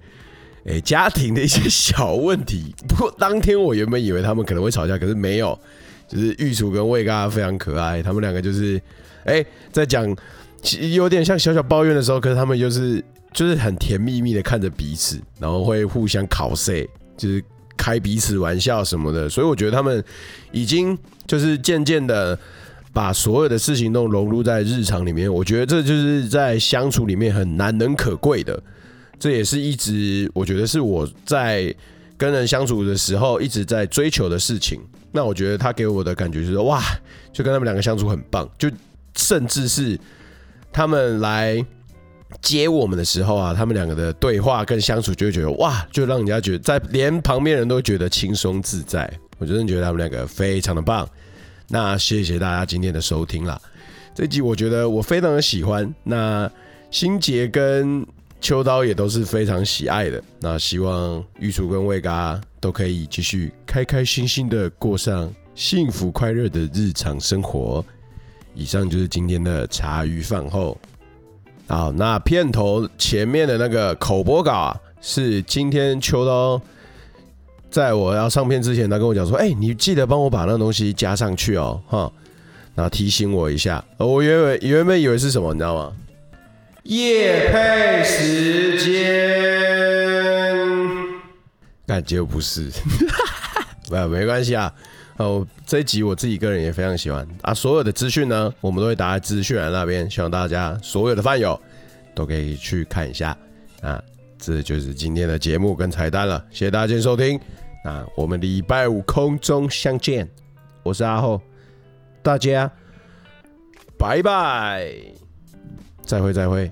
诶、家庭的一些小问题。 不过当天我原本以为他们可能会吵架，可是没有，就是玉楚跟魏嘎非常可爱，他们两个就是诶、在讲其实有点像小小抱怨的时候，可是他们就是就是很甜蜜蜜的看着彼此，然后会互相考 C，就是开彼此玩笑什么的。所以我觉得他们已经就是渐渐的。把所有的事情都融入在日常里面，我觉得这就是在相处里面很难能可贵的。这也是一直我觉得是我在跟人相处的时候一直在追求的事情。那我觉得他给我的感觉就是哇，就跟他们两个相处很棒，就甚至是他们来接我们的时候啊，他们两个的对话跟相处就会觉得哇，就让人家觉得在连旁边人都觉得轻松自在。我真的觉得他们两个非常的棒。那谢谢大家今天的收听啦，这集我觉得我非常的喜欢。那新杰跟秋刀也都是非常喜爱的。那希望玉竹跟魏嘎都可以继续开开心心的过上幸福快乐的日常生活。以上就是今天的茶余饭后。好，那片头前面的那个口播稿啊，是今天秋刀在我要上片之前，他跟我讲说：“哎、你记得帮我把那东西加上去哦，哈。”然后提醒我一下。呃我原本原本以为是什么，你知道吗？夜配时间，但结果不是， 没没关系啊。哦，这一集我自己个人也非常喜欢啊。所有的资讯呢，我们都会打在资讯栏那边，希望大家所有的饭友都可以去看一下啊。这就是今天的节目跟彩蛋了，谢谢大家今天收听。那我们礼拜五空中相见，我是阿厚，大家拜拜，再会再会。